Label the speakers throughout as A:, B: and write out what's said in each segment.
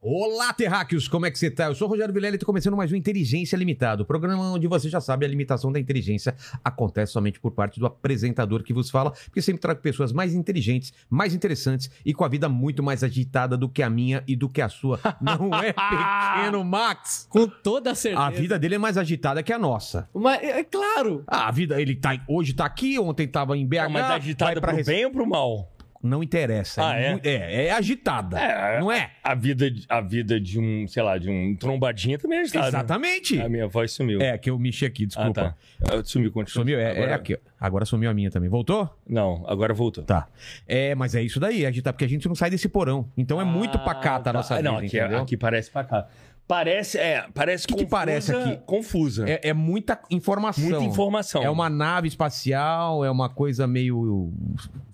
A: Olá, terráqueos, como é que você tá? Eu sou o Rogério Vilela e tô começando mais um Inteligência Limitada, o programa onde você já sabe a limitação da inteligência acontece somente por parte do apresentador que vos fala, porque sempre trago pessoas mais inteligentes, mais interessantes e com a vida muito mais agitada do que a minha e do que a sua. Não é pequeno, Max?
B: Com toda certeza.
A: A vida dele é mais agitada que a nossa.
B: Mas, é claro.
A: Ah, a vida, ele tá hoje tá aqui, ontem tava em BH,
C: Não, mas agitada
A: vai pra
C: pro
A: Rece-
C: bem ou pro mal?
A: não interessa.
C: Ah, é?
A: mu- é, é agitada.
C: É,
A: não é?
C: A vida, de- a vida de um, sei lá, de um trombadinha também é agitada.
A: Exatamente.
C: A minha voz sumiu.
A: É, que eu mexi aqui,
C: Ah,
A: desculpa.
C: tá. Ah, Sumiu, continua.
A: Sumiu? É,
C: Agora-
A: é aqui. ó. Agora sumiu a minha também. Voltou?
C: Não, agora voltou.
A: Tá. É, mas é isso daí, é agitar, porque a gente não sai desse porão. Então é muito
C: Ah,
A: pacata a
C: tá.
A: nossa
C: Ah,
A: vida,
C: Não, aqui,
A: entendeu?
C: aqui parece pacata. Parece, é, parece
A: Que que parece aqui?
C: Confusa.
A: É, é muita informação.
C: Muita informação.
A: É uma nave espacial, é uma coisa meio.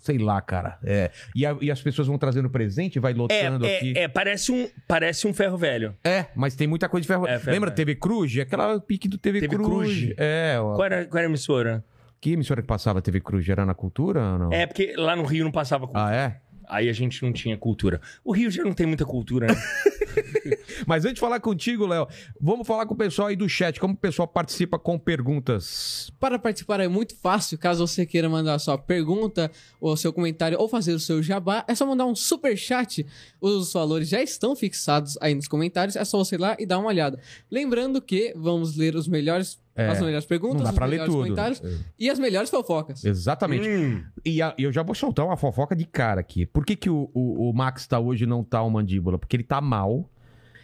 A: sei lá, cara. É. E, a- e as pessoas vão trazendo presente, vai
C: É,
A: lotando
C: é,
A: aqui.
C: é, parece um, parece um ferro velho.
A: É, mas tem muita coisa de ferro.
C: É, ferro-
A: Lembra TV Cruz? Aquela pique do TV,
C: TV
A: Cruz.
C: Cruz.
A: É, ó.
C: Qual era, qual era a emissora?
A: que emissora que passava TV Cruz? Era na cultura ou não?
C: É, porque lá no Rio não passava cultura.
A: Ah, é?
C: Aí a gente não tinha cultura. O Rio já não tem muita cultura, né?
A: Mas antes de falar contigo, Léo, vamos falar com o pessoal aí do chat. Como o pessoal participa com perguntas?
B: Para participar é muito fácil. Caso você queira mandar sua pergunta, ou seu comentário, ou fazer o seu jabá, é só mandar um super chat. Os valores já estão fixados aí nos comentários. É só você ir lá e dar uma olhada. Lembrando que vamos ler os melhores,
A: É,
B: as melhores perguntas,
A: não dá
B: os
A: pra ler
B: melhores
A: tudo.
B: comentários e as melhores fofocas.
A: Exatamente.
C: Hum.
A: E a- e eu já vou soltar uma fofoca de cara aqui. Por que, que o, o- o Max tá hoje e não tá o Mandíbula? Porque ele tá mal,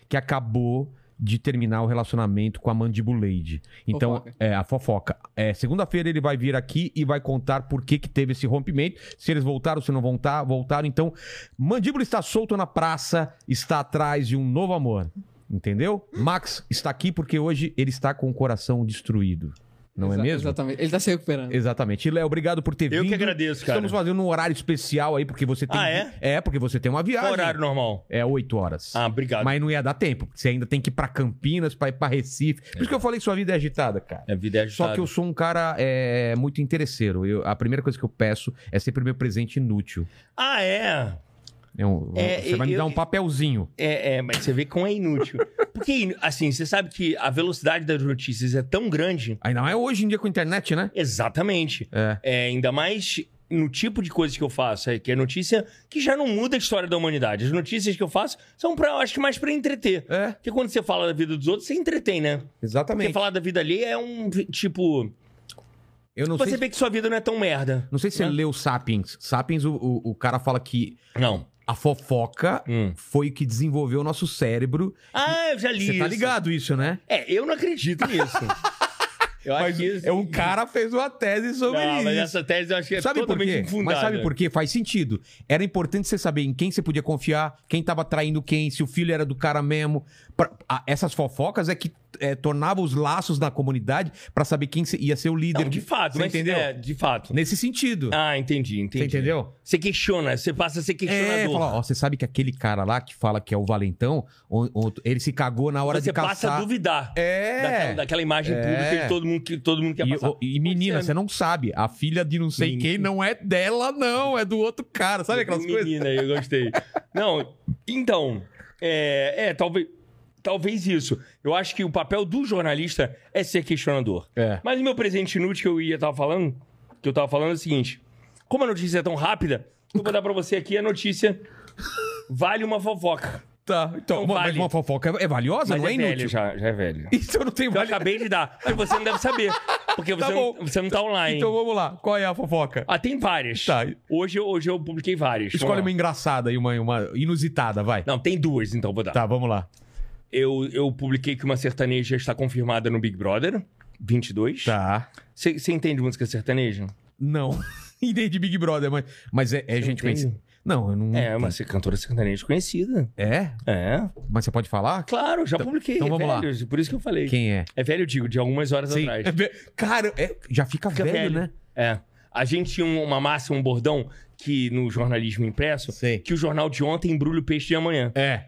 A: que acabou de terminar o relacionamento com a Mandibuleide. Então,
B: Fofoca.
A: é a fofoca. É, segunda-feira ele vai vir aqui e vai contar por que que teve esse rompimento, se eles voltaram, se não voltar, voltaram. Então, Mandíbula está solto na praça, está atrás de um novo amor. Entendeu? Max está aqui porque hoje ele está com o coração destruído. Não
B: Exa-
A: é mesmo?
B: Exatamente. Ele tá se recuperando.
A: Exatamente. E, Léo, obrigado por ter
C: Eu
A: vindo.
C: que agradeço, cara.
A: Estamos fazendo um horário especial aí, porque você tem.
C: Ah, é?
A: É, porque você tem uma viagem.
C: Horário normal.
A: É 8 horas.
C: Ah, obrigado.
A: Mas não ia dar tempo. porque Você ainda tem que ir pra Campinas, pra ir pra Recife. Por isso que eu falei que sua vida é agitada, cara.
C: A vida é
A: Só
C: agitada.
A: que eu sou um cara é, muito interesseiro. Eu- a primeira coisa que eu peço é sempre meu presente inútil.
C: Ah, é.
A: É um-
C: É,
A: você vai me
C: eu-
A: dar um papelzinho.
C: É, é, mas você vê como é inútil. Porque, inu- assim, você sabe que a velocidade das notícias é tão grande.
A: Ainda mais hoje em dia com a internet, né?
C: Exatamente.
A: É.
C: ainda mais no tipo de coisa que eu faço, é que é notícia que já não muda a história da humanidade. As notícias que eu faço são, pra, eu acho que mais pra entreter.
A: É,
C: Porque quando você fala da vida dos outros, você entretém, né? Porque
A: exatamente.
C: falar da vida alheia é um, tipo...
A: Eu não
C: Você
A: sei,
C: vê que sua vida não é tão merda.
A: não sei se você leu Sapiens. Sapiens, o- o- o cara fala que
C: Não.
A: a fofoca
C: Hum.
A: foi o que desenvolveu o nosso cérebro.
C: Ah, eu já li
A: Você tá
C: isso.
A: ligado isso, né?
C: É, eu não acredito nisso. eu acho que isso...
A: É um cara fez uma tese sobre
C: Não,
A: isso.
C: mas essa tese eu acho que é
A: sabe por
C: totalmente
A: quê?
C: infundada.
A: Mas sabe por quê? Faz sentido. Era importante você saber em quem você podia confiar, quem tava traindo quem, se o filho era do cara mesmo. Pra- ah, essas fofocas é que é, tornava os laços da comunidade pra saber quem se- ia ser o líder.
C: Não, de fato,
A: Você
C: mas
A: entendeu?
C: é, de fato.
A: Nesse sentido.
C: Ah, entendi, entendi.
A: você entendeu?
C: Você questiona, você passa a ser
A: É,
C: questionador.
A: fala, ó, você sabe que aquele cara lá que fala que é o valentão, on- on- ele se cagou na hora
C: você
A: de caçar.
C: passa a duvidar
A: É.
C: daquela, daquela imagem
A: É.
C: pública que todo mundo, que todo mundo quer
A: E,
C: passar.
A: o- e menina,
C: Pois é.
A: você não sabe. A filha de não sei
C: Menina.
A: quem não é dela, não. É do outro cara. Sabe aquelas coisas?
C: Menina, eu gostei. Não, então, é, é, talvez, talvez isso. Eu acho que o papel do jornalista é ser questionador.
A: É.
C: Mas o meu presente inútil que eu ia tava falando, que eu tava falando é o seguinte: como a notícia é tão rápida, eu vou dar pra você aqui a notícia. Vale uma fofoca.
A: Tá. Então,
C: Não
A: uma, mas
C: vale.
A: uma fofoca é- é valiosa,
C: Mas
A: não é,
C: é
A: inútil.
C: velho já, já é velho.
A: Então não tem
C: Eu
A: valiosa.
C: acabei de dar, mas você não deve saber. Porque você,
A: Tá
C: não,
A: bom.
C: você não tá online.
A: Então vamos lá. Qual é a fofoca?
C: Ah, tem várias.
A: Tá.
C: Hoje, eu- hoje eu publiquei várias.
A: Escolhe uma
C: Vamos lá.
A: engraçada e uma, uma inusitada, vai.
C: Não, tem duas, então vou dar.
A: Tá, vamos lá.
C: Eu, eu publiquei que uma sertaneja está confirmada no Big Brother 22.
A: Tá.
C: Você entende música sertaneja?
A: Não. Ideia de Big Brother, mas, mas é, é gente
C: entende?
A: conhecida. Não, eu não.
C: É, uma se- cantora sertaneja conhecida.
A: É?
C: É.
A: Mas você pode falar?
C: Claro, já publiquei.
A: então
C: é
A: vamos lá.
C: velho, Por isso que eu falei.
A: Quem é?
C: É velho, eu digo, de algumas horas
A: Sim.
C: atrás.
A: É ve- Cara, é- já fica,
C: Fica
A: velho,
C: velho.
A: né?
C: É. A gente tinha uma máxima, um bordão, que no jornalismo impresso,
A: Sei.
C: que o jornal de ontem embrulha o peixe de amanhã.
A: É.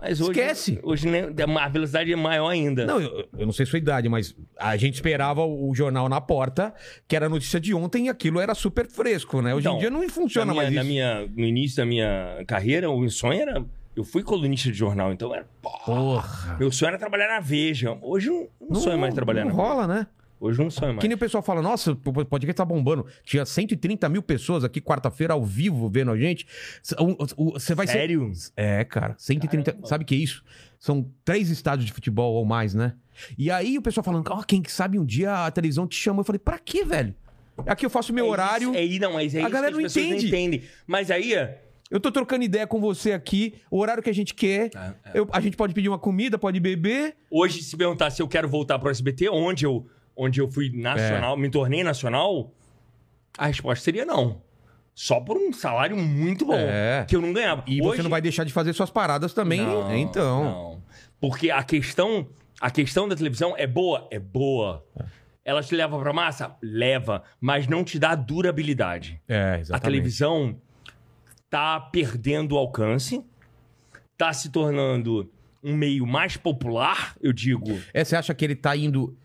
C: Mas hoje,
A: Esquece.
C: Hoje né, a velocidade é maior ainda.
A: Não, eu, eu não sei sua idade, mas a gente esperava o o jornal na porta, que era a notícia de ontem, e aquilo era super fresco, né? Hoje em
C: Então,
A: dia não
C: na
A: funciona
C: minha,
A: mais
C: na
A: isso.
C: minha- no início da minha carreira, o meu sonho era. Eu fui colunista de jornal, então era. pô,
A: Porra.
C: meu sonho era trabalhar na Veja. Hoje eu não, não sonho mais trabalhar
A: Não
C: na Veja.
A: rola, né?
C: Hoje eu não sonho mais.
A: Que nem o pessoal fala, nossa, o podcast tá bombando. Tinha 130 mil pessoas aqui quarta-feira ao vivo vendo a gente. um, Você vai ser.
C: Sério?
A: É, cara, 130.
C: Caramba.
A: Sabe o que é isso? São três estádios de futebol ou mais, né? E aí o pessoal falando, ó, quem que sabe um dia a televisão te chamou. Eu falei, pra quê, velho? Aqui eu faço meu
C: É isso,
A: horário,
C: É, não, mas
A: A
C: é isso
A: galera
C: que
A: não
C: as pessoas
A: entende.
C: entendem. Mas aí, é,
A: eu tô trocando ideia com você aqui, o horário que a gente quer. Eu- a gente pode pedir uma comida, pode beber.
C: hoje, se perguntar se eu quero voltar pro SBT, onde eu, onde eu fui
A: É.
C: nacional, me tornei nacional, a resposta seria não. Só por um salário muito bom.
A: É.
C: Que eu não ganhava.
A: E
C: Hoje-
A: você não vai deixar de fazer suas paradas também.
C: Não,
A: então.
C: não. Porque a questão, a questão da televisão é boa? É boa. Ela te leva pra massa? Leva. Mas não te dá durabilidade.
A: É,
C: A
A: exatamente.
C: televisão tá perdendo o alcance, tá se tornando um meio mais popular, eu digo.
A: É, você acha que ele tá indo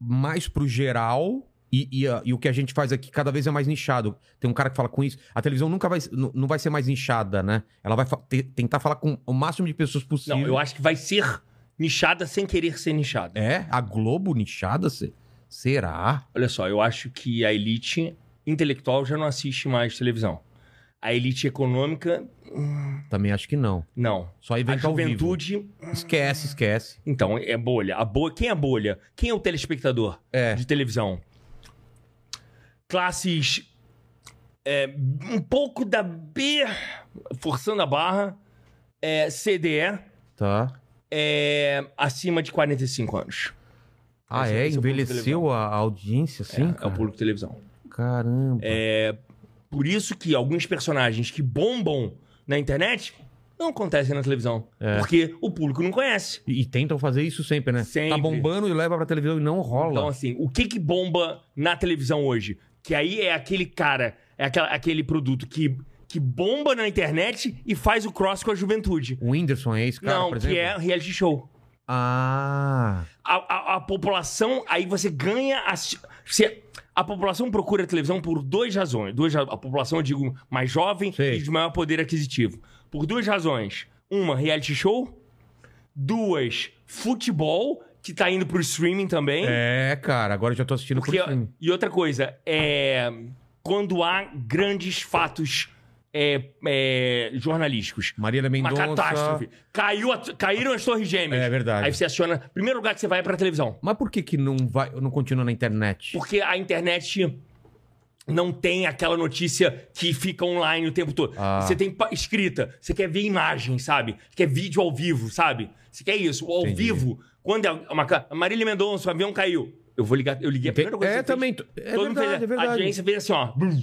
A: mais pro geral e, e a- e o que a gente faz aqui cada vez é mais nichado. Tem um cara que fala com isso. A televisão nunca vai, nu- não vai ser mais nichada, né? Ela vai fa- te- tentar falar com o máximo de pessoas possível.
C: Não, eu acho que vai ser nichada sem querer ser nichada.
A: É? A Globo nichada? se- Será?
C: Olha só, eu acho que a elite intelectual já não assiste mais televisão. A elite econômica,
A: Também acho que não.
C: não.
A: Só
C: A
A: evento tá ao vivo.
C: juventude,
A: Esquece, esquece.
C: então, é bolha. A bolha. Quem é a bolha? Quem é o telespectador?
A: É.
C: de televisão. Classes é, um pouco da B, forçando a barra, é, CDE,
A: Tá.
C: é, acima de 45 anos.
A: Ah,
C: Esse-
A: é?
C: esse é o público
A: Envelheceu
C: televisão.
A: a, a audiência, assim?
C: é, é o
A: cara?
C: público É. televisão.
A: Caramba.
C: Por isso que alguns personagens que bombam na internet não acontecem na televisão.
A: É.
C: Porque o público não conhece.
A: E, e tentam fazer isso sempre, né? Tá
C: Sempre.
A: bombando e leva pra televisão e não rola.
C: Então, assim, o que que bomba na televisão hoje? Que aí é aquele cara, é aquela- aquele produto que, que bomba na internet e faz o cross com a juventude.
A: O Whindersson é esse cara,
C: não,
A: por exemplo?
C: que é reality show.
A: Ah,
C: A, a- a população, aí você ganha. A, você- a população procura a televisão por duas razões. Duas, ra- a população, eu digo, mais jovem
A: Sei.
C: e de maior poder aquisitivo. Por duas razões. Uma, reality show. Duas, futebol, que tá indo pro streaming também.
A: é, cara, agora eu já tô assistindo
C: Porque- é
A: por streaming.
C: e outra coisa, é, quando há grandes fatos é, é, jornalísticos.
A: Marília
C: Uma
A: Mendonça.
C: catástrofe. Caiu a- caíram as torres gêmeas.
A: É verdade.
C: Aí você aciona. Primeiro lugar que você vai é pra televisão.
A: Mas por que que não vai, não continua na internet?
C: Porque a internet não tem aquela notícia que fica online o tempo todo.
A: Ah.
C: Você tem pa- escrita, você quer ver imagem, sabe? Quer vídeo ao vivo, sabe? Você quer isso. O ao
A: Entendi.
C: vivo, quando é uma. ca- Marília Mendonça, o avião caiu. Eu vou ligar, eu liguei a
A: Tem-
C: primeira coisa
A: é,
C: que você
A: também.
C: fez.
A: É
C: Todo mundo
A: verdade,
C: fez-
A: é verdade.
C: A audiência fez assim, ó. Blum.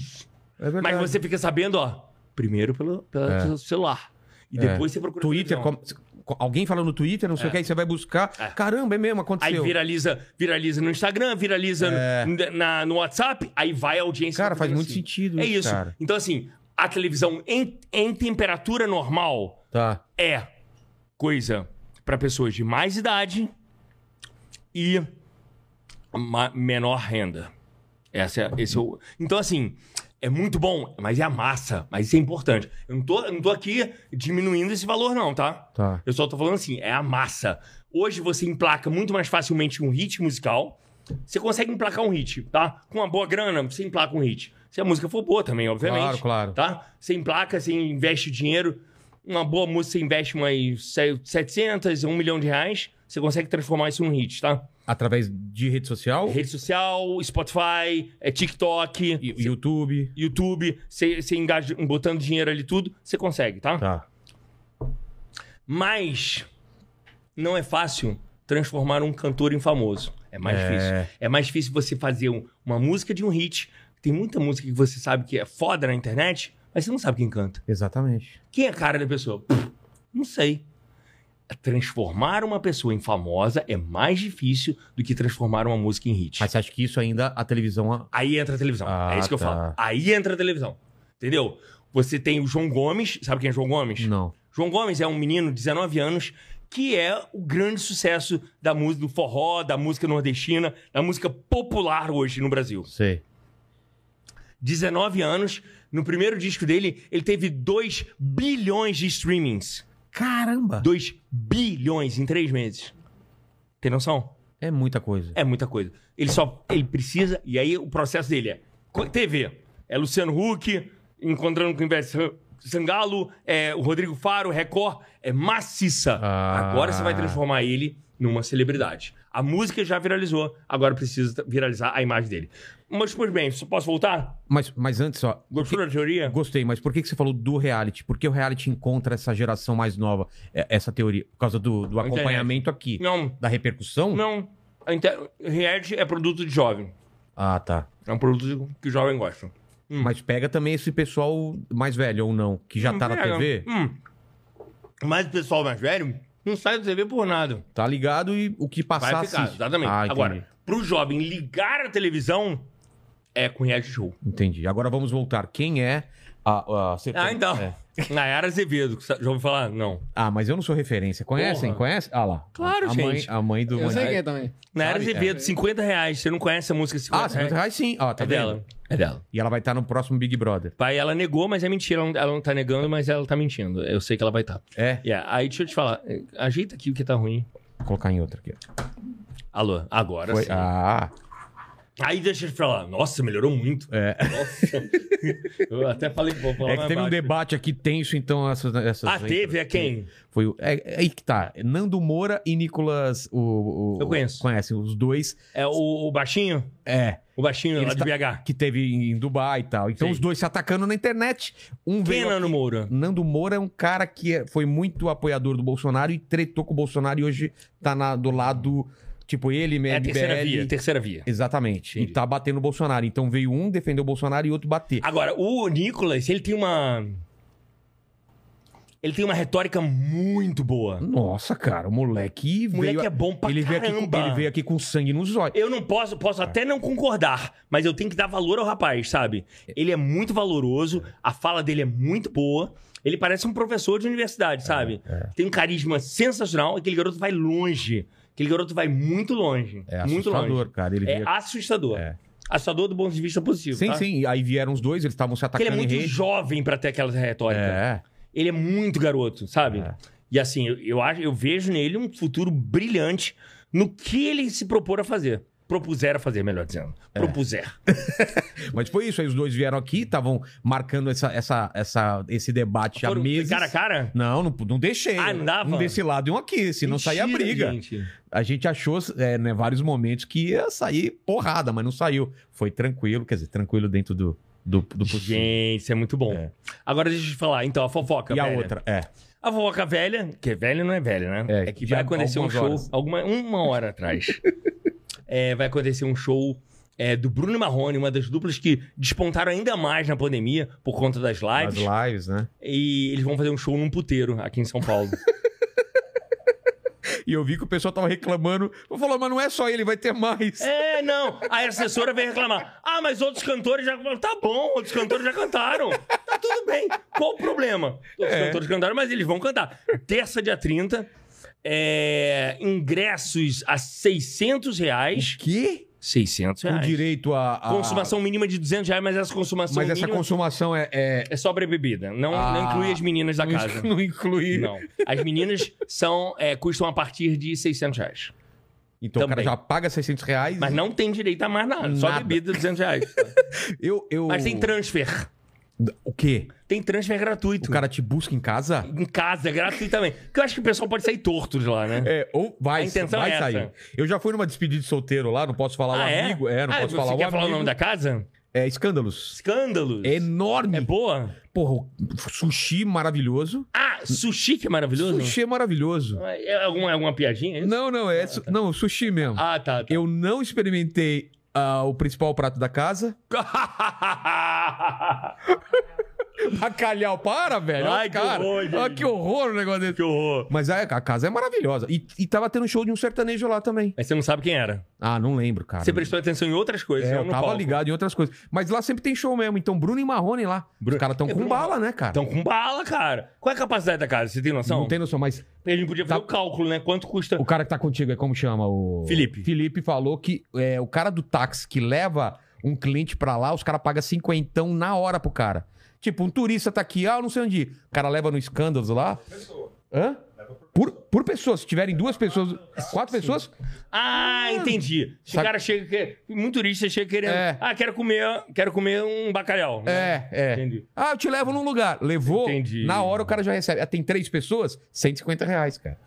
A: É verdade.
C: Mas você fica sabendo, ó, primeiro pelo, pelo seu celular. E
A: É.
C: depois você procura.
A: Twitter,
C: televisão.
A: como- co- alguém fala no Twitter, não sei o que, aí você vai buscar. Caramba, é mesmo,
C: Aí
A: aconteceu. É.
C: viraliza, viraliza no Instagram, viraliza no, na- no WhatsApp, aí vai a audiência.
A: Cara,
C: pra
A: faz
C: televisão,
A: muito
C: assim.
A: sentido
C: É
A: isso,
C: isso.
A: cara.
C: Então, assim, a televisão em, em temperatura normal
A: Tá.
C: é coisa pra pessoas de mais idade e ma- menor renda. Essa é- esse é o... Então, assim, é muito bom, mas é a massa. Mas isso é importante. Eu não tô, eu não tô aqui diminuindo esse valor, não, tá?
A: Tá.
C: Eu só tô falando assim, é a massa. Hoje você emplaca muito mais facilmente um hit musical. Você consegue emplacar um hit, tá? Com uma boa grana, você emplaca um hit. Se a música for boa também, obviamente.
A: Claro, claro.
C: Tá? Você emplaca, você investe dinheiro. Uma boa música, você investe umas se- 700, 1 milhão de reais. Você consegue transformar isso num hit, tá?
A: Através de rede social,
C: Rede social, Spotify, é TikTok,
A: e- YouTube.
C: YouTube. Você, você engaja botando dinheiro ali tudo, você consegue, tá?
A: Tá.
C: Mas não é fácil transformar um cantor em famoso. É mais
A: É.
C: difícil. É mais difícil você fazer um- uma música de um hit. Tem muita música que você sabe que é foda na internet, mas você não sabe quem canta.
A: Exatamente.
C: Quem é a cara da pessoa? Pff, Não sei. transformar uma pessoa em famosa é mais difícil do que transformar uma música em hit.
A: Mas você acha que isso ainda a televisão. a-
C: Aí entra a televisão.
A: Ah,
C: é isso que eu
A: tá.
C: falo. Aí entra a televisão. Entendeu? Você tem o João Gomes. Sabe quem é João Gomes?
A: Não.
C: João Gomes é um menino de 19 anos que é o grande sucesso da música do forró, da música nordestina, da música popular hoje no Brasil.
A: Sei.
C: 19 anos, no primeiro disco dele, ele teve 2 bilhões de streamings.
A: Caramba!
C: 2 bilhões em 3 meses. Tem noção?
A: É muita coisa.
C: É muita coisa. Ele só. Ele precisa. E aí o processo dele é. co- TV. É Luciano Huck, encontrando com o Ivete San- Sangalo, é o Rodrigo Faro, Record. É maciça.
A: Ah.
C: Agora você vai transformar ele numa celebridade. A música já viralizou, agora precisa t- viralizar a imagem dele. Mas, pois bem, só posso voltar?
A: Mas, mas antes só.
C: Gostou da teoria?
A: Gostei, mas por que, que você falou do reality? Por que o reality encontra essa geração mais nova? É, Essa teoria? Por causa do, do
C: internet.
A: acompanhamento aqui?
C: Não,
A: Da repercussão?
C: não. A inter- Reality é produto de jovem.
A: Ah, tá.
C: É um produto que o jovem gosta. Hum.
A: Mas pega também esse pessoal mais velho ou não, que já tá na
C: Pega.
A: TV,
C: Hum. Mas o pessoal mais velho não sai da TV por nada.
A: tá ligado e o que passar
C: Vai ficar,
A: assiste.
C: exatamente.
A: Ah, entendi.
C: Agora, pro jovem ligar a televisão, é com reality show.
A: Entendi. Agora vamos voltar. Quem é a... a- você-
C: Ah, então.
A: É.
C: Nayara Azevedo, que sa- já ouviu falar? Não.
A: Ah, mas eu não sou referência. Conhecem?
C: Porra.
A: Conhece? Ah lá.
C: Claro,
A: a mãe,
C: gente.
A: a mãe do...
B: Eu sei
A: Mani-
B: quem é também.
C: Nayara
A: Sabe,
C: Azevedo, 50 reais. Você não conhece a música 50
A: Ah, 50 reais sim. Ó, tá
C: É
A: vendo?
C: dela. É dela.
A: E ela vai estar no próximo Big Brother.
C: Pai, ela negou, mas é mentira. Ela não- Ela não tá negando, mas ela tá mentindo. Eu sei que ela vai estar. Tá.
A: É.
C: Yeah. Aí deixa eu te falar. Ajeita aqui o que tá ruim.
A: Vou colocar em outra aqui. ó.
C: Alô, agora
A: Foi-
C: sim.
A: Ah,
C: Aí deixa eu te falar. Nossa, melhorou muito.
A: é.
C: Nossa. Eu até falei que vou falar
A: É que
C: mais
A: teve um
C: baixo.
A: debate aqui tenso, então essas. essas
C: Ah, teve? É quem?
A: Foi o- é, é aí que tá. Nando Moura e Nicolas. O, o-
C: Eu conheço.
A: Conhecem os dois.
C: É o, o baixinho?
A: É.
C: O baixinho
A: Ele
C: lá
A: tá-
C: de BH.
A: Que teve em Dubai e tal. Então
C: Sim.
A: os dois se atacando na internet. Um veio.
C: Pena no é Moura.
A: Nando Moura é um cara que é- foi muito apoiador do Bolsonaro e tretou com o Bolsonaro e hoje tá na- do lado. Tipo, ele,
C: É a terceira via,
A: MBL.
C: terceira via.
A: Exatamente.
C: Entendi.
A: E tá batendo o Bolsonaro. Então veio um defender o Bolsonaro e outro bater.
C: Agora, o Nicolas, ele tem uma. Ele tem uma retórica muito boa.
A: Nossa, cara, o moleque
C: O moleque
A: veio.
C: é bom pra
A: ele, veio aqui, com-
C: caramba.
A: ele veio aqui com sangue nos olhos.
C: Eu não posso, posso até não concordar, mas eu tenho que dar valor ao rapaz, sabe? Ele é muito valoroso, a fala dele é muito boa. Ele parece um professor de universidade, sabe?
A: É,
C: Tem um carisma sensacional. Aquele garoto vai longe. Aquele garoto vai muito longe.
A: É
C: muito
A: assustador,
C: longe.
A: cara. Ele
C: É
A: veio aqui-
C: assustador.
A: É.
C: Assustador do ponto de vista positivo.
A: Sim,
C: tá?
A: sim. E Aí vieram os dois, eles estavam se
C: Porque ele é
A: atacando em
C: muito
A: rede.
C: jovem pra ter aquela retórica.
A: É.
C: Ele é muito garoto, sabe?
A: É.
C: E assim, eu, eu acho, eu vejo nele um futuro brilhante no que ele se propor a fazer. Propuser a fazer, melhor dizendo.
A: É.
C: Propuser.
A: Mas foi isso. Aí os dois vieram aqui, estavam marcando essa, essa, essa, esse debate há
C: Foram
A: meses.
C: Cara a cara?
A: Não, não, não deixei.
C: Ah, não dava?
A: Um desse lado e um aqui, senão saía
C: Mentira,
A: briga.
C: gente.
A: A gente achou, é, né, vários momentos que ia sair porrada, mas não saiu. Foi tranquilo, quer dizer, tranquilo dentro do, do, do possível.
C: Gente, isso é muito bom.
A: É.
C: Agora deixa eu te falar, então, a fofoca.
A: E a
C: velha.
A: outra, é.
C: A fofoca velha, que é velha não é velha, né?
A: É,
C: É, que
A: já
C: vai acontecer um
A: algumas
C: show
A: horas.
C: alguma, uma hora atrás. É, vai acontecer um show é, do Bruno e Marrone, uma das duplas que despontaram ainda mais na pandemia por conta das
A: As
C: lives.
A: lives, né?
C: E eles vão fazer um show num puteiro aqui em São Paulo.
A: E eu vi que o pessoal tava reclamando. Eu falou, mas não é só ele, vai ter mais.
C: é, não. Aí a assessora veio reclamar. Ah, mas outros cantores já. Tá bom, outros cantores já cantaram. Tá tudo bem. Qual o problema? Outros
A: É.
C: cantores cantaram, mas eles vão cantar. Terça, dia 30. é, ingressos a 600 reais.
A: Que?
C: 600
A: Com
C: reais.
A: direito a. a-
C: Consumação mínima de 200 reais, Ah. mas essa consumação
A: Mas essa
C: mínima
A: consumação é. é-
C: é sobre a bebida. Não,
A: Ah.
C: não inclui as meninas da
A: não
C: casa.
A: in- Não inclui.
C: Não. As meninas são, é, custam a partir de 600 reais.
A: Então o
C: Também.
A: cara já paga 600 reais.
C: Mas não tem direito a mais nada. Só
A: Nada.
C: bebida, 200 reais.
A: Eu, eu...
C: Mas tem transfer.
A: O quê?
C: Tem transfer gratuito.
A: O cara te busca em casa?
C: Em casa, é gratuitamente. Porque eu acho que o pessoal pode sair torto de lá, né?
A: É, ou
C: A
A: vai,
C: intenção
A: vai
C: é essa.
A: sair. Eu já fui numa despedida de solteiro lá, não posso falar o amigo. É, não
C: Ah,
A: posso
C: você
A: falar o
C: quer
A: amigo.
C: falar o nome da casa?
A: É escândalos.
C: Escândalos.
A: É enorme.
C: É boa?
A: Porra, o sushi maravilhoso.
C: Ah, sushi que é maravilhoso?
A: Sushi é maravilhoso.
C: É alguma, alguma piadinha? é isso?
A: Não, não, é. su- Não, sushi mesmo.
C: Ah, tá. tá.
A: Eu não experimentei ah, o principal prato da casa. Bacalhau, para, velho. Olha
C: Ai,
A: o
C: que
A: cara.
C: horror,
A: Olha
C: gente.
A: que horror o negócio desse.
C: Que horror.
A: Mas a, a casa é maravilhosa. E, e tava tendo um show de um sertanejo lá também.
C: Mas você não sabe quem era.
A: Ah, não lembro, cara.
C: Você prestou atenção em outras coisas.
A: É,
C: não
A: eu
C: no
A: tava
C: palco.
A: ligado em outras coisas. Mas lá sempre tem show mesmo. Então, Bruno e Marrone lá.
C: Bruno-
A: Os caras tão
C: É,
A: com
C: Bruno-
A: bala, né, cara?
C: Então, com bala, cara. Qual é a capacidade da casa? Você tem noção?
A: Não tem noção, mas
C: Ele podia fazer
A: Tá-
C: o cálculo, né? Quanto custa.
A: o cara que tá contigo é como chama o.
C: Felipe.
A: Felipe falou que é, o cara do táxi que leva um cliente pra lá, os caras pagam cinquentão na hora pro cara. Tipo, um turista tá aqui, ah, eu não sei onde. ir. O cara leva no Scandals lá. Hã? Por, por pessoa. Se tiverem duas pessoas, quatro pessoas,
C: Ah, entendi. Se o
A: Hum. Sabe-
C: cara chega. Que... Muito turista chega querendo.
A: É.
C: Ah, quero comer, quero comer um bacalhau.
A: É, é.
C: Entendi.
A: Ah, eu te levo num lugar. Levou,
C: Entendi.
A: na hora o cara já recebe. Ah, Tem três pessoas, 150 reais, cara.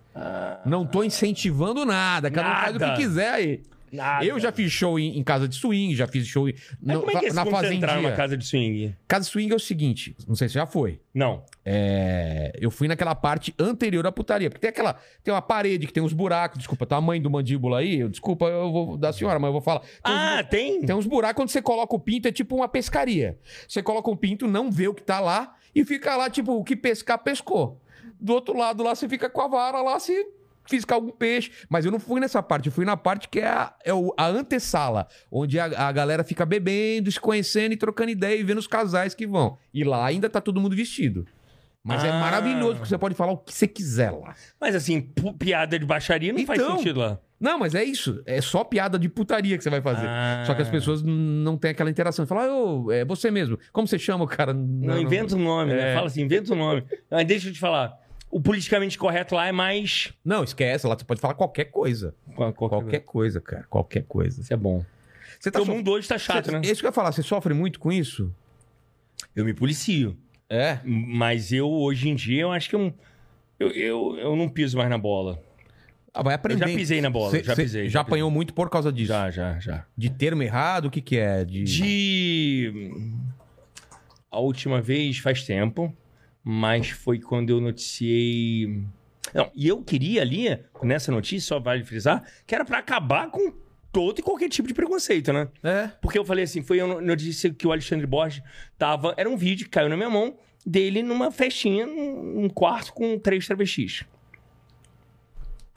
A: Não tô incentivando nada, cada um faz o que
C: Ah. Nada.
A: quiser aí.
C: Nada.
A: Eu já fiz show em, em casa de swing, já fiz show em-
C: Mas
A: no-
C: como é que é
A: na
C: quando você entrar
A: fazendinha.
C: numa
A: Casa...
C: casa de swing?
A: de swing é o seguinte, não sei se já foi.
C: Não.
A: É, eu fui naquela parte anterior à putaria, porque tem aquela, tem uma parede que tem uns buracos, desculpa, tá a mãe do mandíbula aí, eu- desculpa, eu vou da senhora, mas eu vou falar. Tem uns
C: Ah, tem?
A: tem um uns buracos onde você coloca o pinto, é tipo uma pescaria. Você coloca um pinto, não vê o que tá lá e fica lá, tipo, o que pescar, pescou. Do outro lado lá, você fica com a vara lá, se fiscar algum peixe. Mas eu não fui nessa parte, eu fui na parte que é a, é o- a antessala, onde a, a galera fica bebendo, se conhecendo e trocando ideia e vendo os casais que vão. E lá ainda tá todo mundo vestido. Mas é
C: Ah.
A: maravilhoso, porque você pode falar o que você quiser lá.
C: Mas assim, pu- piada de baixaria não faz
A: Então.
C: sentido lá.
A: Não, mas é isso. É só piada de putaria que você vai fazer.
C: Ah.
A: Só que as pessoas n- não têm aquela interação. Fala, ô, é você mesmo. Como você chama o cara?
C: Não, inventa um nome,
A: É.
C: né? Fala assim, inventa um nome. Mas deixa eu te falar. O politicamente correto lá é mais.
A: Não, esquece. Lá você pode falar qualquer coisa.
C: Qual- qual-
A: Qualquer coisa, cara. Qualquer coisa.
C: Isso é bom.
A: Você
C: Porque o
A: sof-
C: mundo hoje tá chato,
A: você-
C: né?
A: é Isso que eu ia falar. Você sofre muito com isso?
C: Eu me policio.
A: É.
C: Mas eu, hoje em dia, eu acho que eu, eu, eu, eu não piso mais na bola.
A: Ah, vai aprender.
C: Eu já pisei na bola, já
A: Já,
C: pisei, já pisei.
A: apanhou muito por causa disso.
C: Já, já, já.
A: De termo errado, o que que é? De...
C: De. A última vez faz tempo, mas foi quando eu noticiei. Não, e eu queria ali, nessa notícia, só vale frisar, que era pra acabar com todo e qualquer tipo de preconceito, né?
A: É.
C: Porque eu falei assim, foi eu notícia que o Alexandre Borges tava. Era um vídeo que caiu na minha mão dele numa festinha, num num quarto com três travestis.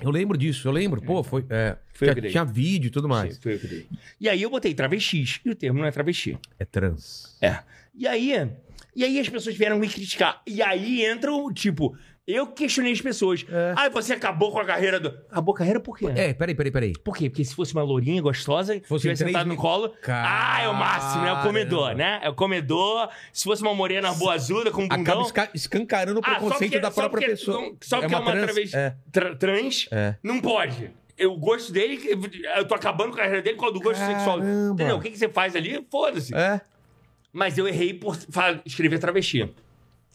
A: Eu lembro disso, eu lembro. Pô, foi... É,
C: Foi eu
A: tinha,
C: que dei.
A: tinha vídeo e tudo mais.
C: Foi eu que dei. E aí eu botei travestis, e o termo não é travesti.
A: É trans.
C: É. E aí, e aí as pessoas vieram me criticar. E aí entra o tipo, eu questionei as pessoas. Ah, você acabou com a carreira do. Acabou a carreira por quê?
A: É, peraí, peraí, peraí.
C: Por quê? Porque se fosse uma lourinha gostosa,
A: Fosse
C: tivesse
A: três
C: sentado
A: mil-
C: no colo. Ah, é o máximo, é o comedor,
A: Caramba.
C: né? É o comedor. Se fosse uma morena boa azuda, com bundão.
A: Acaba esca- escancarando o
C: Então- Ah, só
A: preconceito
C: porque-
A: da
C: só
A: própria
C: porque-
A: pessoa.
C: Só porque é uma,
A: trans?
C: travesti-
A: É.
C: tra- trans,
A: É.
C: não pode. Eu gosto dele, eu tô acabando com a carreira dele por causa do gosto sexual.
A: Caramba.
C: Entendeu? O que, que você faz ali? Foda-se.
A: É.
C: Mas eu errei por fa- escrever travesti.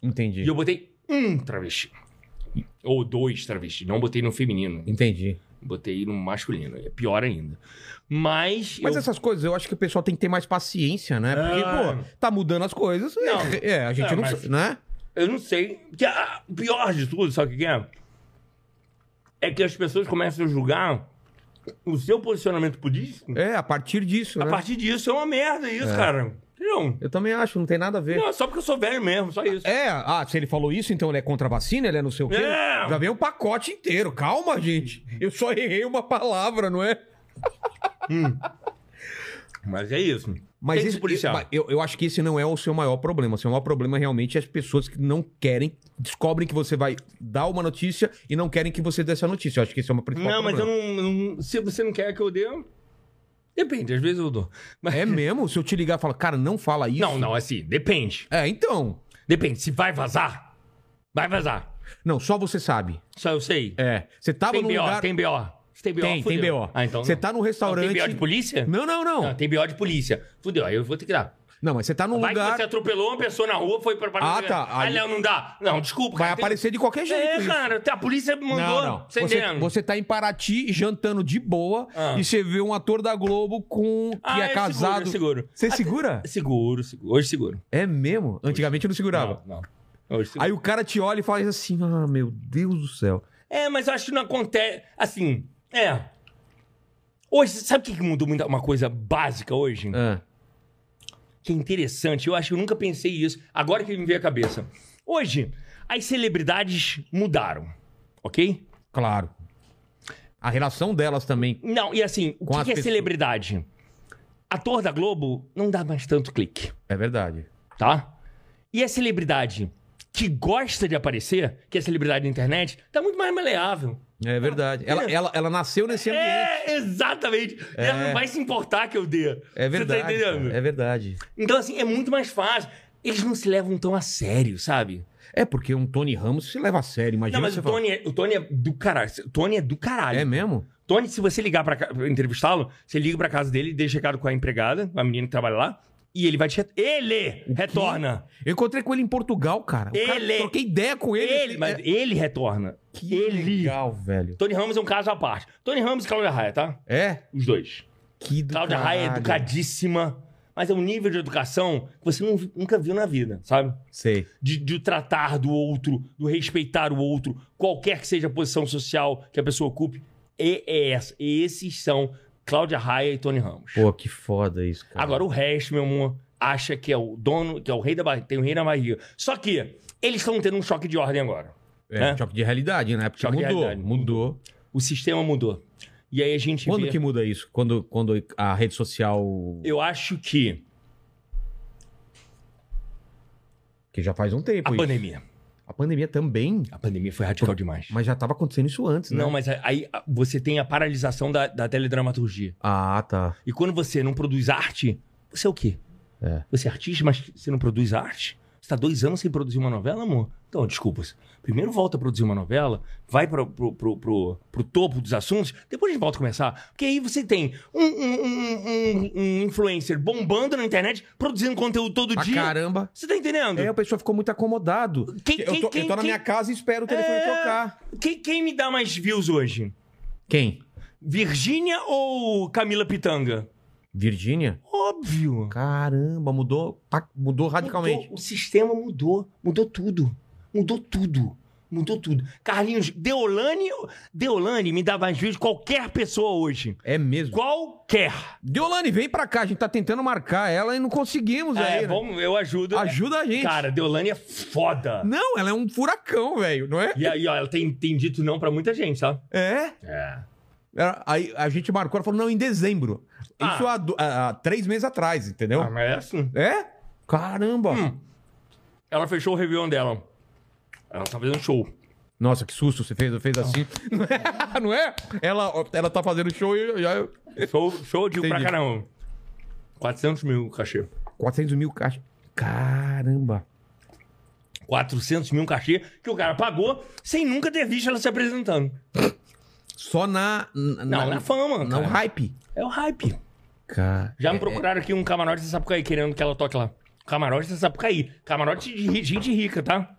A: Entendi.
C: E eu botei um travesti. Ou dois travestis. Não botei no feminino.
A: Entendi.
C: Botei no masculino. É pior ainda. Mas. é
A: Mas
C: eu-
A: essas coisas, eu acho que o pessoal tem que ter mais paciência, né?
C: Ah.
A: Porque, pô, tá mudando as coisas.
C: Não.
A: É, é, a gente
C: É,
A: não...
C: mas-
A: Né?
C: Eu não sei. Porque ah, o pior de tudo, sabe o que que é? É que as pessoas começam a julgar o seu posicionamento político.
A: É, a partir disso,
C: A
A: né?
C: partir disso é uma merda, isso, cara. Entendeu?
A: Eu também acho, não tem nada a ver.
C: Não, é só porque eu sou velho mesmo, só isso.
A: É, ah, se ele falou isso, então ele é contra a vacina, ele é não sei o quê.
C: É.
A: Já vem um pacote inteiro. Calma, gente. Eu só errei uma palavra, não é?
C: Mas é isso.
A: Mas
C: Tem que
A: esse,
C: se policiar.
A: mas Eu, eu acho que esse não é o seu maior problema. O seu maior problema realmente é as pessoas que não querem, descobrem que você vai dar uma notícia e não querem que você dê essa notícia. Eu acho que esse é o meu principal
C: Não, mas eu
A: problema.
C: não, não- Se você não quer que eu dê. Depende, às vezes eu dou. Mas,
A: É mesmo? Se eu te ligar e falar, cara, não fala isso.
C: Não, não, assim, depende.
A: É, então.
C: Depende. Se vai vazar, vai vazar.
A: Não, só você sabe.
C: Só eu sei.
A: É. Você tava
C: Tem
A: num
C: BO,
A: lugar.
C: tem BO. Se tem BO,
A: tem, tem
C: fudeu.
A: BO.
C: Ah, então.
A: Você
C: não.
A: tá num
C: Não,
A: restaurante.
C: Tem BO de polícia?
A: Não, não, não.
C: Não, tem BO de polícia. Fudeu, aí eu vou ter que dar.
A: Não, mas você tá num
C: Ah. Vai
A: lugar.
C: que você é atropelou uma pessoa na rua, foi pra parar.
A: Ah, tá.
C: Ah,
A: Aí-
C: Léo, não dá. Não, desculpa.
A: Vai
C: cara, tem-
A: aparecer de qualquer jeito.
C: É,
A: isso.
C: cara, a polícia mandou. tá
A: Não, não.
C: Você
A: Você,
C: entende?
A: você tá em Paraty jantando de boa
C: Ah.
A: e você vê um ator da Globo com que
C: Ah,
A: é
C: eu
A: casado.
C: seguro, eu seguro.
A: Você segura?
C: Seguro, seguro. Hoje seguro.
A: É mesmo? Antigamente eu não segurava.
C: Não, não. Hoje seguro.
A: Aí o cara te olha e fala assim: Ah, meu Deus do céu.
C: É, mas eu acho que não acontece. Assim, é. É. Hoje, sabe o que que mudou muito? Uma coisa básica hoje?
A: Ah,
C: que é interessante. Eu acho que eu nunca pensei isso. Agora que me veio a cabeça. Hoje, as celebridades mudaram, ok?
A: Claro. A relação delas também.
C: Não, e assim, o
A: Com
C: que,
A: as
C: que é
A: pessoas.
C: celebridade? Ator da Globo não dá mais tanto clique,
A: É verdade.
C: tá? E a celebridade que gosta de aparecer, que é celebridade da internet, tá muito mais maleável.
A: É verdade. Ela, ela, ela nasceu nesse ambiente.
C: É, exatamente. Ela não vai se importar que eu dê.
A: É
C: Você tá
A: verdade.
C: entendendo?
A: cara, é verdade.
C: Então, assim, é muito mais fácil. Eles não se levam tão a sério, sabe?
A: É porque um Tony Ramos se leva a sério. Imagina
C: não, mas
A: você
C: o
A: falar.
C: Tony, é, o Tony é do caralho. O Tony é do caralho.
A: É mesmo?
C: Tony, se você ligar pra, ca- pra entrevistá-lo, você liga pra casa dele, deixa recado com a empregada, a menina que trabalha lá, e ele vai te. ret- Ele retorna!
A: Eu encontrei com ele em Portugal, cara. O cara-
C: Ele- é
A: troquei ideia com ele.
C: Ele, mas
A: É-
C: ele retorna.
A: Que
C: ele.
A: legal, velho.
C: Tony Ramos é um caso à parte. Tony Ramos e Cláudia Raia, tá?
A: É?
C: Os dois.
A: Que do
C: Cláudia Raia é
A: caralho.
C: educadíssima, mas é um nível de educação que você nu- nunca viu na vida, sabe?
A: Sei.
C: de, de tratar do outro, do respeitar o outro, qualquer que seja a posição social que a pessoa ocupe. E é essa. E esses são Cláudia Raia e Tony Ramos.
A: Pô, que foda isso, cara.
C: Agora o resto, meu amor, acha que é o dono, que é o rei da barriga, tem o rei na barriga. Só que eles estão tendo um choque de ordem agora.
A: É,
C: né?
A: choque de realidade, né? Porque
C: Choque de
A: mudou,
C: realidade.
A: mudou.
C: O sistema mudou. E aí a gente
A: Quando
C: vê...
A: que muda isso? Quando, quando a rede social,
C: Eu acho que
A: que já faz um
C: a
A: tempo isso.
C: pandemia.
A: A pandemia também,
C: A pandemia foi radical demais.
A: mas já tava acontecendo isso antes, né?
C: Não, mas aí aí você tem a paralisação da, da teledramaturgia.
A: Ah, tá.
C: E quando você não produz arte, você é o quê?
A: É.
C: Você é artista, mas você não produz arte? Você tá dois anos sem produzir uma novela, amor? Então, desculpa. Primeiro volta a produzir uma novela, vai pro, pro, pro, pro- pro topo dos assuntos, depois a gente volta a começar. Porque aí você tem um, um- um- um- um influencer bombando na internet, produzindo conteúdo todo
A: Ah,
C: dia.
A: caramba.
C: Você tá entendendo?
A: É, o pessoal ficou muito acomodado.
C: Quem-
A: eu,
C: quem-
A: tô,
C: quem-
A: eu tô na
C: quem-
A: minha casa e espero o telefone
C: É.
A: tocar.
C: Quem, quem me dá mais views hoje?
A: Quem?
C: Virgínia ou Camila Pitanga?
A: Virgínia?
C: Óbvio.
A: Hum. Caramba, mudou, tá- mudou radicalmente.
C: Mudou, Então, o sistema mudou. Mudou tudo. Mudou tudo. Mudou tudo. Carlinhos, Deolane. Deolane me dá mais vídeo de qualquer pessoa hoje.
A: É mesmo.
C: Qualquer.
A: Deolane, vem pra cá. A gente tá tentando marcar ela e não conseguimos
C: Ah,
A: aí.
C: é,
A: né?
C: vamos, eu ajudo.
A: Ajuda a gente.
C: Cara, Deolane é foda.
A: Não, ela é um furacão, velho, não é?
C: E aí, ó, ela tem, tem dito não pra muita gente, tá? sabe?
A: É.
C: É.
A: Ela- Aí a gente marcou, ela falou, não, em dezembro.
C: Ah.
A: Isso há, do- há- há três meses atrás, entendeu?
C: Ah, mas é Hum. assim.
A: É? Caramba.
C: Ela fechou o Réveillon dela. Ela tá fazendo show.
A: Nossa, que susto você fez, fez assim. Não é? Não é? Ela, ela tá fazendo show e e aí-
C: Show, show de pra
A: Entendi.
C: caramba. 400 mil cachê.
A: 400 mil caixas. Caramba.
C: 400 mil cachê que o cara pagou sem nunca ter visto ela se apresentando.
A: Só na... na
C: Não, na,
A: na-
C: fama,
A: não
C: cara.
A: hype.
C: É o hype.
A: Cara... é,
C: Já me procuraram aqui um camarote da Sapucaí querendo que ela toque lá. Camarote da Sapucaí. Camarote de ri- gente rica, tá?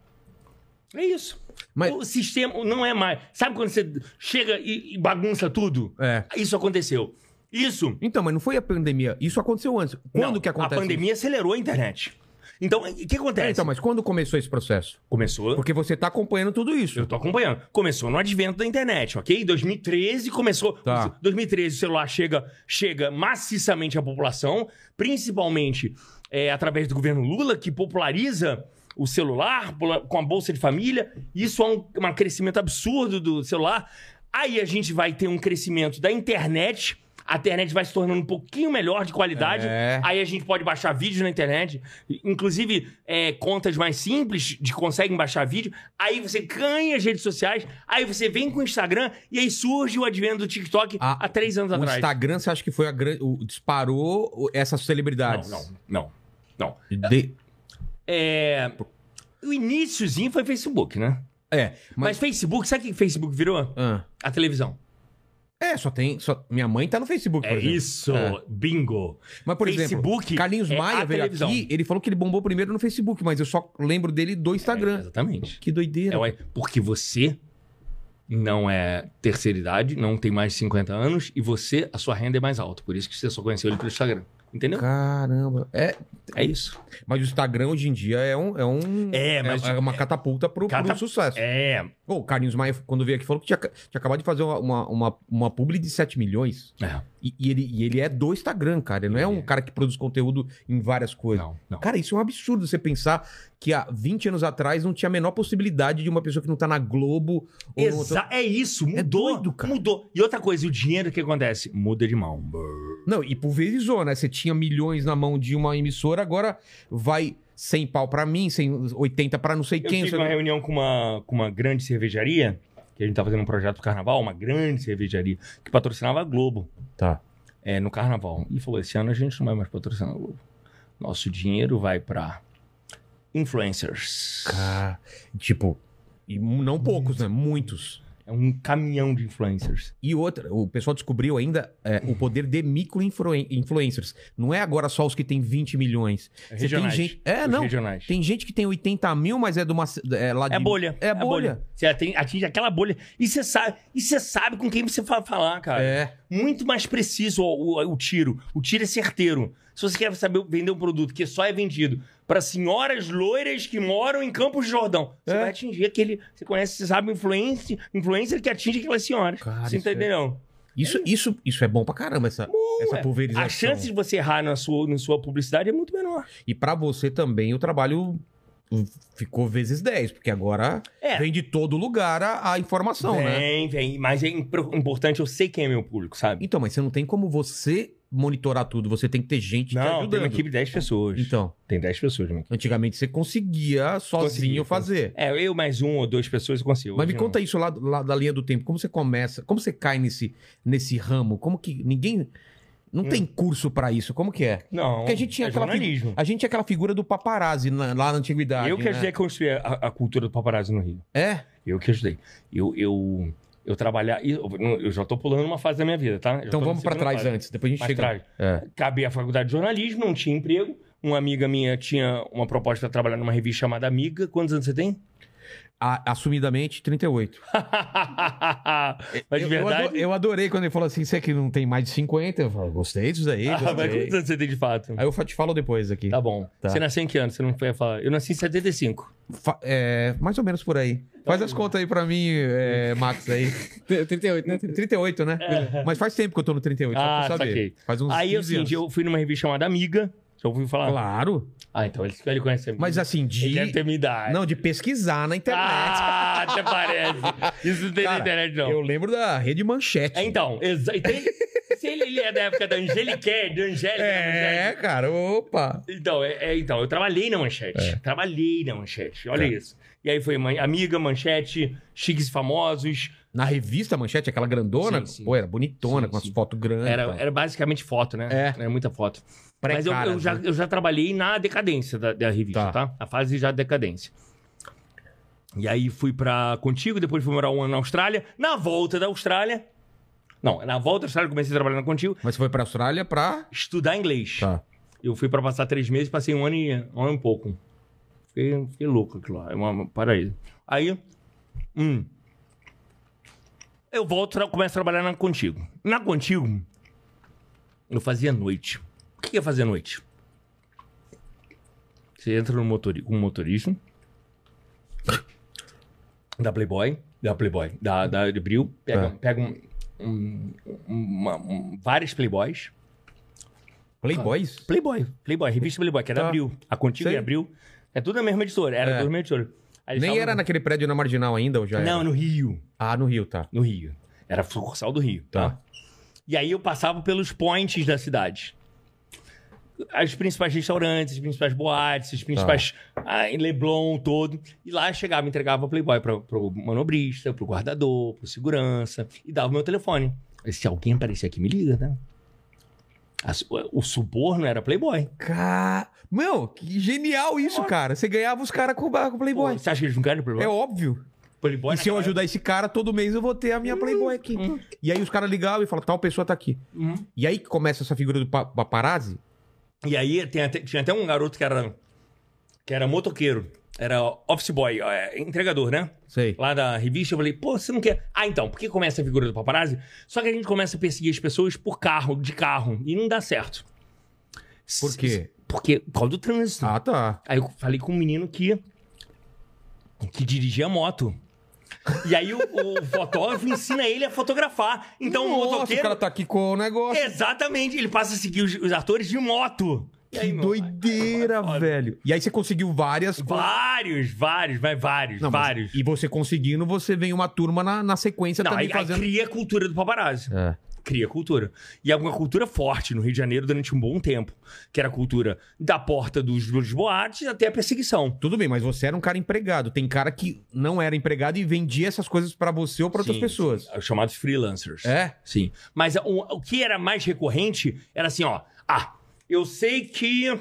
C: É isso.
A: Mas-
C: O sistema não é mais. Sabe quando você chega e, e bagunça tudo?
A: É.
C: Isso aconteceu. Isso.
A: Então, mas não foi a pandemia. Isso aconteceu antes. Quando
C: Não,
A: que acontece?
C: A pandemia acelerou a internet. Então, o que
A: isso?
C: acontece?
A: Então, mas quando começou esse processo?
C: Começou.
A: Porque você tá acompanhando tudo isso.
C: Eu tô acompanhando. Começou no advento da internet, ok? Em 2013 começou.
A: Tá.
C: 2013 o celular chega, chega maciçamente à população, principalmente é, através do governo Lula, que populariza o celular pola- com a bolsa de família. Isso é um, um crescimento absurdo do celular. Aí a gente vai ter um crescimento da internet. A internet vai se tornando um pouquinho melhor de qualidade.
A: É.
C: Aí a gente pode baixar vídeos na internet, inclusive é, contas mais simples de conseguem baixar vídeo. Aí você ganha as redes sociais, aí você vem com o Instagram e aí surge o advento do TikTok
A: Ah,
C: há três anos
A: O
C: atrás.
A: Instagram, você acha que foi a grande. o- Disparou o- essas
C: Não,
A: celebridades?
C: não, não, não.
A: De-
C: É, o iníciozinho foi Facebook, né?
A: É, mas.
C: Mas Facebook, sabe o que Facebook virou?
A: Ah.
C: A televisão.
A: É, só tem. Só... Minha mãe tá no Facebook, por
C: É
A: exemplo.
C: isso,
A: É.
C: bingo.
A: Mas, por
C: Facebook
A: exemplo, Carlinhos
C: é
A: Maia
C: a
A: veio
C: televisão.
A: aqui, ele falou que ele bombou primeiro no Facebook, mas eu só lembro dele do
C: É,
A: Instagram.
C: exatamente.
A: Que doideira.
C: É, ué, porque você não é terceira idade, não tem mais de 50 anos, e você, a sua renda é mais alta. Por isso que você só conheceu ele pelo Instagram. Entendeu?
A: Caramba. É,
C: É isso.
A: mas o Instagram hoje em dia é um. É, um,
C: É, mas-
A: é uma catapulta pro, pro
C: Cata-
A: sucesso.
C: É,
A: Pô, o Carlinhos Maia, quando veio aqui, falou que tinha, tinha acabado de fazer uma, uma, uma, uma publi de 7 milhões.
C: É.
A: E, e ele, e ele é do Instagram, cara. Ele não é um
C: É.
A: cara que produz conteúdo em várias coisas.
C: Não, não.
A: Cara, isso é um absurdo você pensar que há 20 anos atrás não tinha a menor possibilidade de uma pessoa que não tá na Globo ou no outro-
C: Exa é isso, mudou.
A: doido, cara.
C: Mudou. E outra coisa, e o dinheiro o que acontece? Muda de mão.
A: Não, e pulverizou, né? Você tinha milhões na mão de uma emissora, agora vai 100 pau pra mim, 100, 80 pra não sei
C: Eu
A: quem.
C: tive
A: não sei-
C: uma reunião com uma, com uma grande cervejaria, que a gente tá fazendo um projeto pro carnaval, uma grande cervejaria, que patrocinava a Globo
A: Tá.
C: é, no carnaval. E falou: esse ano a gente não vai mais patrocinar a Globo. Nosso dinheiro vai pra influencers.
A: Cara, tipo, e não poucos, né? Muitos.
C: É um caminhão de influencers.
A: E outra, o pessoal descobriu ainda é, o poder de micro-influencers. Não é agora só os que têm 20 milhões. Você tem
C: Regionais.
A: gente. É,
C: Os
A: não.
C: Regionais.
A: Tem gente que tem 80 mil, mas é de uma. É, lá de...
C: É bolha.
A: É bolha.
C: Você atin- atinge aquela bolha. E você sabe, e você sabe com quem você vai falar, cara.
A: É.
C: Muito mais preciso o, o- o tiro. O tiro é certeiro. Se você quer saber vender um produto que só é vendido para senhoras loiras que moram em Campos de Jordão, você
A: É.
C: vai atingir aquele. Você conhece, você sabe, influencer, influencer que atinge aquelas senhoras.
A: Cara,
C: você
A: isso é-
C: entendeu?
A: Isso, isso, isso é bom pra caramba, essa, essa
C: é.
A: pulverização.
C: A chance de você errar na sua, na sua publicidade é muito menor.
A: E pra você também o trabalho hum, ficou vezes 10, porque agora
C: É.
A: vem de todo lugar a, a informação, né?
C: vem, vem. Mas é impro- importante eu sei quem é meu público, sabe?
A: Então, mas você não tem como você monitorar tudo, você tem que ter gente te
C: Não, tem uma
A: ajudando.
C: equipe de 10 pessoas.
A: Então,
C: Tem 10 pessoas na minha equipe.
A: antigamente você conseguia sozinho
C: Conseguia,
A: fazer.
C: É, eu mais um ou duas pessoas eu consigo.
A: Mas me
C: Hoje
A: conta
C: não.
A: isso lá, lá da linha do tempo. Como você começa? Como você cai nesse, nesse ramo? Como que ninguém. Não
C: Hum.
A: tem curso pra isso. Como que é?
C: Não,
A: Porque a gente tinha
C: é
A: aquela fi-
C: jornalismo.
A: A gente tinha aquela figura do paparazzi na- lá na antiguidade.
C: Eu que
A: né?
C: ajudei a construir a, a cultura do paparazzo no Rio.
A: É?
C: Eu que ajudei. Eu, eu, eu trabalhar... Eu, eu já tô pulando uma fase da minha vida, tá? Eu já
A: Então
C: tô na
A: vamos pra
C: segunda
A: trás
C: fase.
A: antes, depois a gente
C: Pra
A: chega.
C: trás.
A: É.
C: Acabei a faculdade de jornalismo, não tinha emprego. Uma amiga minha tinha uma proposta pra trabalhar numa revista chamada Amiga. Quantos anos você tem?
A: A- assumidamente, 38.
C: Mas de
A: eu, Eu, ado-
C: verdade...
A: eu adorei quando ele falou assim: você que não tem mais de 50. Eu falo, gostei disso daí.
C: Ah, mas
A: gostei.
C: quantos anos você tem de fato?
A: Aí eu fa- te falo depois aqui.
C: Tá bom.
A: Tá.
C: Você nasceu em que ano? Você não foi falar. Eu nasci em 75.
A: Fa- é, mais ou menos por aí. Faz as contas aí pra mim, é, Max, aí.
B: 38, né?
A: 38, né? Mas faz tempo que eu tô no 38,
C: É. Ah,
A: só pra saber.
C: saquei.
A: Faz uns
C: Aí,
A: 15
C: assim,
A: anos.
C: eu fui numa revista chamada Amiga. Já ouviu falar?
A: Claro.
C: Ah, então ele, ele conhece a Amiga.
A: Mas assim,
C: Ele
A: de.
C: deve ter minha idade.
A: Não, de pesquisar na internet.
C: Ah, até parece. Isso não tem
A: Cara,
C: na internet, não.
A: Eu lembro da rede manchete.
C: É, Então, exa- e tem- se ele, ele é da época da Angelique, de Angélica,
A: É,
C: Angélica-
A: cara, opa.
C: Então, é, é, então, eu trabalhei na manchete. Trabalhei na manchete. Olha
A: É.
C: isso. E aí foi Man- Amiga, Manchete, Chiques e Famosos.
A: Na revista Manchete, aquela grandona,
C: Sim, sim.
A: pô, era bonitona,
C: Sim,
A: com as
C: sim.
A: fotos grandes.
C: Era,
A: e tal.
C: era basicamente foto, né?
A: Então. É.
C: Era muita foto. Mas eu,
A: Pré-caras,
C: eu já,
A: né?
C: eu já trabalhei na decadência da, da revista,
A: Tá.
C: tá. A fase já de decadência. E aí fui pra Contigo, depois fui morar um ano na Austrália. Na volta da Austrália... Não, na volta da Austrália eu comecei a trabalhar na Contigo.
A: Mas você foi pra Austrália pra.
C: Estudar inglês.
A: Tá.
C: Eu fui pra passar três meses, passei um ano e um, ano e pouco. Fiquei, fiquei louco aquilo lá. É uma, uma paraíso. Aí... Hum, eu volto e começo a trabalhar na Contigo. Na Contigo, eu fazia noite. O que que é fazer noite? Você entra no motori com um motorista da Playboy, da Playboy, da, da Bril, pega,
A: É.
C: pega um, um- uma- um- várias Playboys.
A: Playboys?
C: Playboy, Playboy, revista Playboy, que é
A: Tá.
C: da Abril. A Contigo
A: Sei.
C: e a Abril. É tudo da mesma editora, era
A: É.
C: da mesma editora. Aí
A: Nem
C: eles
A: era
C: estavam-
A: naquele prédio na marginal ainda, ou já era?
C: Não, no Rio.
A: Ah, no Rio, tá.
C: No Rio. Era sucursal do Rio,
A: Tá.
C: tá? E aí eu passava pelos points da cidade. As principais restaurantes, as principais boates, as principais...
A: Tá.
C: Ah, em Leblon todo. E lá eu chegava, entregava Playboy pra, pro manobrista, pro guardador, pro segurança. E dava meu telefone. E se alguém aparecer aqui, me liga, né? A su- o suborno era Playboy.
A: Cara. Meu, que genial isso, cara. Você ganhava os caras com o Playboy.
C: Pô, você acha que eles não querem Playboy?
A: é óbvio.
C: Playboy
A: E se eu
C: naquela Uhum.
A: ajudar esse cara, todo mês eu vou ter a minha Playboy aqui. E aí os caras ligavam e falavam, tal pessoa tá aqui.
C: Hum.
A: E aí que começa essa figura do pa- paparazzi.
C: E aí tem até- tinha até um garoto que era, que era motoqueiro, era office boy, é, entregador, né?
A: Sei.
C: Lá da revista, eu falei, pô, você não quer. Ah, então, por que começa a figura do paparazzi? Só que a gente começa a perseguir as pessoas por carro, de carro, e não dá certo.
A: Por quê?
C: Porque por causa do trânsito.
A: Ah, tá.
C: Aí eu falei com um menino que. que dirigia moto. E aí o, o fotógrafo ensina ele a fotografar. Então
A: Nossa,
C: o
A: o
C: motoqueiro.
A: cara tá aqui com o negócio.
C: Exatamente, ele passa a seguir os, os atores de moto. E aí,
A: Que
C: meu,
A: doideira,
C: Olha,
A: velho. E aí você conseguiu várias.
C: Vários, vários, vai, vários,
A: Não, mas-
C: vários.
A: E você conseguindo, você vem uma turma na, na sequência
C: Não,
A: também
C: aí, aí
A: tá fazendo.
C: cria a cultura do paparazzi.
A: É.
C: Cria a cultura. E é uma cultura forte no Rio de Janeiro durante um bom tempo. Que era a cultura da porta dos, dos boates até a perseguição.
A: Tudo bem, mas você era um cara empregado. Tem cara que não era empregado e vendia essas coisas pra você ou pra outras
C: Sim,
A: pessoas.
C: Os chamados freelancers.
A: É?
C: Sim. Mas o, o que era mais recorrente era assim, ó. Ah, eu sei que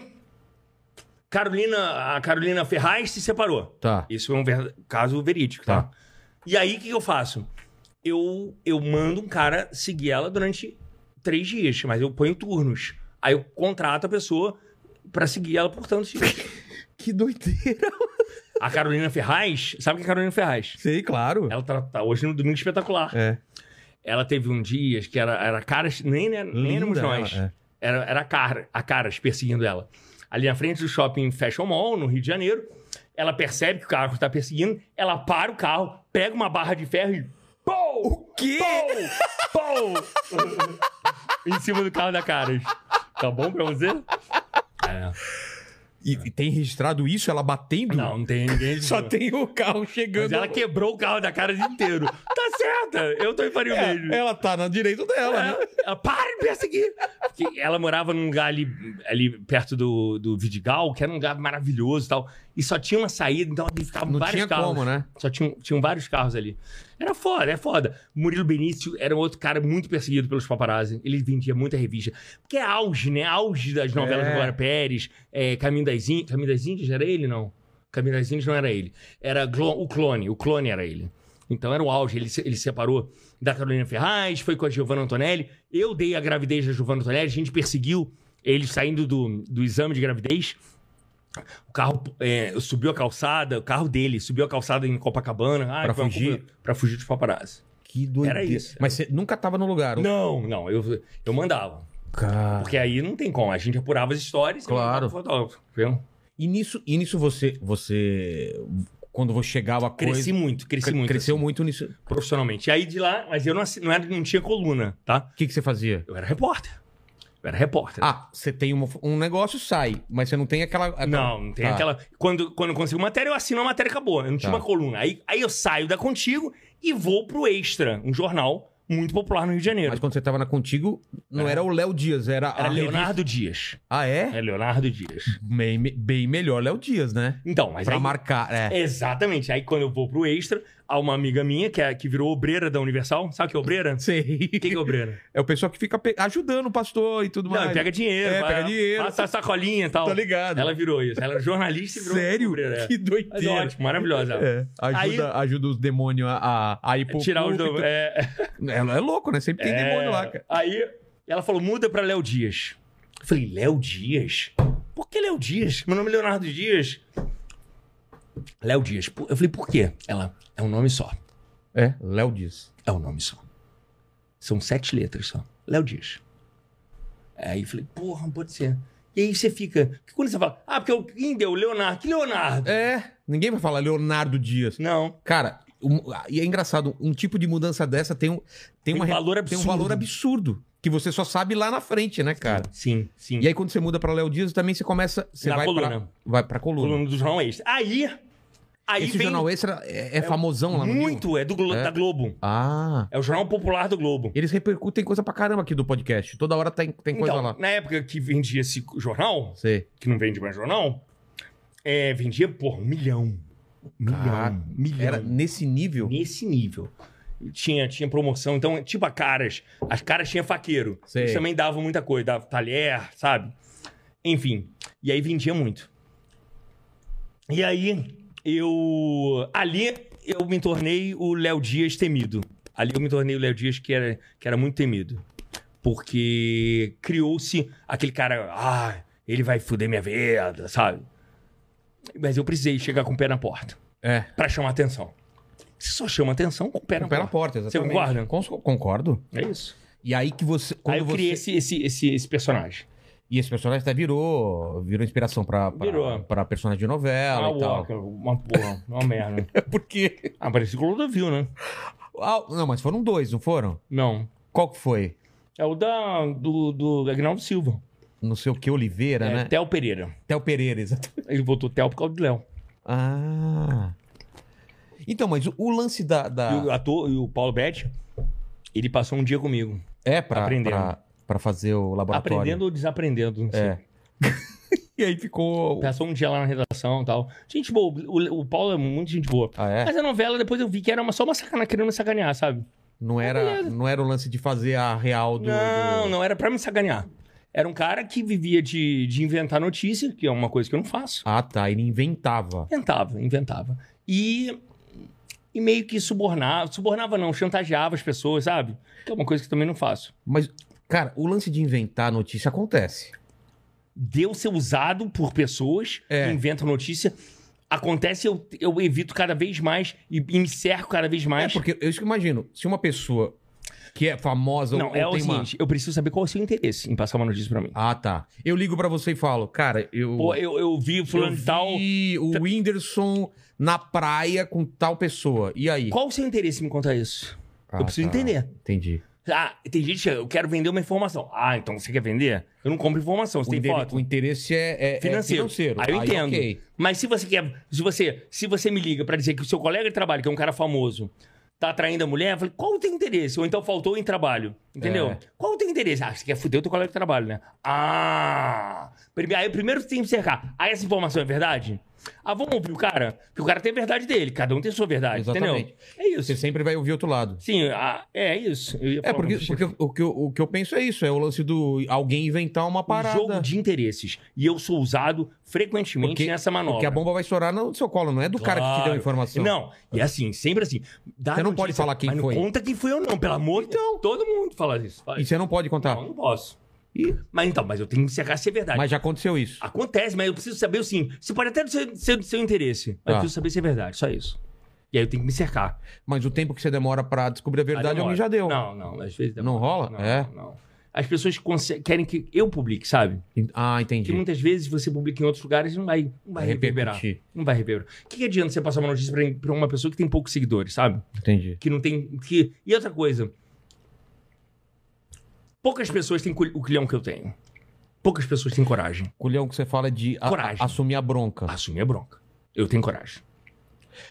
C: Carolina, a Carolina Ferraz se separou.
A: Tá.
C: Isso é um ver- caso verídico, tá?
A: Tá.
C: E aí, o que que eu faço? Eu, eu mando um cara seguir ela durante três dias, mas eu ponho turnos. Aí eu contrato a pessoa pra seguir ela por tantos dias.
A: Que doideira.
C: A Carolina Ferraz, sabe que é a Carolina Ferraz?
A: Sei, claro.
C: Ela tá, tá hoje no Domingo Espetacular.
A: É.
C: Ela teve um dia que era, era caras, nem, nem, nem éramos
A: Linda
C: nós.
A: ela, é.
C: Era, era a, cara, a caras perseguindo ela. Ali na frente do shopping Fashion Mall, no Rio de Janeiro, ela percebe que o carro está perseguindo, ela para o carro, pega uma barra de ferro e. Pou!
A: quê?
C: Pou! Pou! em cima do carro da Caras. Tá bom pra você? É.
A: E, e tem registrado isso? Ela batendo?
C: Não, não tem ninguém.
A: Só tem um o carro chegando.
C: Mas ela é quebrou o carro da Caras inteiro. tá certa! Eu tô em farinha
A: É,
C: mesmo. É.
A: ela tá no direito dela, né?
C: Ela, ela para de perseguir. Porque ela morava num lugar ali, ali perto do, do Vidigal, que era um lugar maravilhoso e tal. E só tinha uma saída, então ali ficavam
A: Não
C: vários
A: tinha
C: carros.
A: como, né?
C: Só tinham, tinham vários carros ali. Era foda, é foda. Murilo Benício era um outro cara muito perseguido pelos paparazzi. Ele vendia muita revista. Porque é auge, né? Auge das novelas
A: É.
C: do Glória Pérez, é, Caminho, das Índias. Caminho das Índias era ele, não? Caminho das Índias não era ele. Era Glo- o clone, o clone era ele. Então era o auge, ele se, ele se separou da Carolina Ferraz, foi com a Giovanna Antonelli. Eu dei a gravidez da Giovanna Antonelli, a gente perseguiu ele saindo do, do exame de gravidez. O carro é, subiu a calçada, o carro dele subiu a calçada em Copacabana. Ah,
A: Pra
C: foi uma
A: fugir?
C: culpa- Pra fugir dos paparazzi.
A: Que doideira.
C: isso.
A: Mas você nunca tava no lugar.
C: Não, não, eu, eu mandava.
A: Cara.
C: Porque aí não tem como, a gente apurava as histórias
A: Claro.
C: e mandava pro fotógrafo. Viu?
A: E nisso, e nisso você, você. Quando você chegava a coisa.
C: Cresci muito, cresci
A: cre-
C: muito.
A: Cresceu
C: assim,
A: muito nisso. O
C: Profissionalmente. E aí de lá, mas eu não, assi- não, era, não tinha coluna, tá?
A: que, que você fazia?
C: Eu era repórter. Eu era repórter.
A: Ah, você tem uma- um negócio, sai. Mas você não tem aquela. aquela-
C: Não, não tem
A: Tá.
C: aquela. Quando, quando eu consigo matéria, eu assino a matéria e acabou. Eu não tinha
A: Tá.
C: uma coluna. Aí, aí eu saio da Contigo e vou pro Extra, um jornal muito popular no Rio de Janeiro.
A: Mas quando você tava na Contigo, não era o Léo Dias, era, a
C: É. Era
A: revista-
C: Leonardo Dias.
A: Ah, é?
C: É Leonardo Dias.
A: Bem, bem melhor Léo Dias, né?
C: Então, mas
A: pra
C: aí,
A: marcar. É.
C: Exatamente. Aí quando eu vou pro Extra, há uma amiga minha que, é, que virou obreira da Universal. Sabe o que é obreira?
A: Sei.
C: O que que é obreira?
A: É o pessoal que fica pe- ajudando o pastor e tudo
C: Não,
A: mais.
C: pega dinheiro.
A: É,
C: vai-
A: pega dinheiro.
C: Passa a sacolinha e tal.
A: Tá ligado.
C: Ela virou isso. Ela é jornalista e virou
A: Sério?
C: obreira. é.
A: Que
C: Mas é
A: doideira.
C: ótimo, maravilhosa. ela.
A: É, ajuda, ajuda os demônios a, a, a ir pro
C: Tirar os...
A: culto.
C: do- É...
A: Ela é louco, né? Sempre tem
C: É,
A: demônio lá, cara.
C: Aí ela falou: muda pra Léo Dias. Eu falei, Léo Dias? Por que Léo Dias? Meu nome é Leonardo Dias. Léo Dias. Por- Eu falei, por quê? Ela, é um nome só.
A: É, Léo Dias.
C: É um nome só. São sete letras só. Léo Dias. Aí eu falei, porra, não pode ser. E aí você fica. Porque quando você fala, ah, porque o- quem deu? Leonardo. Que Leonardo?
A: É, ninguém vai falar Leonardo Dias.
C: Não.
A: Cara, um- e é engraçado, um tipo de mudança dessa tem um, tem
C: Tem
A: uma,
C: um
A: re-
C: valor
A: tem um
C: absurdo.
A: valor absurdo. Que você só sabe lá na frente, né, cara?
C: Sim, sim.
A: E aí, quando você muda pra Léo Dias, também você começa. Você
C: Na
A: vai, Pra,
C: coluna.
A: vai pra coluna.
C: Coluna do jornal extra. Aí. Aí
A: Esse
C: vem.
A: jornal extra é, é famosão lá no Rio?
C: muito, é do Glo-
A: É?
C: da Globo.
A: Ah.
C: É o Jornal Popular do Globo.
A: Eles repercutem coisa pra caramba aqui do podcast. Toda hora tem, tem coisa
C: Então,
A: lá.
C: na época que vendia esse jornal,
A: Sei.
C: que não vende mais jornal, é, vendia, porra, um milhão. Milhão. um
A: Cara,
C: milhão.
A: Ah, Era nesse nível.
C: nesse nível. Tinha, tinha promoção, então, tipo a caras. As caras tinha faqueiro.
A: Sei.
C: Eles também davam muita coisa, dava talher, sabe? Enfim. E aí vendia muito. E aí, eu. Ali eu me tornei o Léo Dias temido. Ali eu me tornei o Léo Dias que era, que era muito temido. Porque criou-se aquele cara. Ah, ele vai fuder minha vida, sabe? Mas eu precisei chegar com o pé na porta
A: É.
C: pra chamar atenção. Você só chama atenção com o pé na
A: Com o pé na
C: um porta.
A: porta, exatamente.
C: concorda?
A: Cons- concordo.
C: É isso.
A: E aí que você. Quando
C: Aí eu
A: você...
C: criei esse, esse, esse, esse personagem.
A: E esse personagem até virou, virou inspiração pra, pra,
C: Virou.
A: pra personagem de novela
C: Ah,
A: e tal.
C: Walker, uma porra, uma merda.
A: É porque.
C: Ah, parece que o Clodovil, né?
A: Ah, não, mas foram dois, não foram?
C: Não.
A: Qual que foi?
C: É o da, do, do Agnaldo Silva.
A: Não sei o que, Oliveira,
C: é,
A: né?
C: Theo Pereira.
A: Theo Pereira, exatamente.
C: Ele votou Theo por causa do Léo.
A: Ah. Então, mas o, o lance da. da-
C: E o ator, e o Paulo Betti, ele passou um dia comigo.
A: É pra,
C: aprendendo.
A: pra, pra fazer o laboratório.
C: Aprendendo ou desaprendendo, não sei.
A: né? É. e aí ficou.
C: Passou um dia lá na redação e tal. Gente boa, o, o Paulo é muito gente boa.
A: Ah, é?
C: Mas a novela, depois eu vi que era uma, só uma sacanagem, querendo me sacanear, sabe?
A: Não era, não era o lance de fazer a real do.
C: Tá Não,
A: do-
C: não era pra me sacanear. Era um cara que vivia de, de inventar notícia, que é uma coisa que eu não faço.
A: Ah, tá. Ele inventava.
C: Inventava, inventava. E, e meio que subornava, subornava não, chantageava as pessoas, sabe? Que é uma coisa que eu também não faço.
A: Mas, cara, o lance de inventar notícia acontece.
C: Deu ser usado por pessoas
A: É.
C: que inventam notícia. Acontece, eu, eu evito cada vez mais e, e me cerco cada vez
A: É
C: mais.
A: porque eu isso que imagino, se uma pessoa que é famosa
C: Não,
A: ou,
C: é
A: ou
C: o
A: tem uma.
C: seguinte, eu preciso saber qual é o seu interesse em passar uma notícia pra mim.
A: Ah, tá. Eu ligo pra você e falo, cara, eu.
C: Pô, é tá eu, eu vi
A: eu
C: fulano de tal.
A: vi o Whindersson na praia com tal pessoa. E aí?
C: Qual o seu interesse em me contar isso?
A: Ah,
C: eu preciso
A: tá.
C: entender.
A: Entendi.
C: Ah, tem gente, eu quero vender uma informação. Ah, então você quer vender? Eu não compro informação,
A: O,
C: você tem
A: inter-
C: foto.
A: o interesse é, é- é
C: Financeiro.
A: financeiro.
C: Aí eu entendo.
A: ok.
C: Mas se você quer. Se você, se você me liga pra dizer que o seu colega de trabalho, que é um cara famoso, tá atraindo a mulher, eu falei, qual o teu interesse? Ou então faltou em trabalho. Entendeu?
A: É.
C: Qual o teu interesse? Ah, você quer foder o teu colega de trabalho, né? Ah! Prime- Aí primeiro você tem que cercar. Ah, essa informação é verdade? Ah, vamos ouvir o cara? Porque o cara tem a verdade dele, cada um tem a sua verdade,
A: Exatamente.
C: entendeu? É isso.
A: Você sempre vai ouvir outro lado.
C: Sim, ah, é isso. Eu ia
A: É,
C: falar
A: porque,
C: pra você.
A: porque o, que eu, o que eu penso é isso: é o lance do alguém inventar uma
C: Um
A: parada.
C: jogo de interesses. E eu sou usado frequentemente
A: Porque-
C: nessa manobra.
A: Porque a bomba vai estourar no seu colo, não é do cara que te deu a
C: Claro.
A: informação.
C: Não, e assim, sempre assim. Dá
A: Você não pode falar quem
C: mas
A: foi. Então.
C: Não conta quem foi ou não, pelo amor de Deus. Todo mundo fala isso. Fala,
A: E você não pode contar.
C: Não, não posso.
A: Ih.
C: Mas então, mas eu tenho que cercar se é verdade.
A: Mas já aconteceu isso.
C: Acontece, mas eu preciso saber o sim. Você pode até ser ser do seu interesse, mas
A: Tá.
C: eu preciso saber se é verdade, só isso. E aí eu tenho que me cercar.
A: Mas o tempo que você demora pra descobrir a
C: Aí
A: verdade,
C: demora.
A: alguém já deu.
C: Não, não, às vezes
A: Não rola?
C: Não,
A: É.
C: não. As pessoas conse- querem que eu publique, sabe?
A: Ah,
C: Porque
A: entendi.
C: muitas vezes você publica em outros lugares e não vai, não vai reverberar.
A: Repercutir.
C: Não vai reverberar. O que, que adianta você passar uma notícia pra- pra uma pessoa que tem poucos seguidores, sabe?
A: Entendi.
C: Que não tem. Que... E outra coisa. Poucas pessoas têm cul- o quilhão que eu tenho. Poucas pessoas têm coragem.
A: Culhão que você fala é de a-
C: Coragem.
A: a- assumir a bronca.
C: Assumir a bronca. Eu tenho coragem.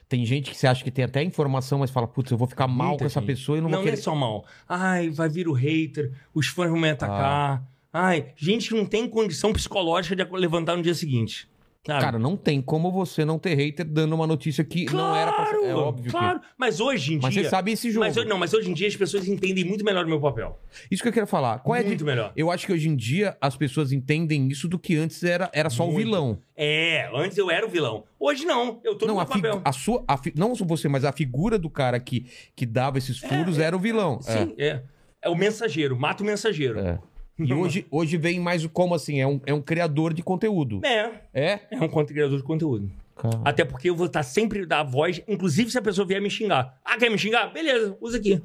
A: Tem gente que você acha que tem até informação, mas fala, putz, eu vou ficar mal
C: Muita
A: com essa
C: gente.
A: pessoa e não,
C: Não, não
A: vou querer.
C: é só mal. Ai, vai vir o hater, os fãs vão me
A: Ah.
C: atacar. Ai, gente que não tem condição psicológica de ac- levantar no dia seguinte. Sabe?
A: Cara, não tem como você não ter hater dando uma notícia que não era pra ser. É óbvio
C: claro. Mas hoje em
A: que. Mas
C: dia.
A: você sabe esse jogo.
C: Mas, hoje- não, mas hoje em dia as pessoas entendem muito melhor o meu papel.
A: Isso que eu quero falar. Qual é a
C: muito melhor.
A: Eu acho que hoje em dia as pessoas entendem isso do que antes era, era só o
C: Muito.
A: vilão.
C: É, antes eu era o vilão. Hoje não, eu tô
A: não,
C: no
A: a,
C: meu
A: figu-
C: é papel.
A: a sua. a fi- não só você, mas a figura do cara que, que dava esses furos era o vilão. É.
C: Sim, é. É o mensageiro, mata o mensageiro.
A: É. E hoje, hoje vem mais o- como assim? É um, é um criador de conteúdo.
C: É,
A: É?
C: é um criador de conteúdo.
A: Cara,
C: Até porque eu vou estar sempre da voz, inclusive se a pessoa vier me xingar. Ah, quer me xingar? Beleza, usa aqui.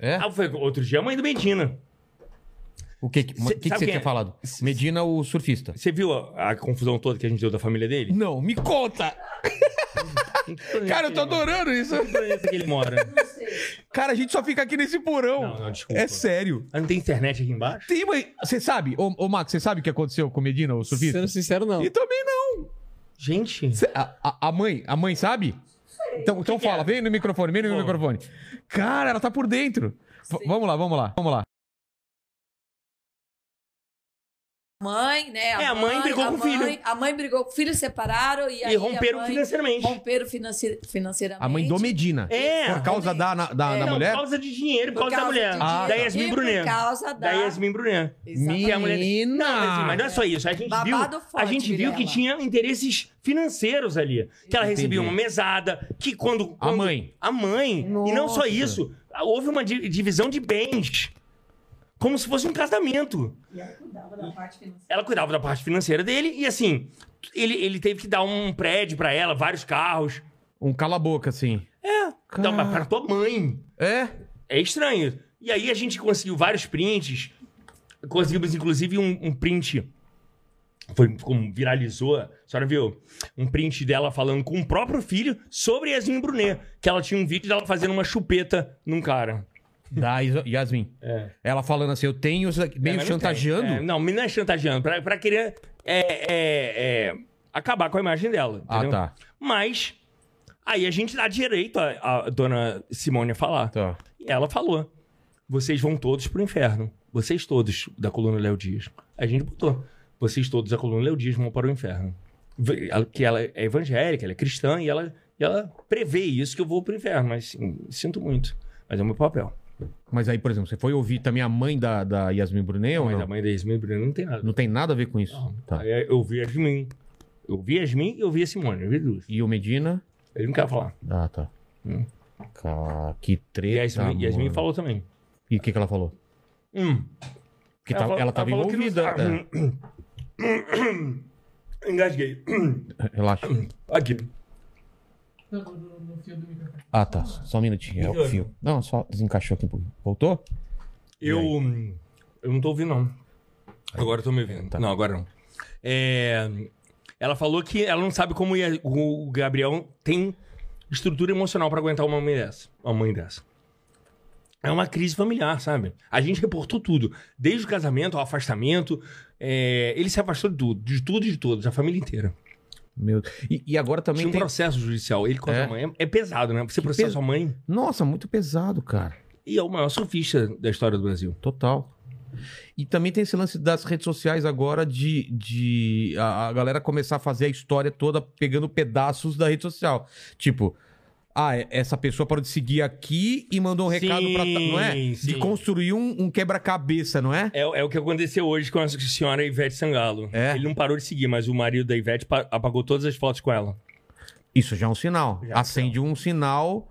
A: É?
C: Ah, foi outro dia a mãe do Medina.
A: O que, que,
C: Cê-
A: que que
C: sabe
A: você
C: quem
A: tinha
C: é?
A: falado? Medina, o surfista.
C: Você viu a, a confusão toda que a gente deu da família dele?
A: Não, me conta! Ah, Cara, eu tô adorando isso.
C: Que planeta é que ele mora?
A: Cara, a gente só fica aqui nesse porão.
C: Não, não, desculpa.
A: é sério.
C: Ah, não tem internet aqui embaixo?
A: Tem, mas... Você sabe, ô, ô Max, você sabe o que aconteceu com Medina, o surfista?
B: Sendo sincero, não.
A: E também não.
C: Gente,
A: Cê- a, a- a mãe, a mãe sabe? Então, então
C: é?
A: fala, vem no microfone, vem no
C: Pô.
A: microfone. Cara, ela tá por dentro. V- vamos lá, vamos lá, vamos lá.
D: mãe, né?
C: É, a mãe brigou com o filho.
D: mãe- A mãe brigou com o filho, separaram e, aí
C: e romperam
D: a mãe,
C: financeiramente.
D: Romperam financi- financeiramente.
A: A mãe do Medina.
C: É.
A: Por causa da, na- da, da
D: É.
C: Não,
A: mulher?
C: Por causa de dinheiro, por,
D: Por
C: causa,
D: causa
C: da mulher.
D: de
A: Ah,
C: da
A: tá.
D: E
C: Yasmin
D: por
C: Brunet.
D: causa da...
C: Da Yasmin Brunet.
D: Exatamente.
C: Que a mulher- Não, mas
A: Menina!
C: não é só isso. A gente
D: Babado
C: viu, a
D: forte,
C: gente viu que
D: Vilela.
C: tinha interesses financeiros ali. Que ela recebia
A: Entendi.
C: uma mesada, que quando.
A: A
C: quando-
A: mãe.
C: A mãe. E não só
A: Nossa.
C: isso. Houve uma di- divisão de bens. Como se fosse um casamento. Ela cuidava da parte financeira dele e assim. Ele, ele teve que dar um prédio pra ela, vários carros.
A: Um cala-boca, assim.
C: É. Não, mas pra
A: Cara.
C: tua mãe.
A: É?
C: É estranho. E aí a gente conseguiu vários prints. Conseguimos, inclusive, um, um print Foi como viralizou. A senhora viu um print dela falando com o próprio filho sobre Yasmin Brunet. Que ela tinha um vídeo dela fazendo uma chupeta num cara.
A: Da Isa- Yasmin.
C: É.
A: Ela falando assim, eu tenho isso aqui", meio
C: mas não
A: chantageando.
C: tem. É, não, mas não é chantageando. Pra, pra querer é, é, é, acabar com a imagem dela.
A: ah,
C: entendeu?
A: tá.
C: Mas aí a gente dá direito a, a dona Simone a falar.
A: tá.
C: E ela falou: vocês vão todos pro inferno. Vocês todos da coluna Léo Dias. A gente botou. Vocês todos da coluna Léo Dias vão para o inferno. V- ela- Que ela é evangélica, ela é cristã e ela, e ela prevê isso que eu vou pro inferno. Mas sim, sinto muito. Mas é o meu papel.
A: Mas aí, por exemplo, você foi ouvir também a mãe da, da Yasmin Brunet ou
C: Mas
A: não?
C: a mãe da Yasmin Brunet não tem nada.
A: Não tem nada a ver com isso. Tá.
C: Aí eu vi a Yasmin. Eu vi a Yasmin e eu vi a Simone. Eu vi duas.
A: E o Medina?
C: Ele não quer falar.
A: Ah, tá.
C: Hum.
A: Cara, que
C: E
A: treta.
C: a Yasmin, Yasmin
A: Tá, mano.
C: falou também.
A: E o que, que ela falou?
C: Hum.
A: Que ela, ela tava
C: falou que não-
A: envolvida. né? É,
C: Engasguei.
A: É, relaxa.
C: Hum. Aqui.
A: Ah, tá. Só um minutinho. É o
C: Ligando.
A: fio. Não, só desencaixou aqui um pouquinho. Voltou?
C: Eu, hum, eu não tô ouvindo, não. Agora eu tô me ouvindo.
A: Tá.
C: Não, agora não. É, ela falou que ela não sabe como ia- o Gabriel tem estrutura emocional pra aguentar uma mãe dessa. Uma mãe dessa. É uma crise familiar, sabe? A gente reportou tudo. Desde o casamento ao afastamento. é, ele se afastou de tudo, de tudo e de todos, a família inteira.
A: Meu E, e agora também
C: Tinha um
A: tem...
C: processo judicial. Ele contra
A: É?
C: a mãe. É, é pesado, né? Você processa
A: peso.
C: sua mãe
A: Nossa, muito pesado, cara.
C: e é o maior surfista da história do Brasil.
A: Total. E também tem esse lance das redes sociais agora de, de a, a galera começar a fazer a história toda pegando pedaços da rede social. Tipo, ah, é- essa pessoa parou de seguir aqui e mandou um recado pra. ta- Não é?
C: Sim,
A: De
C: sim.
A: construir um, um quebra-cabeça, não é?
C: É, é o que aconteceu hoje com a senhora Ivete Sangalo.
A: É?
C: Ele não parou de seguir, mas o marido da Ivete pa- apagou todas as fotos com ela.
A: Isso já é um sinal.
C: Já é um
A: Acende um sinal.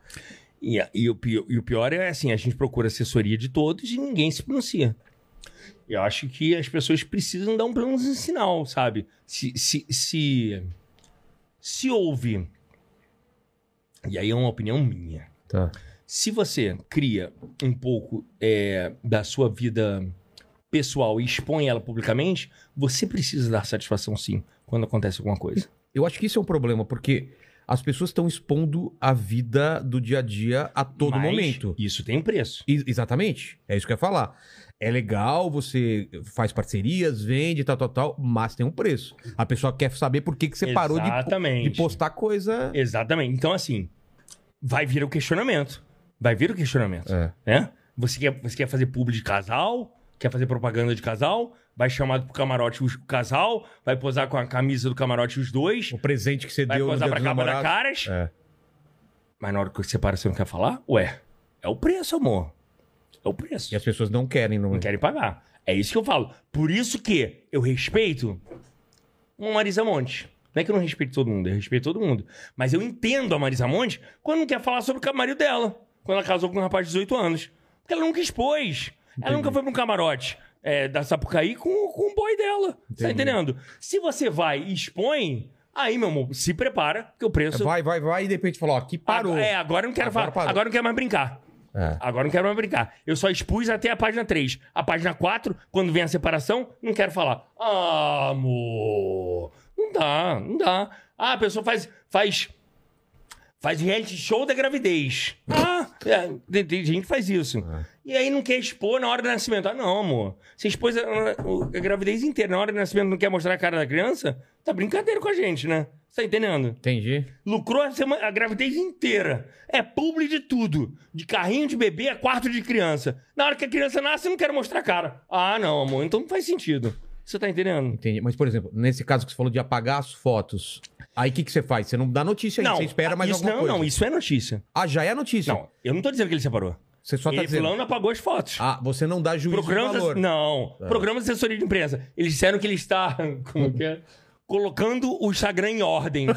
C: E, a- e o, pi- e o pior é assim, a gente procura assessoria de todos e ninguém se pronuncia. Eu acho que as pessoas precisam dar um plano de sinal, sabe? Se, se, se, se ouve. E aí é uma opinião minha.
A: Tá.
C: Se você cria um pouco é, da sua vida pessoal e expõe ela publicamente, você precisa dar satisfação sim quando acontece alguma coisa.
A: Eu acho que isso é um problema, porque as pessoas estão expondo a vida do dia a dia a todo
C: Mas
A: momento.
C: Isso tem um preço.
A: I- Exatamente. É isso que eu ia falar. É legal, você faz parcerias, vende, tal, tal, tal, mas tem um preço. A pessoa quer saber por que, que você parou de, po-
C: Exatamente.
A: de postar coisa.
C: Exatamente. Então, assim, vai vir o questionamento. Vai vir o questionamento.
A: É.
C: né? Você quer, você quer fazer publi de casal? Quer fazer propaganda de casal? Vai chamar pro camarote o casal? Vai posar com a camisa do camarote os dois?
A: O presente que você
C: Vai
A: deu no
C: posar
A: dia
C: pra
A: dos
C: capa da
A: namorados.
C: caras?
A: É.
C: Mas na hora que você para, você não quer falar? Ué, é o preço, amor. É o preço.
A: E as pessoas não querem, não,
C: Não querem pagar. É isso que eu falo. Por isso que eu respeito uma Marisa Monte. Não é que eu não respeito todo mundo, eu respeito todo mundo. Mas eu entendo a Marisa Monte quando não quer falar sobre o camarim dela. Quando ela casou com um rapaz de 18 anos. Porque ela nunca expôs. Ela nunca foi pra um camarote é, da Sapucaí com, com o boy dela. Tá entendendo? Se você vai e expõe, aí, meu amor, se prepara, porque o preço
A: Vai, vai, vai, e de repente falou, ó, aqui parou.
C: Agora, é, agora eu não quero
A: Agora
C: falar.
A: parou.
C: Agora eu não quero mais brincar.
A: É.
C: Agora eu não quero mais brincar. Eu só expus até a página 3. A página 4, quando vem a separação, não quero falar. Ah, amor. Não dá, não dá. Ah, a pessoa faz. faz Faz reality show da gravidez. Ah, é, tem, tem gente que faz isso. E aí não quer expor na hora do nascimento. Ah, não, amor. Você expôs a, a- a gravidez inteira. Na hora do nascimento não quer mostrar a cara da criança? Tá brincadeira com a gente, né? Tá entendendo?
A: Entendi.
C: Lucrou a, semana- a gravidez inteira. É publi de tudo. De carrinho de bebê a quarto de criança. Na hora que a criança nasce, eu não quero mostrar a cara. Ah, não, amor. Então não faz sentido. Você tá entendendo?
A: Entendi. Mas, por exemplo, nesse caso que você falou de apagar as fotos, aí o que, que você faz? Você não dá notícia aí,
C: não,
A: você espera mais
C: isso
A: alguma
C: não,
A: coisa.
C: não. Isso é notícia.
A: Ah, já é notícia.
C: Não, eu não tô dizendo que ele separou.
A: Você só tá
C: ele
A: dizendo.
C: fulano apagou as fotos.
A: Ah, você não dá juízo
C: Programa
A: de valor. É.
C: de... Não. Programa de assessoria de imprensa. Eles disseram que ele está... Como que é? Colocando o Instagram em ordem. em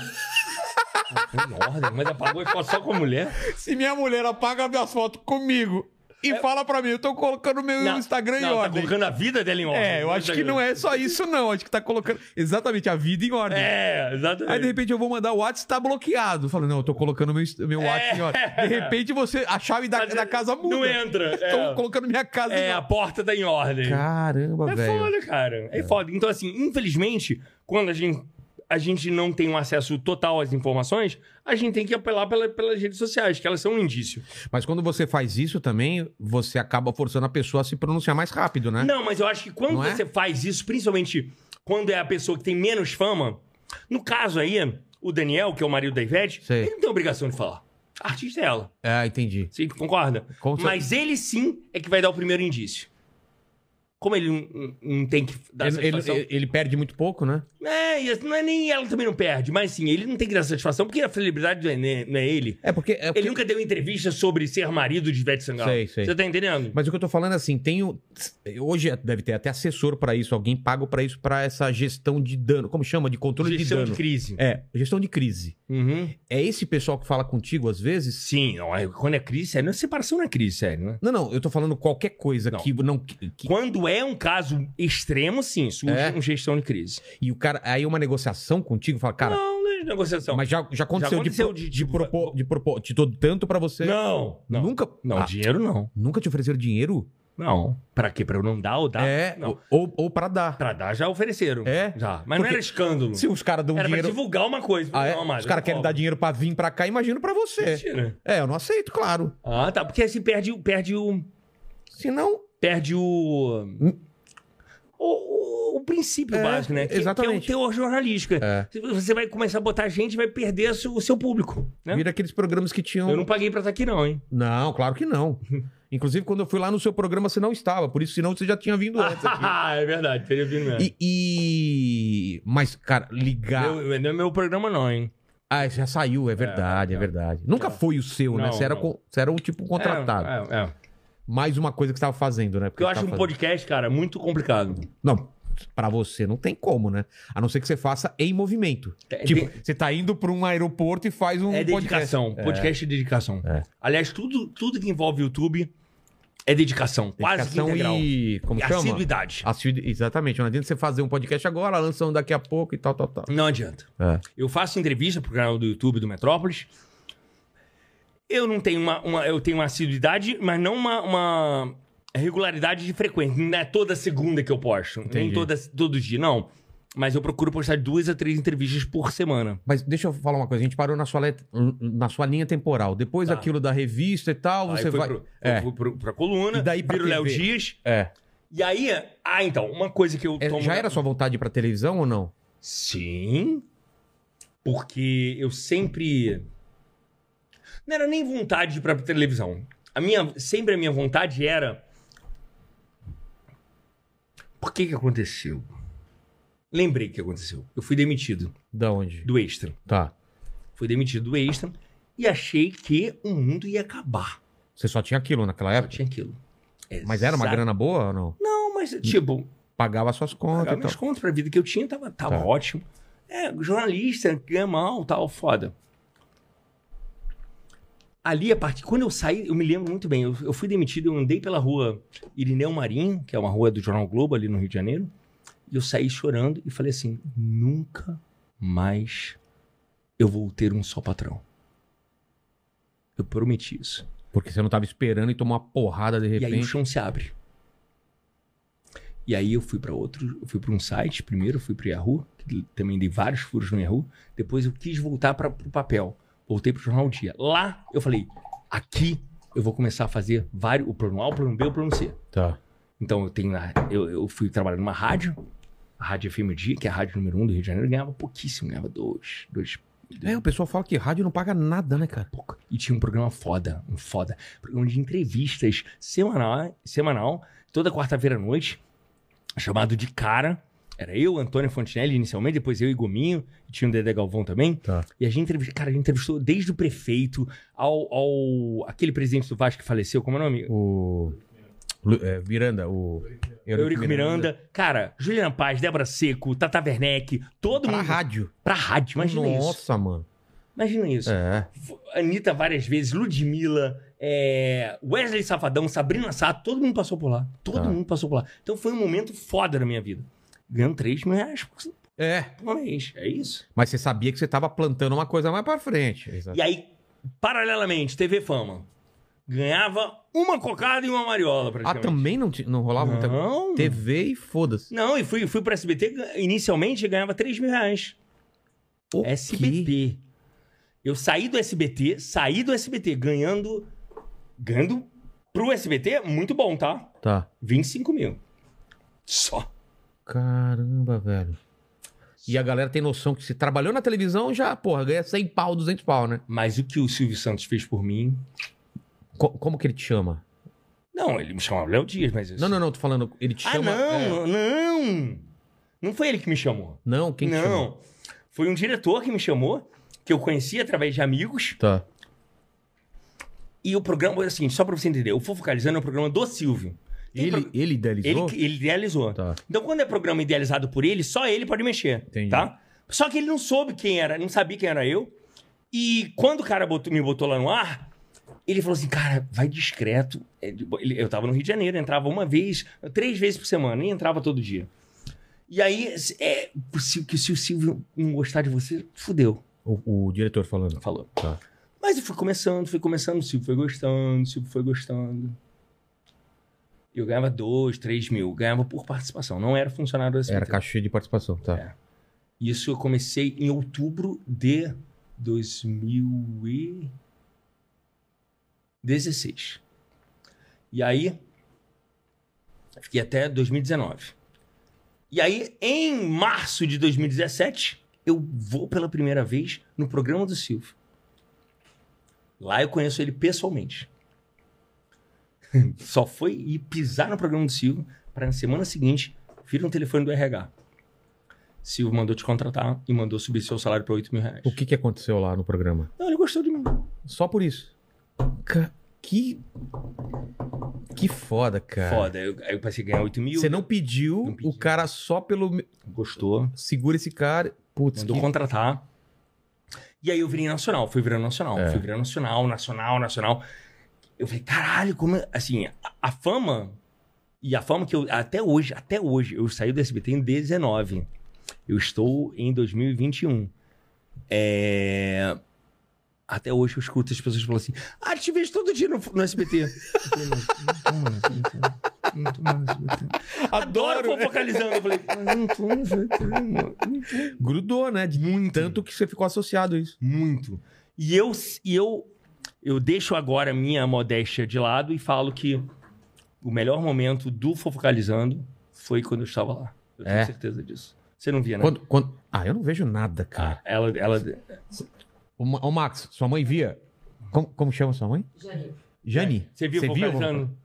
C: ordem? Mas apagou as fotos só com a mulher?
A: Se minha mulher apaga minhas fotos comigo, e fala pra mim, eu tô colocando meu
C: É. Não,
A: Instagram em
C: não, tá
A: ordem.
C: colocando a vida dela em ordem.
A: É, eu acho que não é só isso, não. Acho que tá colocando exatamente a vida em ordem.
C: É, exatamente.
A: Aí de repente eu vou mandar o WhatsApp tá bloqueado. Falando, não, eu tô colocando meu, inst- meu WhatsApp em ordem. De repente você, a chave da,
C: Mas
A: da casa muda.
C: É. Não entra.
A: Tô
C: É,
A: colocando minha casa
C: É,
A: em
C: a
A: ordem.
C: porta tá em ordem.
A: Caramba,
C: É
A: velho.
C: foda, cara. É foda. Então, assim, infelizmente, quando a gente, a gente não tem um acesso total às informações, a gente tem que apelar pela- pelas redes sociais, que elas são um indício.
A: Mas quando você faz isso também, você acaba forçando a pessoa a se pronunciar mais rápido, né?
C: Não, mas eu acho que quando
A: Não é?
C: você faz isso, principalmente quando é a pessoa que tem menos fama, no caso aí, o Daniel, que é o marido da Ivete,
A: Sei.
C: ele não tem obrigação de falar. A artista é ela.
A: Ah, entendi.
C: Você concorda?
A: Com cer-
C: Mas ele sim é que vai dar o primeiro indício. Como ele não- não, não tem que dar
A: Ele, ele-
C: satisfação.
A: ele perde muito pouco, né?
C: É, e assim, não é nem ela também não perde, mas sim, ele não tem que dar satisfação porque a celebridade não é, ne- não é ele.
A: É porque. é porque-
C: Ele nunca deu entrevista sobre ser marido de Ivete Sangalo.
A: Sei, sei.
C: Você tá entendendo?
A: Mas o que eu tô falando é assim, tem o... hoje é, deve ter até assessor pra isso, alguém pago pra isso, pra essa gestão de dano, como chama, de controle
C: Gestão
A: de dano.
C: crise.
A: É, gestão de crise.
C: Uhum.
A: É esse pessoal que fala contigo às vezes?
C: Sim, não, é- quando é crise, sério, não é separação não é crise, sério, né?
A: Não, não, eu tô falando qualquer coisa
C: Não.
A: que não que- que-
C: Quando é um caso extremo, sim, surge
A: É?
C: uma gestão de crise.
A: e o cara aí é uma negociação contigo, fala, cara,
C: não, não é negociação.
A: mas já, já aconteceu, de
C: aconteceu
A: pro-
C: de-
A: de,
C: de-
A: propor, de propor, te dou tanto pra você.
C: Não, não.
A: Nunca
C: Não,
A: Ah,
C: dinheiro não.
A: nunca te ofereceram dinheiro?
C: Não. Pra quê? Pra eu não dar ou dar?
A: é,
C: Tá, Não.
A: ou ou para dar.
C: Pra dar já ofereceram.
A: É?
C: Já. Mas não
A: Porque
C: era escândalo.
A: Se os caras dão
C: Era pra
A: dinheiro,
C: divulgar uma coisa.
A: Ah, é?
C: Não, mas
A: os caras
C: eu
A: querem
C: cobro.
A: dar dinheiro pra vir pra cá, imagino pra você.
C: Mentira.
A: É, eu não aceito, claro.
C: Ah, tá. Porque aí se perde, o- perde o.
A: Se não,
C: Perde o. O, o- o princípio
A: Hum. É,
C: básico, né? Que,
A: exatamente.
C: Que é o teor jornalístico.
A: É.
C: Você vai começar a botar gente e vai perder o seu- o seu público. Né?
A: vira aqueles programas que tinham.
C: Eu não paguei pra estar aqui, não, hein?
A: Não, claro que não. Inclusive, quando eu fui lá no seu programa, você não estava. Por isso, senão você já tinha vindo antes aqui.
C: é verdade, teria vindo mesmo.
A: E, e- Mas, cara, ligar.
C: Meu- não é meu programa, não, hein?
A: Ah, já saiu, é verdade, é,
C: é.
A: verdade. Nunca foi o seu, né?
C: Não,
A: Você era,
C: não.
A: con- você era um tipo contratado.
C: É, é, é.
A: Mais uma coisa que você estava fazendo, né?
C: Porque eu
A: você
C: acho um
A: tava fazendo-
C: podcast, cara, muito complicado.
A: Não, pra você não tem como, né? A não ser que você faça em movimento.
C: É,
A: tipo, você tá indo pra um aeroporto e faz um
C: É dedicação. Podcast, é dedicação.
A: É.
C: Aliás, tudo, tudo que envolve YouTube é dedicação. Quase que
A: Dedicação
C: integral.
A: e... Como
C: E
A: chama?
C: assiduidade.
A: Assid- Exatamente. Não adianta você fazer um podcast agora, lança um daqui a pouco e tal, tal, tal.
C: Não adianta.
A: É.
C: Eu faço entrevista pro canal do YouTube do Metrópolis. Eu não tenho uma. uma- eu tenho uma assiduidade, mas não uma, uma regularidade de frequência. Não é toda segunda que eu posto. Nem
A: Entendi.
C: toda, todo dia, não. Mas eu procuro postar duas a três entrevistas por semana.
A: Mas deixa eu falar uma coisa. A gente parou na sua, let- na sua linha temporal. Depois
C: Tá.
A: daquilo da revista e tal,
C: Aí
A: você
C: foi
A: vai...
C: pro-
A: É.
C: eu fui pro- pra coluna,
A: E daí pra
C: viro Léo
A: TV.
C: Dias.
A: É.
C: E aí. Ah, então, uma coisa que eu
A: É,
C: tomo.
A: Já era sua vontade pra televisão ou não?
C: Sim. Porque eu sempre. Não era nem vontade de ir pra televisão. A minha, sempre a minha vontade era. Por que que aconteceu? Lembrei que aconteceu. Eu fui demitido
A: Da onde?
C: do Extra.
A: Tá.
C: Fui demitido do Extra e achei que o mundo ia acabar.
A: Você só tinha aquilo naquela
C: Só
A: época?
C: tinha aquilo.
A: Mas era uma
C: Exato.
A: grana boa ou não?
C: Não, mas tipo,
A: Pagava suas contas
C: pagava
A: e tal.
C: minhas contas pra vida que eu tinha, tava, tava
A: Tá.
C: ótimo. É, jornalista, ganha mal, tal, foda. Ali, a partir. Quando eu saí, eu me lembro muito bem. Eu, eu fui demitido, eu andei pela rua Irineu Marinho, que é uma rua do Jornal Globo, ali no Rio de Janeiro. E eu saí chorando e falei assim: nunca mais eu vou ter um só patrão. Eu prometi isso.
A: Porque você não tava esperando e tomou uma porrada de
C: E aí o
A: repente.
C: chão se abre. E aí eu fui pra outro, eu fui pra um site primeiro, eu fui pro Yahoo, que também dei vários furos no Yahoo. Depois eu quis voltar para pro papel. Voltei pro jornal Dia. Lá eu falei, aqui eu vou começar a fazer vários, o plano A, o plano B, o plano C.
A: Tá.
C: Então eu tenho lá, eu, eu fui trabalhar numa rádio, a Rádio FM Dia, que é a rádio número um do Rio de Janeiro, eu ganhava pouquíssimo, ganhava dois, dois
A: É, o pessoal fala que rádio não paga nada, né, cara?
C: pouco. E tinha um programa foda, um foda. Programa de entrevistas semanal, semanal toda quarta-feira à noite, chamado De Cara. Era eu, Antônio Fontinelli inicialmente, depois eu e Gominho, e tinha o Dedé Galvão também.
A: Tá.
C: E a gente entrevistou, cara, a gente entrevistou desde o prefeito ao, ao aquele presidente do Vasco que faleceu, como é o nome?
A: O... Lu- é, Miranda, o...
C: Eurico Miranda. Cara, Juliana Paz, Débora Seco, Tata Werneck, todo
A: Pra
C: mundo.
A: rádio.
C: Pra rádio, imagina
A: Nossa,
C: isso.
A: mano.
C: Imagina isso.
A: É.
C: Anitta várias vezes, Ludmilla, é, Wesley Safadão, Sabrina Sato, todo mundo passou por lá. Todo
A: Tá.
C: mundo passou por lá. Então foi um momento foda na minha vida. Ganhando 3 mil reais por
A: É,
C: por mês. É isso.
A: mas você sabia que você estava plantando uma coisa mais pra frente. Exato.
C: E aí, paralelamente, TV Fama. Ganhava uma cocada e uma mariola,
A: Ah,
C: praticamente.
A: também não, ti- não rolava muita coisa?
C: Não.
A: TV e foda-se.
C: Não, e fui, fui pra SBT, gan- inicialmente ganhava 3 mil reais.
A: O quê?
C: SBT. Eu saí do SBT, saí do SBT, ganhando. Ganhando pro SBT, muito bom, tá?
A: Tá.
C: 25 mil. Só.
A: Caramba, velho. E a galera tem noção que se trabalhou na televisão, já, porra, ganha 100 pau, 200 pau, né?
C: Mas o que o Silvio Santos fez por mim.
A: Co- como que ele te chama?
C: Não, ele me chamava Léo Dias, mas. eu-
A: Não, não, não, tô falando. Ele te
C: Ah,
A: chama. é,
C: não, não! Não foi ele que me chamou.
A: não, quem te chama?
C: não. Foi um diretor que me chamou, que eu conheci através de amigos.
A: Tá.
C: E o programa, assim, só pra você entender, o Fofocalizando é um programa do Silvio. Tem
A: Ele,
C: pro-
A: ele idealizou?
C: Ele, que- ele idealizou.
A: Tá.
C: Então, quando é programa idealizado por ele, só ele pode mexer.
A: Entendi.
C: Tá? Só que ele não soube quem era, não sabia quem era eu. E quando o cara botou- me botou lá no ar, ele falou assim: cara, vai discreto. Ele- ele- Eu tava no Rio de Janeiro, entrava uma vez, três vezes por semana, nem entrava todo dia. E aí, se- é, se, que se o Silvio não gostar de você, fudeu,
A: O, o diretor falando.
C: falou.
A: Tá.
C: Mas eu fui começando, fui começando, o Silvio foi gostando, o Silvio foi gostando. Eu ganhava dois, três mil, ganhava por participação, não era funcionário do
A: Era
C: SBT.
A: cachê de participação, tá.
C: É. Isso eu comecei em outubro de 2016. E aí, fiquei até 2019. E aí, em março de 2017, eu vou pela primeira vez no programa do Silvio. Lá eu conheço ele pessoalmente. Só foi ir pisar no programa do Silvio para na semana seguinte vir um telefone do RH. Silvio mandou te contratar e mandou subir seu salário para 8 mil reais.
A: O que que aconteceu lá no programa?
C: Não, ele gostou de mim.
A: Só por isso. Ca- Que. Que foda, cara.
C: Foda. Eu, aí eu passei a ganhar 8 mil.
A: Você não pediu,
C: Não pedi.
A: o cara só pelo.
C: Gostou.
A: Segura esse cara. Putz,
C: Mandou
A: que...
C: contratar. E aí eu virei nacional. Fui virando nacional.
A: É.
C: Fui virando nacional, nacional, nacional. Eu falei, caralho, como... é- Assim, a, a fama... E a fama que eu... Até hoje, até hoje. Eu saí do SBT em 19. Eu estou em 2021. É... Até hoje eu escuto as pessoas falando assim: Ah, te vejo todo dia no, no SBT. Eu falei, não, não tô mais, não tô mais, não tô mais no SBT. Adoro fofocalizando. Eu falei, mas não tô no SBT, mano. Não tô
A: Grudou, né? De tanto que você ficou associado a isso.
C: muito. E eu, e eu, eu deixo agora a minha modéstia de lado e falo que o melhor momento do Fofocalizando foi quando eu estava lá. Eu tenho
A: É?
C: certeza disso. Você não via, né?
A: Quando, quando... Ah, eu não vejo nada, cara.
C: Ah, ela, ela,
A: Ô, Ma- ô, Max, sua mãe via. Como, como chama sua mãe?
D: Jane,
A: Jani.
C: É, você viu Fofocalizando?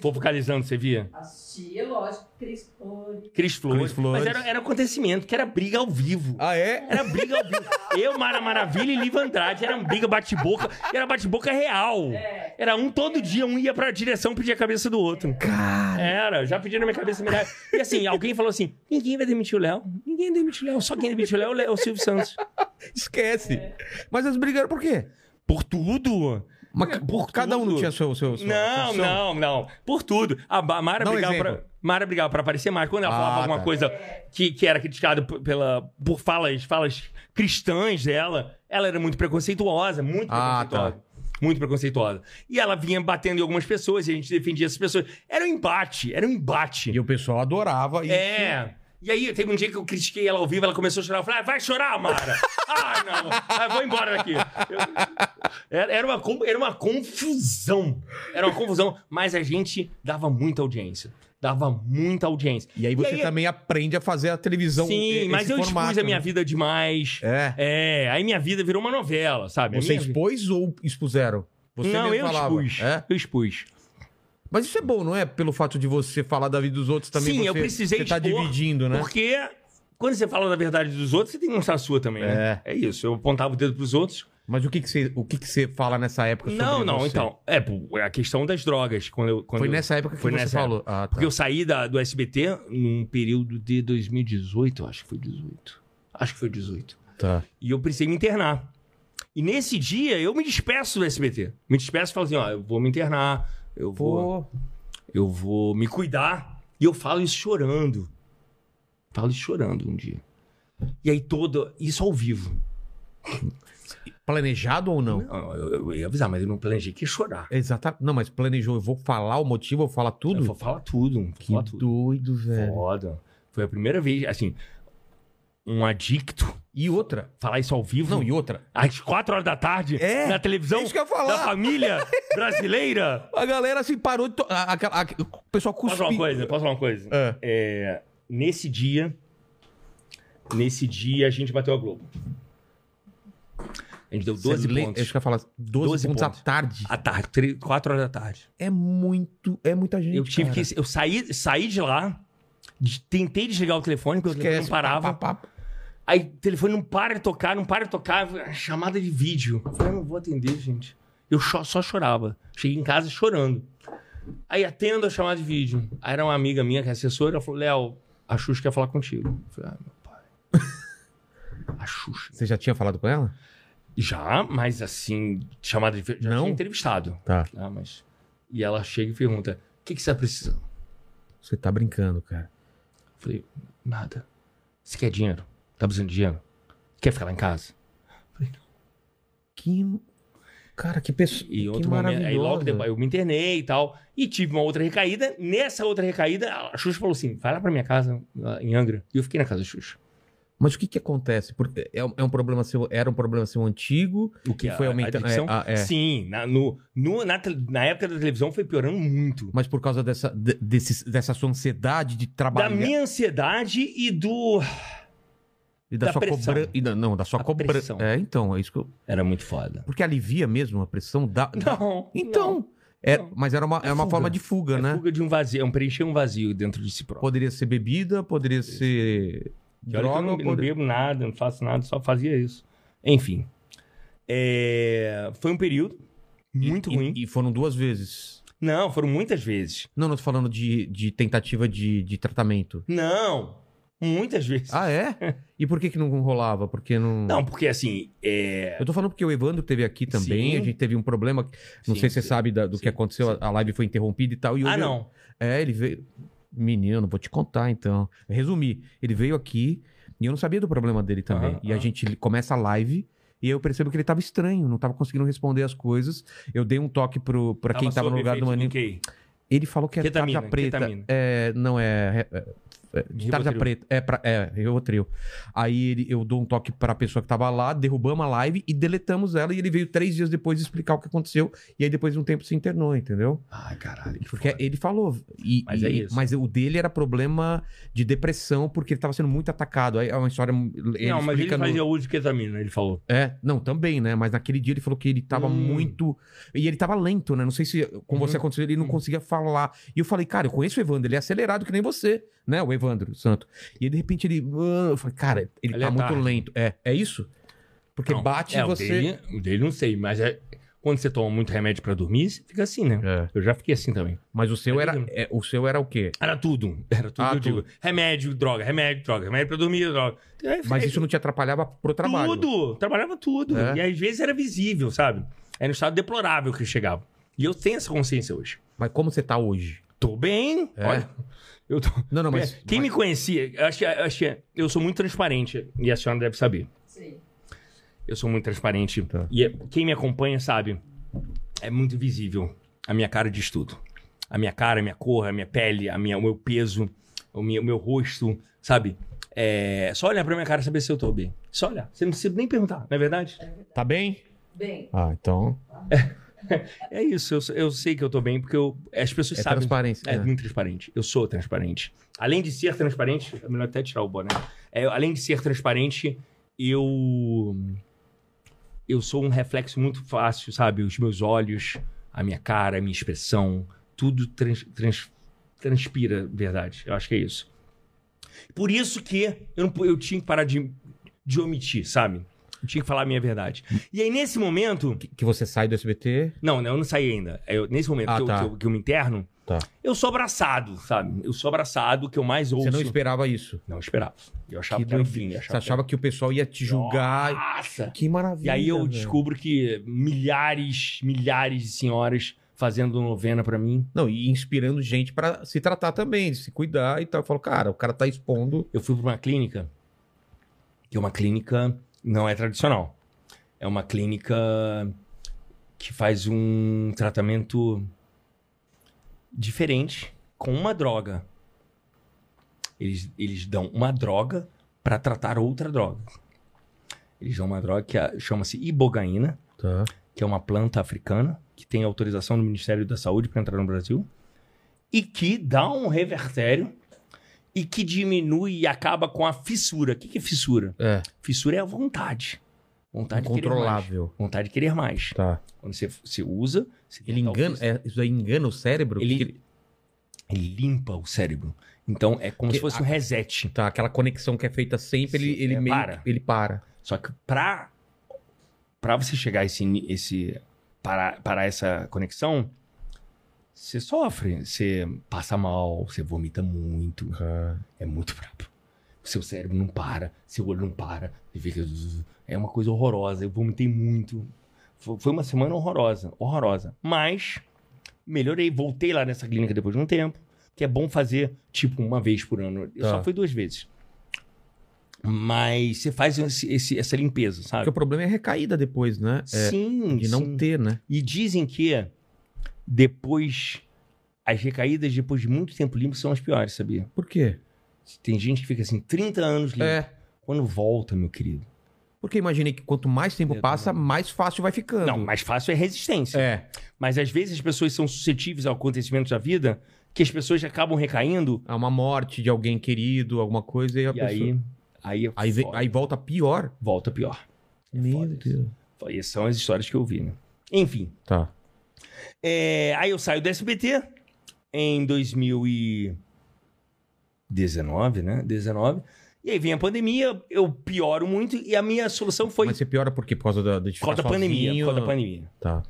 C: Fofocalizando, você via?
D: assistia, é lógico, Cris Poli.
C: Cris Flores.
A: Cris Flores.
C: Mas era, era acontecimento, que era briga ao vivo.
A: Ah, é?
C: Era briga ao vivo. Eu, Mara Maravilha e Liva Andrade. Era um briga bate-boca. e Era bate-boca real. Era um todo dia, um ia pra direção pedir a cabeça do outro.
A: Cara.
C: Era, já pediram na minha cabeça milhares. E assim, alguém falou assim: ninguém vai demitir o Léo. Ninguém demite o Léo. Só quem demite o Léo é o Léo- é o Silvio Santos.
A: Esquece. Mas eles brigaram por quê?
C: Por tudo.
A: Mas ca-
C: por
A: cada um não
C: tudo.
A: tinha seu. seu, sua
C: Não,
A: função?
C: não, não. Por tudo. A Ba- Mara
A: Dá um
C: brigava,
A: exemplo.
C: pra, Mara brigava pra aparecer mais. Quando ela
A: Ah,
C: falava alguma
A: tá.
C: coisa que, que era criticada p- pela, por falas, falas cristãs dela, ela era muito preconceituosa, muito
A: Ah,
C: preconceituosa. Muito preconceituosa. E ela vinha batendo em algumas pessoas e a gente defendia essas pessoas. Era um embate, era um embate.
A: E o pessoal adorava. E...
C: É. E aí, teve um dia que eu critiquei ela ao vivo, ela começou a chorar. Eu falei, ah, vai chorar, Mara. ah, não. Ah, vou embora daqui. Eu- Era, era uma, con- era uma confusão. Era uma confusão. Mas a gente dava muita audiência. Dava muita audiência.
A: E aí você também aprende a fazer a televisão.
C: é Sim,
A: e-
C: mas
A: esse
C: eu expus
A: formato,
C: a minha
A: né?
C: vida demais.
A: É.
C: É, aí minha vida virou uma novela, sabe? A
A: Você
C: minha vi-
A: expôs ou expuseram? Você
C: Não,
A: mesmo
C: eu
A: falava.
C: expus.
A: É?
C: Eu expus.
A: Mas isso é bom, não é? Pelo fato de você falar da vida dos outros também.
C: Sim,
A: você,
C: eu precisei
A: Você tá
C: expor,
A: dividindo, né?
C: Porque quando você fala da verdade dos outros, você tem que mostrar a sua também, né? É isso. Eu apontava o dedo pros outros.
A: Mas o que, que, você, o que, que você fala nessa época sobre
C: Não, não,
A: você?
C: então. É, pô, é a questão das drogas. Quando eu, quando
A: assim? Foi
C: eu-
A: nessa época que
C: foi
A: você
C: nessa
A: falou. Ah, tá.
C: Porque eu saí da- do SBT num período de 2018, eu acho que foi 18. Acho que foi 18.
A: Tá.
C: E eu precisei me internar. E nesse dia eu me despeço do SBT. Me despeço e falo assim: ó, eu vou me internar, eu vou,
A: Pô,
C: eu vou me cuidar. E eu falo isso chorando. Falo isso chorando um dia. E aí todo. Isso ao vivo.
A: planejado ou não?
C: Não, eu, eu ia avisar, mas eu não planejei que ia chorar.
A: Exatamente. Não, mas planejou. Eu vou falar o motivo, eu vou falar
C: Eu
A: tudo?
C: vou falar tudo. um Vou
A: Que
C: falar tudo.
A: doido, velho.
C: Foda. Foi a primeira vez, assim, um adicto
A: E outra?
C: falar isso ao vivo.
A: Não, e outra?
C: Às quatro horas da tarde,
A: É,
C: na televisão
A: é isso que eu ia falar.
C: da família brasileira.
A: A galera assim parou de. To... a- a- a- o pessoal
C: Posso
A: cuspiu.
C: falar uma coisa? Posso falar uma coisa?
A: É.
C: É, nesse dia, nesse dia a gente bateu a Globo. A gente deu 12
A: Você lê-
C: pontos.
A: Acho que eu ia falar 12,
C: 12
A: pontos,
C: pontos.
A: à tarde.
C: À tarde, tre- quatro horas da tarde.
A: É muito. É muita gente.
C: eu tive
A: cara.
C: que. Eu saí, saí de lá, de- tentei desligar o telefone, porque o telefone não
A: Esquece.
C: parava.
A: Pá, pá, pá.
C: Aí o telefone não para de tocar, não para de tocar, é chamada de vídeo. Eu falei, eu não vou atender, gente. Eu cho- só chorava. Cheguei em casa chorando. Aí atendo a chamada de vídeo. Aí era uma amiga minha que é assessora, ela falou, Léo, a Xuxa quer falar contigo. Eu falei, ai, meu pai. a Xuxa.
A: Você já tinha falado com ela?
C: Já, mas assim, chamada de vídeo, já
A: Não?
C: tinha entrevistado.
A: Tá.
C: Ah, mas... E ela chega e pergunta, o que, que você tá precisando?
A: Você tá brincando, cara.
C: Eu falei, nada. Você quer dinheiro? Tá precisando de dinheiro? Quer ficar lá em casa?
A: Que. Cara, que pessoa.
C: E
A: que
C: outro momento, aí logo
A: maravilhosa.
C: depois eu me internei e tal. E tive uma outra recaída. Nessa outra recaída, a Xuxa falou assim: vai lá pra minha casa lá em Angra. E eu fiquei na casa da Xuxa.
A: Mas o que que acontece? Porque é um, é um problema seu, era um problema seu antigo
C: O que?
A: que foi aumentando.
C: adicção?
A: é, a- é.
C: Sim, na, no, no- na, tele- na época da televisão foi piorando muito.
A: Mas por causa dessa, de- desse, dessa sua ansiedade de
C: Da
A: trabalhar
C: minha ansiedade e do.
A: e da,
C: da
A: sua
C: pressão.
A: cobrança. Não, da sua
C: A
A: cobrança.
C: pressão.
A: É, então, é isso que eu.
C: Era muito foda.
A: Porque alivia mesmo a pressão da. da-
C: Não.
A: Então. é-
C: não.
A: Mas era uma, era uma
C: fuga.
A: forma de fuga,
C: não.
A: né?
C: É fuga de um vazio, é um preencher um vazio dentro de si próprio.
A: Poderia ser bebida, poderia ser.
C: Que olha que eu
A: Droga,
C: não, não
A: pode-
C: bebo nada, não faço nada, só fazia isso. Enfim. É, Foi um período muito
A: e,
C: ruim.
A: E foram duas vezes.
C: Não, foram muitas vezes.
A: Não, não tô falando de, de tentativa de, de tratamento.
C: Não, muitas vezes.
A: Ah, é? E por que que não rolava? Porque não.
C: Não, porque assim, é...
A: Eu tô falando porque o Evandro teve aqui também,
C: Sim.
A: a gente teve um problema. Não
C: Sim,
A: sei se você
C: sim.
A: sabe da- do
C: Sim,
A: que aconteceu,
C: sim.
A: a live foi interrompida e tal. E
C: assim, Ah,
A: hoje-
C: não.
A: É, ele veio. Menino, vou te contar então. Resumir, ele veio aqui e eu não sabia do problema dele também.
C: Aham,
A: e a
C: aham.
A: gente li- começa a live e eu percebo que ele tava estranho, não tava conseguindo responder as coisas. Eu dei um toque pro, pra quem tava no
C: sob
A: lugar do
C: efeito
A: Maninho.
C: quê?
A: Ele falou que é
C: Ketamina,
A: tarja preta.
C: ketamina.
A: É, não é. é, é,
C: Rivotril.
A: tarja preta. É, pra, é, Rivotril. Aí ele, eu dou um toque pra pessoa que tava lá, derrubamos a live e deletamos ela. E ele veio três dias depois explicar o que aconteceu. E aí depois de um tempo se internou, entendeu?
C: Ai, caralho. que
A: Porque
C: foda.
A: ele falou. e-
C: Mas
A: e-
C: é isso.
A: Mas o dele era problema de depressão, porque ele tava sendo muito atacado. Aí é uma história. Ele
C: não, mas ele
A: explica no-
C: fazia uso de ketamina, ele falou.
A: É, não, também, né? Mas naquele dia ele falou que ele tava
C: Hum. Uhum.
A: muito. E ele tava lento, né? Não sei se com você aconteceu, ele não
C: Hum.
A: conseguia falar. E eu falei, cara, eu conheço o Evandro, ele é acelerado que nem você, né? O Evandro Santo. E aí, de repente ele. ah, Eu falei, cara, ele
C: Ele
A: tá
C: é
A: muito
C: tarde.
A: lento. É, é isso? Porque
C: Não,
A: bate
C: é,
A: você.
C: O dele, o dele não sei, mas é... quando você toma muito remédio pra dormir, você fica assim, né?
A: É.
C: Eu já fiquei assim também.
A: Mas o seu
C: É
A: era.
C: dele.
A: é, o seu era o quê?
C: Era tudo. Era tudo,
A: Ah,
C: eu digo. Remédio, droga, remédio, droga, remédio pra dormir, droga. É,
A: Mas
C: é-
A: isso não te atrapalhava pro trabalho.
C: Tudo, trabalhava tudo.
A: É.
C: E às vezes era visível, sabe? Era um estado deplorável que chegava. E eu tenho essa consciência hoje.
A: Mas como você tá hoje?
C: Tô bem,
A: É.
C: olha. Eu tô...
A: Não, não, mas.
C: Quem
A: mas-
C: me conhecia, eu acho, que- eu acho que eu sou muito transparente, e a senhora deve saber.
D: Sim.
C: Eu sou muito transparente.
A: Tá.
C: E é- quem me acompanha sabe, é muito visível a minha cara de estudo. A minha cara, a minha cor, a minha pele, a minha, o meu peso, o meu, o meu rosto, sabe? É só olhar pra minha cara e saber se eu tô bem. Só olhar. Você não precisa nem perguntar, não é verdade?
A: Tá bem?
D: Bem,
A: Ah, então.
C: É isso, eu, eu sei que eu tô bem, porque eu- as pessoas
A: É
C: sabem.
A: transparência.
C: É
A: né?
C: muito transparente. Eu sou transparente. Além de ser transparente, é melhor até tirar o boné. É, além de ser transparente, eu. Eu sou um reflexo muito fácil, sabe? Os meus olhos, a minha cara, a minha expressão, tudo trans- trans- transpira verdade. Eu acho que é isso. Por isso que eu, não, po- eu tinha que parar de, de omitir, sabe? Eu tinha que falar a minha verdade. E aí, nesse momento.
A: Que- Que você sai do SBT.
C: Não, não, eu não saí ainda. É, Eu- nesse momento
A: Ah,
C: que, eu,
A: tá.
C: que eu- que eu me interno,
A: Tá.
C: eu sou abraçado, sabe? Eu sou abraçado, o que eu mais ouço.
A: Você não esperava isso.
C: Não esperava. Eu achava
A: Que
C: que, era o
A: doideira.
C: fim. eu
A: Você
C: Achava
A: achava que o pessoal ia te julgar.
C: Nossa!
A: Que maravilha.
C: E aí eu
A: velho.
C: descubro que milhares, milhares de senhoras fazendo novena pra mim.
A: Não, e inspirando gente pra se tratar também, se cuidar e tal. Eu falo, cara, o cara tá expondo.
C: Eu fui pra uma clínica, que é uma clínica não é tradicional. É uma clínica que faz um tratamento diferente com uma droga. Eles, eles dão uma droga pra tratar outra droga. Eles dão uma droga que a- chama-se ibogaína.
A: Tá.
C: que é uma planta africana, que tem autorização do Ministério da Saúde para entrar no Brasil, e que dá um revertério e que diminui e acaba com a fissura. O que, que é fissura?
A: É,
C: Fissura é a vontade. Vontade de querer mais.
A: controlável.
C: Vontade de querer mais.
A: Tá.
C: Quando você, você usa, você
A: Ele
C: tenta
A: engana,
C: ofensar.
A: é, isso aí engana o cérebro?
C: Ele-
A: Porque-
C: Ele limpa o cérebro. Então é como
A: Que-
C: se fosse um reset.
A: Tá, aquela conexão que é feita sempre, ele,
C: Sim,
A: ele
C: é,
A: meio
C: para.
A: ele para.
C: Só que pra, pra você chegar a esse, ni- esse para, para essa conexão, você sofre, você passa mal, você vomita muito, é muito brabo. O seu cérebro não para, seu olho não para, você fica... zzz, é uma coisa horrorosa, eu vomitei muito. Fo- Foi uma semana horrorosa, horrorosa. Mas melhorei, voltei lá nessa clínica depois de um tempo, que é bom fazer tipo uma vez por ano. Eu
A: Tá.
C: só fui duas vezes. Mas você faz esse- esse- essa limpeza,
A: Porque
C: sabe?
A: o problema é a recaída depois, né? É,
C: sim,
A: de não
C: sim.
A: ter, né?
C: E dizem que depois as recaídas depois de muito tempo limpo são as piores, sabia?
A: Por quê?
C: Tem gente que fica assim 30 anos limpo.
A: É.
C: Quando volta, meu querido.
A: Porque imaginei que quanto mais tempo
C: Eu
A: passa, mais fácil vai ficando.
C: né? Não, mais fácil é resistência.
A: É,
C: Mas às vezes as pessoas são suscetíveis a acontecimentos da vida que as pessoas acabam recaindo
A: há uma morte de alguém querido, alguma coisa, e a
C: e
A: pessoa...
C: aí aí é
A: Aí, vem-
C: foda.
A: aí volta pior.
C: volta pior. É
A: Meu
C: foda isso.
A: Deus.
C: E são as histórias que eu vi, né? Enfim,
A: Tá.
C: é, aí eu saio do SBT em 2019, né? 19. E aí vem a pandemia, eu pioro muito e a minha solução foi
A: Mas você piora por quê? Por causa da, de
C: por
A: ficar
C: causa da pandemia, por
A: sozinho?
C: causa da pandemia.
A: Tá.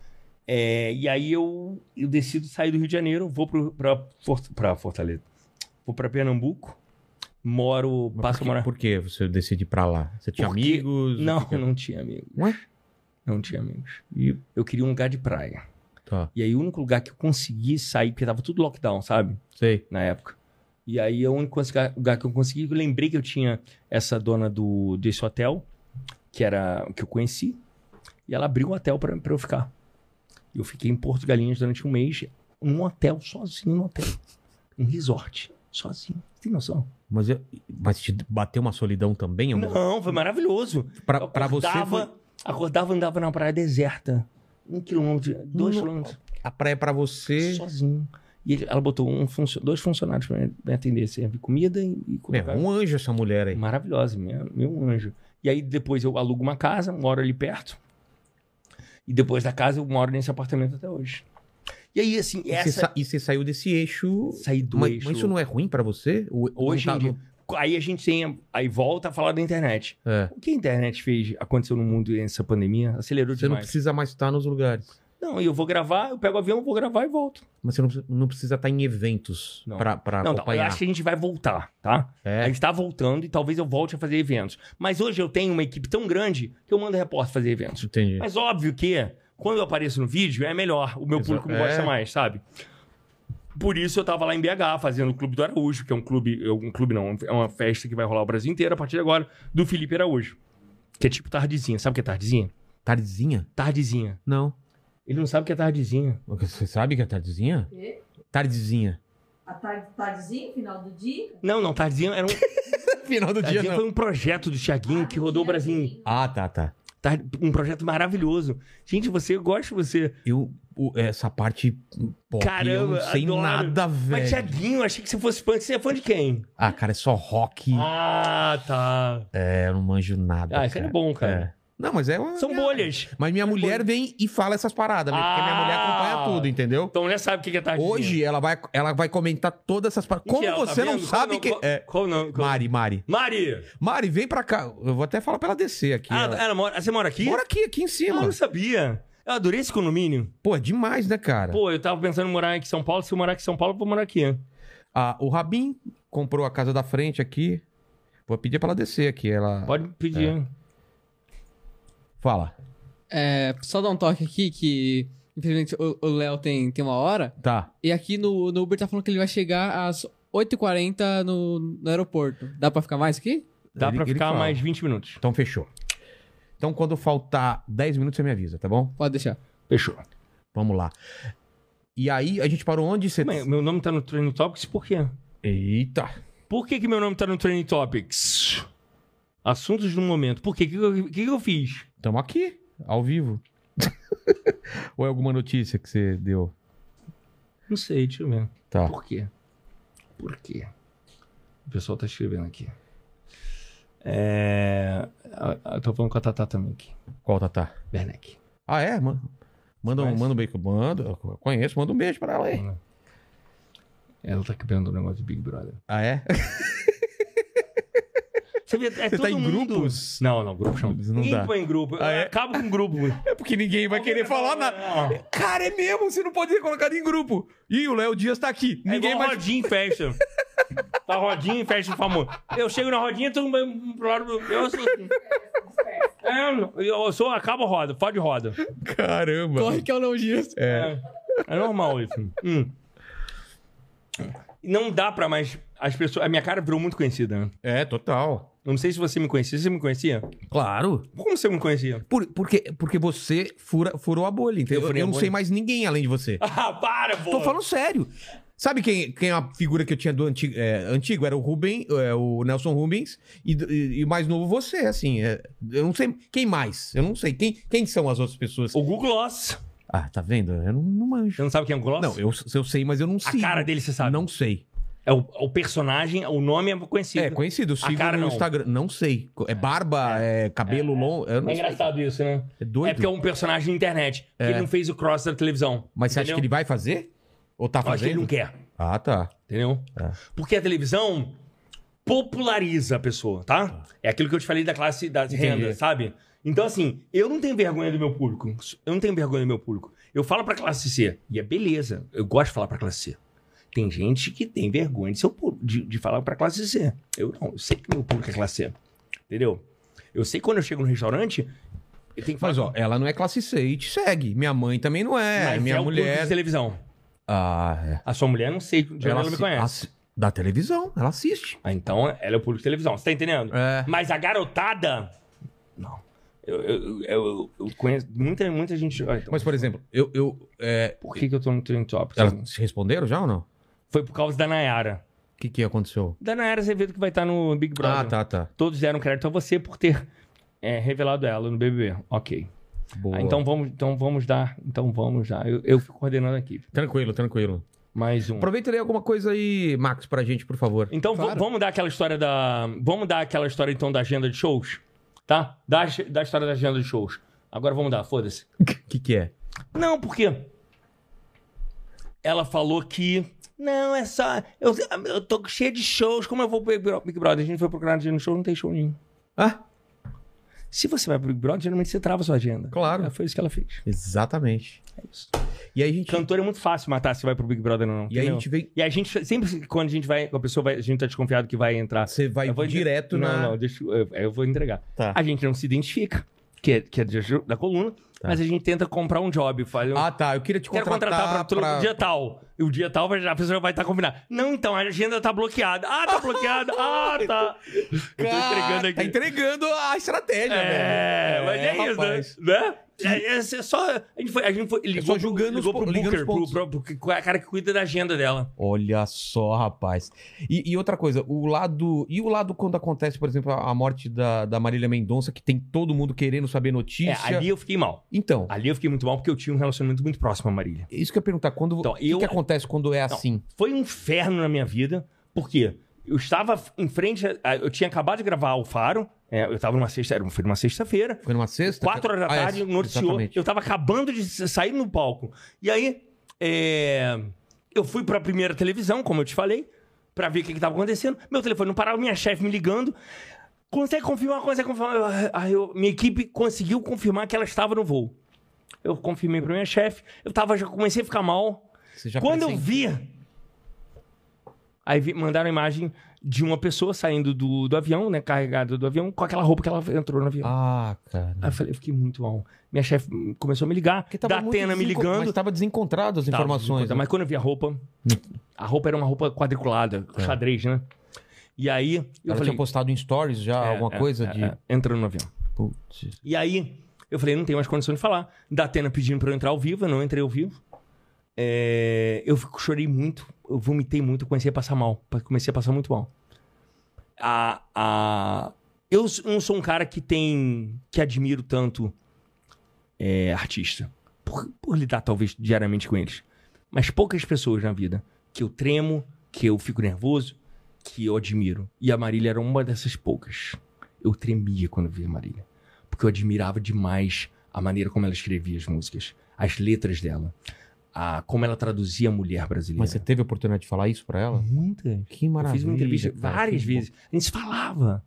C: É, e aí eu, eu decido sair do Rio de Janeiro, vou pro, pra, For- pra Fortaleza. Vou pra Pernambuco, moro,
A: Mas
C: passo a
A: por, que,
C: morar.
A: por que você decide ir pra lá? Você tinha
C: Porque-
A: amigos?
C: Não, não tinha amigos.
A: Ué?
C: Não tinha amigos.
A: E-
C: Eu queria um lugar de praia.
A: Tá,
C: E aí o único lugar que eu consegui sair, porque tava tudo lockdown, sabe?
A: sei.
C: Na época. E aí o único lugar- lugar que eu consegui, eu lembrei que eu tinha essa dona do, desse hotel, que era que eu conheci, e ela abriu um hotel pra, pra eu ficar. Eu fiquei em Porto Galinhas durante um mês, num hotel, sozinho no hotel. Um resort, sozinho. Tem noção?
A: Mas, eu- mas te bateu uma solidão também? amor?
C: Não, foi maravilhoso.
A: Pra,
C: Eu
A: pra você
C: acordava,
A: foi-
C: Acordava e andava na praia deserta. Um quilômetro, dois
A: Não.
C: quilômetros,
A: A praia pra você...
C: sozinho. E ele- ela botou um funcio- dois funcionários pra me atender, servir comida e, e
A: Meu, é um anjo essa mulher aí.
C: Maravilhosa, meu, meu anjo. E aí depois eu alugo uma casa, moro ali perto. E depois da casa eu moro nesse apartamento até hoje. E aí, assim,
A: E você
C: essa...
A: sa- E você saiu desse eixo...
C: Saí do
A: mas,
C: eixo.
A: mas isso não é ruim pra você? O-
C: Hoje
A: não tá
C: em dia. Aí a gente tem... Aí volta a falar da internet.
A: no- É.
C: O que a internet fez, aconteceu no mundo nessa pandemia? Acelerou
A: Você não
C: demais.
A: precisa mais estar nos lugares.
C: Não, e eu vou gravar, eu pego o avião, vou gravar e volto.
A: Mas você não, precisa- não precisa estar em eventos
C: Não.
A: pra, pra
C: Não, não, eu
A: acompanhar.
C: acho que a gente vai voltar, tá? A
A: É.
C: gente tá voltando e talvez eu volte a fazer eventos. Mas hoje eu tenho uma equipe tão grande que eu mando repórter fazer eventos.
A: Entendi.
C: Mas óbvio que quando eu apareço no vídeo é melhor, o meu
A: Exa-
C: público me
A: é.
C: gosta mais, sabe? Por isso eu tava lá em BH fazendo o Clube do Araújo, que é um clube, é um clube não, é uma festa que vai rolar o Brasil inteiro a partir de agora, do Felipe Araújo. Que é tipo tardezinha. Sabe o que é tardezinha?
A: Tardezinha?
C: Tardezinha.
A: Não.
C: Ele não sabe o que é tardezinha.
A: Você sabe que é tardezinha?
D: Quê?
A: Tardezinha.
D: A tarde, tardezinha, final do dia.
C: Não, não, tardezinha era um,
A: Final do
C: tardezinha foi um projeto do Thiaguinho que rodou o Brasil.
D: né?
C: inteiro.
A: Ah, tá, tá.
C: Tá- um projeto maravilhoso. Gente, você eu gosto de você.
A: Eu, o- essa parte pop, eu
C: Caramba,
A: não sei
C: adoro.
A: nada,
C: Mas,
A: velho.
C: Tiaguinho, achei que você é fosse fã. Você é fã de quem?
A: Ah, cara, é só rock.
C: Ah, tá.
A: É, eu não manjo nada.
C: Ah, isso era bom, cara.
A: Não, mas é uma...
C: São bolhas.
A: Mas minha mulher vem e fala essas paradas, velho, porque minha
C: Ah.
A: mulher acompanha tudo, entendeu?
C: Então, mulher sabe o que é tardezinha.
A: Hoje ela vai, ela vai comentar todas essas paradas.
C: Em que
A: Como
C: ela, tá
A: você não
C: vendo?
A: sabe
C: qual,
A: que...
C: Qual,
A: É,
C: qual não? Qual...
A: Mari, Mari.
C: Mari!
A: Mari, vem pra cá. Eu vou até falar pra ela descer aqui.
C: Ah,
A: ela...
C: ela mora... Você mora aqui?
A: Mora aqui, aqui em
C: Ah, eu
A: cima.
C: não sabia. Eu adorei esse condomínio.
A: Pô, é demais, né, cara?
C: Pô, eu tava pensando em morar aqui em São Paulo. Se eu morar aqui em São Paulo, eu vou morar aqui.
A: Ah, o Rabin comprou a casa da frente aqui. Vou pedir pra ela descer aqui. Ela
C: Pode pedir.
A: É. fala.
B: É, só dar um toque aqui que, infelizmente, o o Léo tem, tem uma hora.
A: Tá.
B: E aqui no, no Uber tá falando que ele vai chegar às 8h40 no, no aeroporto. Dá pra ficar mais aqui?
C: Dá
A: Ele-
C: pra
A: ele
C: ficar
A: fala.
C: mais 20 minutos.
A: Então fechou. Então quando faltar 10 minutos você me avisa, tá bom?
B: Pode deixar.
C: Fechou.
A: Vamos lá. E aí a gente parou onde você...
C: Mas Meu nome tá no Training Topics por quê?
A: Eita.
C: Por que, que meu nome tá no Training Topics? Assuntos do momento. Por quê? O que, que, eu- que que eu fiz?
A: Estamos aqui, ao vivo. Ou é alguma notícia que você deu?
C: Não sei, deixa eu ver.
A: Tá.
C: Por quê? Por quê? O pessoal tá escrevendo aqui. É... a- a- Eu tô falando com a Tatá também aqui.
A: Qual, Tatá?
C: Werneck.
A: Ah, é? Ma- Manda um,
C: Conhece?
A: manda um beijo. Manda, eu conheço, manda um beijo pra ela aí.
C: Ela tá quebrando o negócio de Big Brother.
A: Ah, é?
C: Você, vê, é
A: Você tá
C: todo
A: em
C: mundo-
A: grupos?
C: Não, não, grupos não.
A: Não
C: Ninguém
A: dá.
C: põe em grupo.
A: Ah, é?
C: Eu acabo com grupo.
A: É porque ninguém vai querer falar nada.
C: nada.
A: Cara, é mesmo, você não pode ser colocado em grupo. E o Léo Dias tá aqui.
C: É
A: Ninguém
C: igual
A: mais.
C: rodinha em festa. tá rodinha em festa famoso. Eu chego na rodinha, todo mundo vai pro lado do... Eu sou... assim. É, eu sou... Acaba a roda, fode roda.
A: Caramba.
B: Corre que é o Léo Dias.
C: É, é normal isso. Hum. Não dá pra mais... As pessoas... A minha cara virou muito conhecida, né?
A: É, total.
C: Eu não sei se você me conhecia. Você me conhecia?
A: Claro.
C: Como você me conhecia?
A: Por, porque, porque você fura- furou a bolha, entendeu?
C: Eu
A: Eu,
C: furei a
A: não
C: bolha.
A: sei mais ninguém além de você.
C: Ah, para, pô!
A: Tô falando sério. Sabe quem, quem é a figura que eu tinha do antigo? é, antigo era o Rubem, é, o Nelson Rubens, e, do- e, e o mais novo você, assim. é, eu não sei. Quem mais? Eu não sei. Quem, quem são as outras pessoas?
C: O Google Gloss.
A: Ah, tá vendo? Eu não, não manjo.
C: Você não sabe quem é o Gloss?
A: Não, eu, eu sei, mas eu não
C: A
A: sigo.
C: cara dele, você sabe.
A: Não sei.
C: É o, o personagem, o nome é conhecido.
A: É conhecido, eu sigo
C: cara
A: no
C: não.
A: Instagram. Não sei. É barba, é, cabelo longo. Eu não
C: É
A: sei.
C: engraçado isso, né?
A: É doido. É.
C: É porque é um personagem de internet. que Ele não fez o cross da televisão.
A: Mas você acha que ele vai fazer? Ou tá
C: Eu acho que
A: fazendo?
C: ele não quer.
A: Ah, tá.
C: Entendeu?
A: É.
C: Porque a televisão populariza a pessoa, tá? É aquilo que eu te falei da classe das
A: Entendi.
C: rendas, sabe? Então, assim, eu não tenho vergonha do meu público. Eu não tenho vergonha do meu público. Eu falo pra classe C, e é beleza. Eu gosto de falar pra classe C. Tem gente que tem vergonha de, seu, pú- de, de falar pra classe C. Eu não, eu sei que meu público é classe C. Entendeu? Eu sei que quando eu chego no restaurante, eu tenho que falar.
A: Mas ó, ela não é classe C e te segue. Minha mãe também não é.
C: mas
A: minha
C: é o público
A: mulher.
C: de televisão.
A: Ah, é.
C: A sua mulher, não sei de onde ela, me
A: assi-
C: conhece.
A: assi- Da televisão, ela assiste.
C: Ah, então ela é o público de televisão, você tá entendendo?
A: É.
C: Mas a garotada. Não. Eu, eu, eu, eu conheço muita, muita gente. Ah, então,
A: Mas, por exemplo, eu. eu é,
C: por que, que eu tô no Trend Topics?
A: elas se responderam já ou não? O
C: Foi por causa da Nayara.
A: que, que aconteceu?
C: Da Nayara Azevedo que vai estar no Big Brother.
A: Ah, tá, tá.
C: Todos deram crédito a você por ter é, revelado ela no BBB. Ok.
A: Boa.
C: Ah, então, vamos, então vamos dar. Então vamos dar. Eu, eu fico coordenando aqui.
A: Tranquilo, tranquilo.
C: Mais um.
A: Aproveita e lê alguma coisa aí, Max, pra gente, por favor.
C: Então v-
B: Claro.
C: vamos dar aquela história da. Vamos dar aquela história então da agenda de shows? Tá? Da, ag- da história da agenda de shows. Agora vamos dar, foda-se.
A: O que, que é?
C: Não, porque ela falou que. Não, é só. Eu, eu tô cheio de shows. Como eu vou pro Big Bro- Big Brother? A gente foi procurar agenda no show, não tem show nenhum.
A: Ah,
C: Se você vai pro Big Brother, geralmente você trava a sua agenda.
A: Claro.
C: É, Foi isso que ela fez.
A: exatamente.
C: É isso.
A: E aí a gente.
C: Cantor é muito fácil matar se vai pro Big Brother ou não.
A: E aí a
C: entendeu?
A: gente vem.
C: E a gente, sempre quando a gente vai, a pessoa vai, a gente tá desconfiado que vai entrar.
A: Você vai
C: Eu vou entre-
A: direto
C: não,
A: na.
C: Não, deixa, eu, eu vou entregar.
A: Tá.
C: A gente não se identifica, que é, que é da- da coluna, mas a gente tenta comprar um job. Fala,
A: Tá. Ah, tá. Eu queria te
C: Quero
A: contratar,
C: contratar pra, tro-
A: pra-
C: dia tal. E o dia tal vai- já- a pessoa vai estar combinada. Não, então, a agenda tá bloqueada. Ah, tá bloqueada. Ah, tá. Eu tô entregando
A: Cara, Tá
C: aqui.
A: entregando a estratégia,
C: É,
A: velho.
C: mas é,
A: rapaz. É
C: isso, né? né? É, é só. A gente foi. A gente foi ligou
A: só
C: pro-
A: julgando os
C: ligou
A: po-
C: pro
A: ligando
C: Booker,
A: os
C: pro,
A: pontos.
C: pro- pro- a cara que cuida da agenda dela.
A: Olha só, rapaz. E, e outra coisa, o lado. E o lado quando acontece, por exemplo, a a morte da, da Marília Mendonça, que tem todo mundo querendo saber
C: É,
A: notícia.
C: ali eu fiquei mal.
A: Então,
C: Ali eu fiquei muito mal porque eu tinha um relacionamento muito próximo à Marília.
A: isso que eu ia perguntar, quando.
C: Então,
A: o que,
C: eu-
A: que acontece quando é
C: Não.
A: assim?
C: Foi um inferno na minha vida, porque eu estava em frente. a- a- Eu tinha acabado de gravar o Faro. é, eu estava numa sexta, era um- foi numa sexta-feira.
A: Foi numa sexta?
C: Quatro horas da
A: Ah, é,
C: tarde, noticiou.
A: exatamente.
C: Eu tava acabando de s- sair no palco. E aí, é, eu fui pra primeira televisão, como eu te falei, pra ver o que, que tava acontecendo. Meu telefone não parava, minha chefe me ligando. Consegue confirmar, consegue confirmar. Eu- Aí eu- minha equipe conseguiu confirmar que ela estava no voo. Eu confirmei pra minha chefe. Eu tava, já comecei a ficar mal.
A: Você já
C: Quando eu
A: pressente-
C: vi. Aí vi- mandaram a imagem de uma pessoa saindo do, do avião, né? Carregada do avião, com aquela roupa que ela entrou no avião.
A: Ah, cara.
C: Aí eu falei, eu fiquei muito mal. Minha chefe hum, começou a me ligar,
A: Porque
C: da
A: muito
C: Atena me
A: desenco-
C: ligando.
A: Mas tava desencontrado as
C: Tava,
A: informações.
C: coisa, Mas quando eu vi a roupa, a roupa era uma roupa quadriculada, xadrez, né? E aí, eu
A: É. Ela
C: falei...
A: tinha postado em stories já
C: "É,
A: alguma
C: é,
A: coisa
C: é,
A: de.
C: é, entrando no avião.
A: Putz.
C: E aí, eu falei, não tenho mais condição de falar. Da Atena pedindo pra eu entrar ao vivo, eu não entrei ao vivo. É, eu fico- chorei muito, eu vomitei muito, eu comecei a passar mal. pa- Comecei a passar muito mal. A, a- eu s- não sou um cara que tem. que admiro tanto é, artista. Por, por lidar, talvez, diariamente com eles. Mas poucas pessoas na vida que eu tremo, que eu fico nervoso, que eu admiro. E a Marília era uma dessas poucas. Eu tremia quando via a Marília porque eu admirava demais a maneira como ela escrevia as músicas, as letras dela, a, como ela traduzia a mulher brasileira.
A: Mas você tá teve a oportunidade de falar isso pra ela?
C: Muitas.
A: Que
C: é. Eu
A: maravilha.
C: fiz uma entrevista
A: cara,
C: várias
A: que bom.
C: vezes. A gente se falava.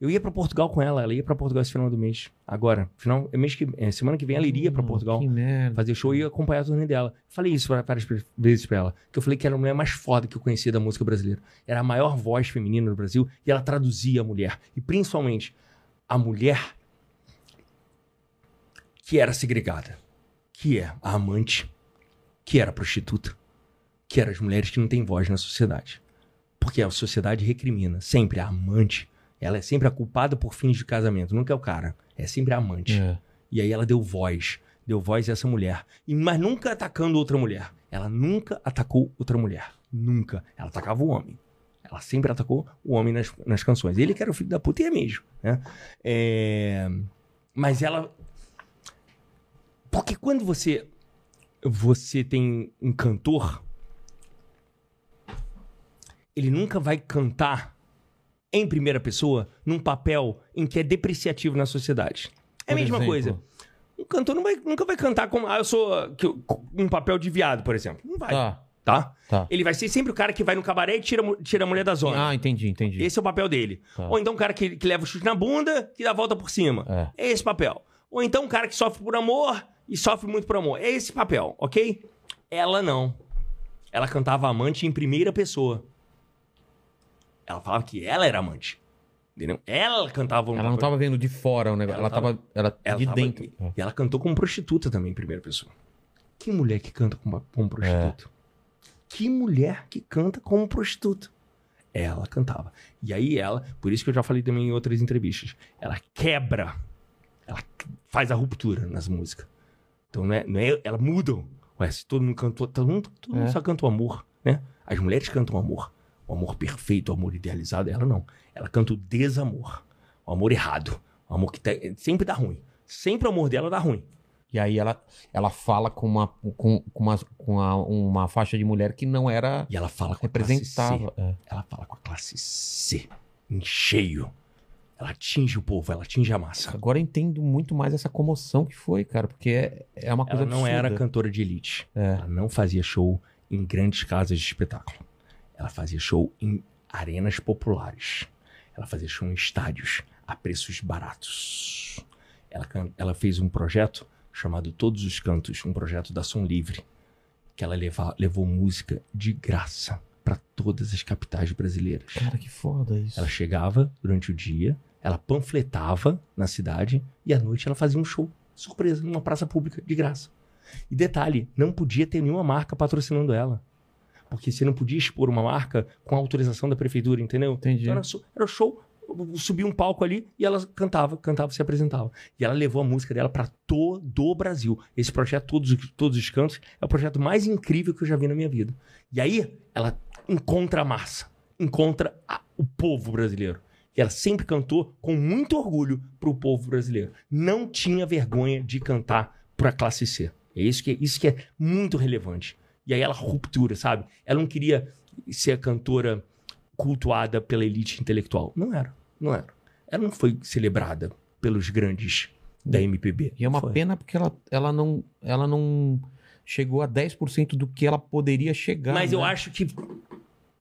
C: Eu ia pra Portugal com ela, ela ia pra Portugal esse final do mês. Agora, final, é mês que, é, semana que vem ela iria pra
A: Hum,
C: Portugal
A: Que merda.
C: fazer show e ia acompanhar a turnê dela. Falei isso pra- várias pe- vezes pra ela, que eu falei que era a mulher mais foda que eu conhecia da música brasileira. Era a maior voz feminina do Brasil e ela traduzia a mulher. E principalmente a mulher que era segregada, que é a amante, que era a prostituta, que eram as mulheres que não têm voz na sociedade. Porque a sociedade recrimina sempre a amante. Ela é sempre a culpada por fins de casamento, nunca é o cara. É sempre a amante.
A: É.
C: E aí ela deu voz. Deu voz a essa mulher. E, mas nunca atacando outra mulher. Ela nunca atacou outra mulher. Nunca. Ela atacava o homem. Ela sempre atacou o homem nas, nas canções. Ele que era o filho da puta e é mesmo. Né? É, Mas ela. Porque quando você. Você tem um cantor. Ele nunca vai cantar em primeira pessoa num papel em que é depreciativo na sociedade. É a
A: Por
C: mesma
A: exemplo,
C: coisa. Um cantor não vai- nunca vai cantar como. Ah, eu sou que eu- um papel de viado, por exemplo. Não vai. Tá.
A: Tá, tá.
C: Ele vai ser sempre o cara que vai no cabaré e tira, a mu- tira a mulher da zona.
A: Ah, entendi, entendi.
C: Esse é o papel dele.
A: Tá.
C: Ou então o cara que, que leva o chute na bunda e dá a volta por cima. É. esse papel. Ou então o cara que sofre por amor e sofre muito por amor. É esse papel, ok? Ela não. Ela cantava amante em primeira pessoa. Ela falava que ela era amante. Entendeu? Ela cantava um
A: Ela não
C: papel.
A: tava vendo de fora o negócio. Ela,
C: Ela
A: tava, Ela,
C: Ela
A: de
C: tava- É.
A: dentro.
C: E ela cantou como prostituta também, em primeira pessoa. Que mulher que canta como, como prostituta? um Que mulher que canta como prostituta? Ela cantava. E aí ela, por isso que eu já falei também em outras entrevistas, ela quebra, ela faz a ruptura nas músicas. Então não é, não é ela muda. Ué, se todo mundo cantou, todo mundo, todo mundo
A: É.
C: só canta o amor, né? As mulheres cantam o amor. O amor perfeito, o amor idealizado, ela não. Ela canta o desamor. O amor errado. O amor que tá- sempre dá ruim. Sempre o amor dela dá ruim.
A: E aí ela, ela fala com, uma, com, com, uma, com uma, uma faixa de mulher que não era
C: E ela fala com a classe C.
A: representava. É.
C: Ela fala com a classe C. Em cheio. Ela atinge o povo, ela atinge a massa.
A: Agora eu entendo muito mais essa comoção que foi, cara, porque é, é uma coisa
C: Ela não
A: absurda.
C: era cantora de elite.
A: É.
C: Ela não fazia show em grandes casas de espetáculo. Ela fazia show em arenas populares. Ela fazia show em estádios a preços baratos. Ela, can- ela fez um projeto chamado Todos os Cantos, um projeto da Som Livre, que ela leva- levou música de graça para todas as capitais brasileiras.
A: Cara, que foda isso.
C: Ela chegava durante o dia, ela panfletava na cidade e à noite ela fazia um show, surpresa, numa praça pública, de graça. E detalhe, não podia ter nenhuma marca patrocinando ela. Porque você não podia expor uma marca com autorização da prefeitura, entendeu?
A: Entendi.
C: Então era, só- era show, subia um palco ali e ela cantava, cantava, se apresentava. E ela levou a música dela para todo o Brasil. Esse projeto, todos, os- todos os cantos, é o projeto mais incrível que eu já vi na minha vida. E aí ela encontra a massa, encontra a- o povo brasileiro. E ela sempre cantou com muito orgulho pro povo brasileiro. Não tinha vergonha de cantar pra classe C. É isso que, isso que é muito relevante. E aí ela ruptura, sabe? Ela não queria ser a cantora cultuada pela elite intelectual. Não era, não era. Ela não foi celebrada pelos grandes da MPB.
A: E é uma
C: Foi.
A: pena porque ela, ela, não, ela não chegou a 10% do que ela poderia chegar.
C: Mas eu
A: né?
C: acho que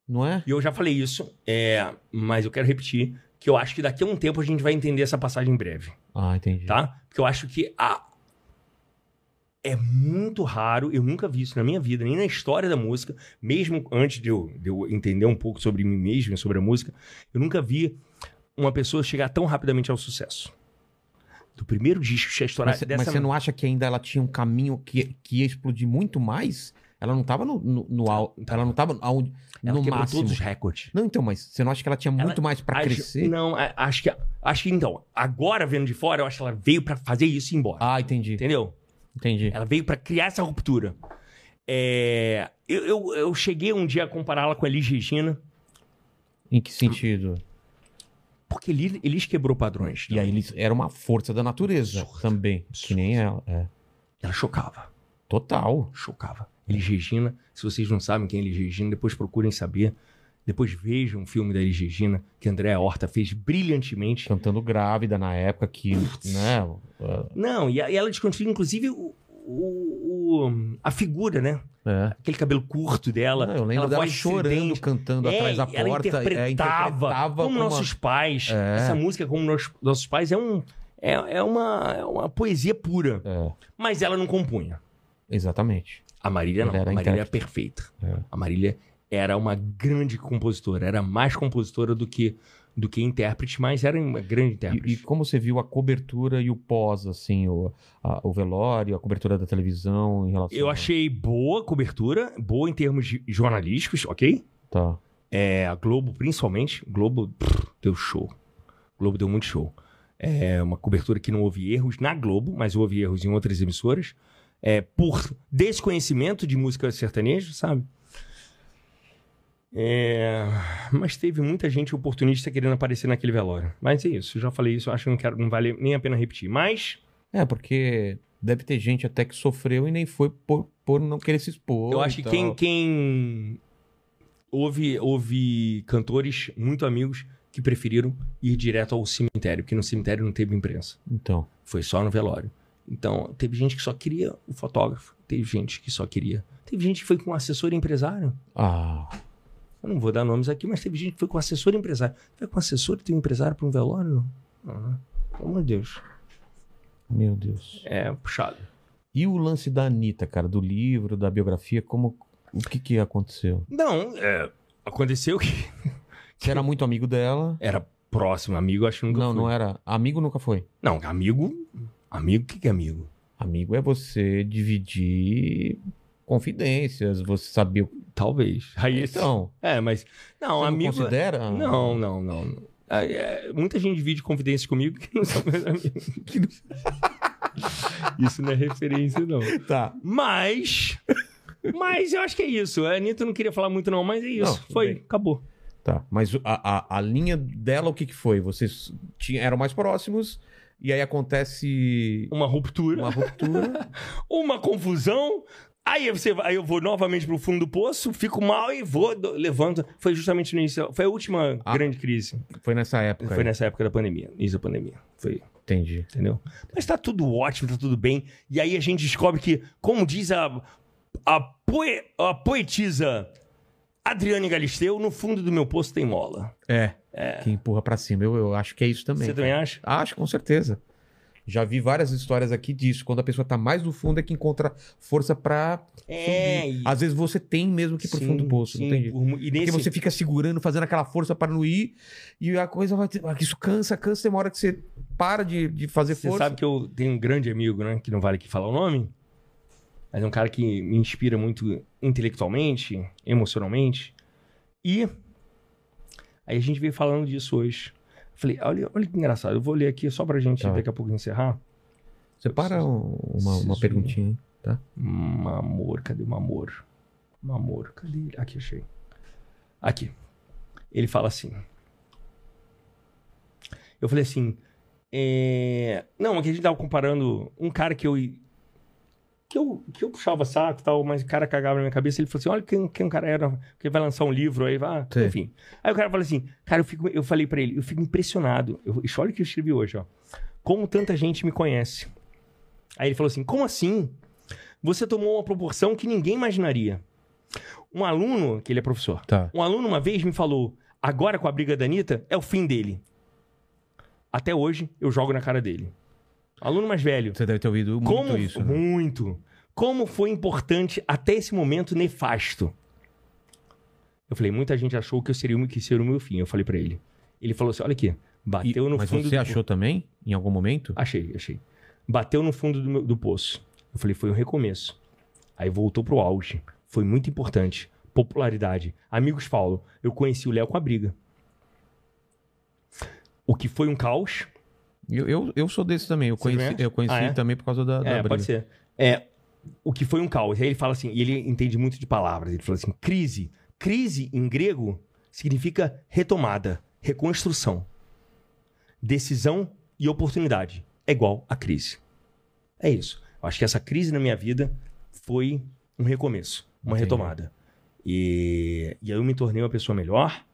A: Não é?
C: E eu já falei isso, é, mas eu quero repetir que eu acho que daqui a um tempo a gente vai entender essa passagem em breve,
A: Ah, entendi.
C: tá? Porque eu acho que a, É muito raro, eu nunca vi isso na minha vida, nem na história da música, mesmo antes de eu, de eu entender um pouco sobre mim mesmo, e sobre a música, eu nunca vi uma pessoa chegar tão rapidamente ao sucesso. Do primeiro disco já estourar
A: Mas, cê- mas
C: dessa
A: você não acha que ainda ela tinha um caminho que, que ia explodir muito mais? Ela não tava no, no, no au- Ela não tava aonde-
C: Tá. ela
A: no
C: quebrou
A: máximo.
C: todos os recordes.
A: Não, então, mas você não acha que ela tinha muito mais pra
C: Acho-
A: crescer?
C: Não, a- acho que acho que então, agora vendo de fora, eu acho que ela veio pra fazer isso e ir embora.
A: Ah, entendi.
C: Entendeu?
A: Entendi.
C: Ela veio pra criar essa ruptura. É, eu, eu, eu cheguei um dia a compará-la com a Elis Regina,
A: Em que sentido?
C: porque Elis, Elis quebrou padrões.
A: E aí eles era uma força da natureza também. Que nem ela. É.
C: Ela chocava,
A: Total.
C: chocava. Elis Regina, se vocês não sabem quem é Elis Regina, depois procurem saber. Depois vejam um filme da Elis Regina, que Andréa Horta fez brilhantemente.
A: Cantando grávida na época que. Né,
C: Não, e, a- e ela desconstruiu, inclusive, o- o- o, a figura, né?
A: é.
C: aquele cabelo curto dela.
A: Não, eu lembro
C: aquela
A: dela
C: voz
A: chorando,
C: estridente.
A: cantando
C: É,
A: atrás da
C: ela
A: porta.
C: interpretava,
A: é, interpretava
C: como
A: uma-
C: nossos pais.
A: É.
C: Essa música como nos- nossos pais é um é, é uma, é uma poesia pura.
A: É,
C: Mas ela não compunha.
A: exatamente.
C: A Marília não.
A: Ela era
C: a Marília era
A: intérprete.
C: perfeita.
A: É.
C: A Marília era uma grande compositora. Era mais compositora do que do que intérprete, mas era uma
A: E,
C: grande
A: e
C: intérprete.
A: como você viu a cobertura e o pós, assim, o, a- o velório, a cobertura da televisão em relação
C: Eu
A: a-
C: achei boa a cobertura, boa em termos de jornalísticos, ok?
A: Tá.
C: É, a Globo, principalmente. Globo pff, deu show. Globo deu muito show. É uma cobertura que não houve erros na Globo, mas houve erros em outras emissoras. É, por desconhecimento de música sertaneja, sabe? É, mas teve muita gente oportunista querendo aparecer naquele velório. Mas é isso, eu já falei isso, acho que não, quero, não vale nem a pena repetir. Mas
A: É, porque deve ter gente até que sofreu e nem foi por, por não querer se expor.
C: Eu acho
A: e
C: que
A: tal.
C: quem, quem houve, houve cantores muito amigos que preferiram ir direto ao cemitério, porque no cemitério não teve imprensa,
A: Então,
C: foi só no velório. Então, teve gente que só queria o fotógrafo, teve gente que só queria. Teve gente que foi com um assessor empresário.
A: ah,
C: Eu não vou dar nomes aqui, mas teve gente que foi com um assessor empresário. Vai com assessor e tem um empresário para um velório? Não, não. né? Pelo amor de Deus.
A: meu Deus.
C: É puxado.
A: E o lance da Anitta, cara, do livro, da biografia, como. O que que aconteceu?
C: Não, é, aconteceu que
A: Você era muito amigo dela?
C: era próximo, amigo, acho que nunca
A: Não,
C: fui.
A: não era. Amigo nunca foi.
C: Não, amigo. Amigo, o que, que é amigo?
A: Amigo é você dividir confidências, você saber o que.
C: Talvez. Aí,
A: Então,
C: É, mas. Não, um-
A: você
C: amigo. é-
A: não considera?
C: Não, não, não. Aí, é, muita gente divide confidências comigo que não são meus amigos. Que não- Isso não é referência, não.
A: Tá.
C: Mas. Mas eu acho que é isso. A Anitta não queria falar muito, não, mas é isso.
A: Não, tudo
C: Foi,
A: bem.
C: acabou.
A: Tá, mas o- a, a, a linha dela, o que, que foi? Vocês tinham, eram mais próximos, e aí acontece
C: Uma ruptura,
A: uma
C: uma,
A: ruptura.
C: confusão. Aí, você, vai- aí eu vou novamente pro fundo do poço, fico mal e vou, do- levanto. Foi justamente no início. Foi a última
A: Ah.
C: grande crise.
A: foi nessa época.
C: Foi
A: aí.
C: nessa época da pandemia, início da pandemia. Foi.
A: Entendi.
C: entendeu? Mas tá tudo ótimo, tá tudo bem. E aí a gente descobre que, como diz a, a, poe- a poetisa Adriane Galisteu, no fundo do meu poço tem mola.
A: É. Que empurra pra cima. Eu, eu acho que é isso também.
C: Você também acha?
A: Acho, com certeza. Já vi várias histórias aqui disso. Quando a pessoa tá mais no fundo é que encontra força pra.
C: É.
A: subir.
C: e-
A: Às vezes você tem mesmo que ir pro
C: sim,
A: fundo do poço,
C: sim,
A: não tem jeito.
C: por mu- e
A: Porque
C: nesse,
A: você fica segurando, fazendo aquela força para não ir, e a coisa vai. ah, Isso cansa, cansa, tem uma hora que você para de, de fazer
C: você
A: força.
C: sabe que eu tenho um grande amigo, né? Que não vale aqui falar o nome. Mas é um cara que me inspira muito intelectualmente, emocionalmente. E aí a gente veio falando disso hoje. Falei, olha, olha que engraçado. Eu vou ler aqui só pra gente
A: Tá.
C: daqui a pouco encerrar.
A: Você para um- uma, uma
C: preciso-
A: perguntinha, hein?
C: Mamor, Um cadê o Mamor? Mamor, cadê ele? Aqui, achei. Aqui. Ele fala assim. Eu falei assim. É... Não, aqui a gente tava comparando um cara que eu. Que eu, que eu puxava saco e tal, mas o cara cagava na minha cabeça. Ele falou assim: Olha quem, quem o cara era, que vai lançar um livro aí, vai.
A: Sim.
C: Enfim. Aí o cara fala assim: Cara, eu, fico, eu falei pra ele, eu fico impressionado. Eu, isso, olha o que eu escrevi hoje, ó. Como tanta gente me conhece. Aí ele falou assim: Como assim? você tomou uma proporção que ninguém imaginaria. Um aluno, que ele é professor,
A: Tá.
C: um aluno uma vez me falou: agora com a briga da Anitta, é o fim dele. Até hoje, eu jogo na cara dele. Aluno mais velho.
A: Você deve ter ouvido muito
C: como
A: isso. né?
C: Muito. Como foi importante até esse momento nefasto? Eu falei, muita gente achou que eu seria o- que seria o meu fim. Eu falei pra ele. Ele falou assim: olha aqui,
A: né? E-
C: bateu no
A: mas
C: fundo
A: você achou também, em algum momento?
C: Achei, achei. Bateu no fundo do, meu- do poço. Eu falei, foi um recomeço. Aí voltou pro auge. Foi muito importante. Popularidade. Amigos falam, eu conheci o Léo com a briga. O que foi um caos.
A: Eu, eu, eu sou desse também. Eu
C: Você
A: conheci,
C: conhece?
A: eu conheci
C: Ah, é?
A: também por causa da, da
C: é,
A: briga.
C: pode ser. É, o que foi um caos. Aí ele fala assim, e ele entende muito de palavras. Ele fala assim, crise. Crise, em grego, significa retomada, reconstrução. Decisão e oportunidade. É igual a crise. É isso. Eu acho que essa crise na minha vida foi um recomeço, uma
A: Entendi.
C: retomada. E, e aí eu me tornei uma pessoa melhor,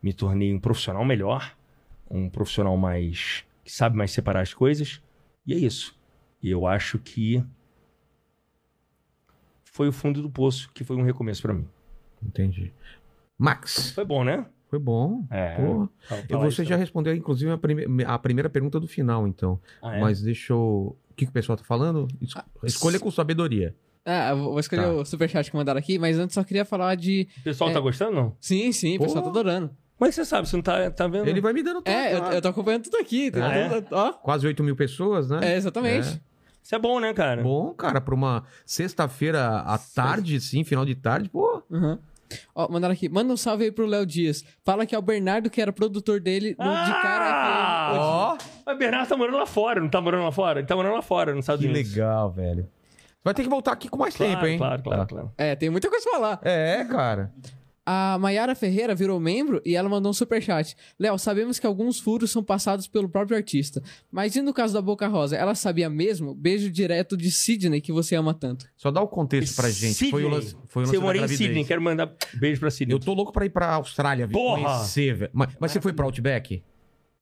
C: me tornei um profissional melhor, um profissional mais que sabe mais separar as coisas. E é isso. E eu acho que foi o fundo do poço que foi um recomeço pra mim.
A: Entendi. Max,
C: Foi bom, né?
A: foi bom.
C: É.
A: Pô,
C: Fala-
A: e
C: fala
A: você
C: aí,
A: já respondeu, inclusive, a, prime- a primeira pergunta do final, então.
C: então. Ah, é?
A: Mas deixa eu... O que, que o pessoal tá falando? Es-
C: Ah,
A: Escolha com sabedoria.
B: Ah, eu vou vou escolher
A: Tá.
B: o superchat que mandaram aqui, mas antes só queria falar de.
C: O pessoal
B: é.
C: tá gostando, não?
B: Sim, sim, o pessoal
A: Pô.
B: tá adorando.
C: Mas você sabe, você não tá, tá vendo?
A: Ele vai me dando toque
B: É, eu,
A: lá.
B: eu tô acompanhando tudo aqui. tá?
C: Ah, é?
B: Tudo- Ó.
A: Quase 8 mil pessoas, né?
B: É, exatamente.
C: Isso é bom, né, cara?
A: Bom, cara, pra uma sexta-feira à tarde, sim, final de tarde, pô.
B: Uhum. Ó, mandaram aqui. Manda um salve aí pro Léo Dias. Fala que é o Bernardo que era produtor dele no De Cara FM.
C: Ah! Mas Bernardo tá morando lá fora, não tá morando lá fora? Ele tá morando lá fora, não sabe
A: Que legal, velho. Vai ter que voltar aqui com mais
C: Claro,
A: tempo, hein?
C: claro, claro,
A: Tá.
C: claro.
B: É, tem muita coisa pra falar.
A: É, cara.
B: A Mayara Ferreira virou membro e ela mandou um superchat. Léo, sabemos que alguns furos são passados pelo próprio artista. Mas e no caso da Boca Rosa? Ela sabia mesmo? Beijo direto de Sidney, que você ama tanto.
A: Só dá o contexto pra gente. Foi o lance, foi o lance
C: Você
A: da
C: mora em
A: gravidez.
C: Sydney, quero mandar beijo pra Sydney.
A: Eu tô louco pra ir pra Austrália, viu?
C: Porra!
A: Conhecer, velho. Mas, mas você foi pra Outback?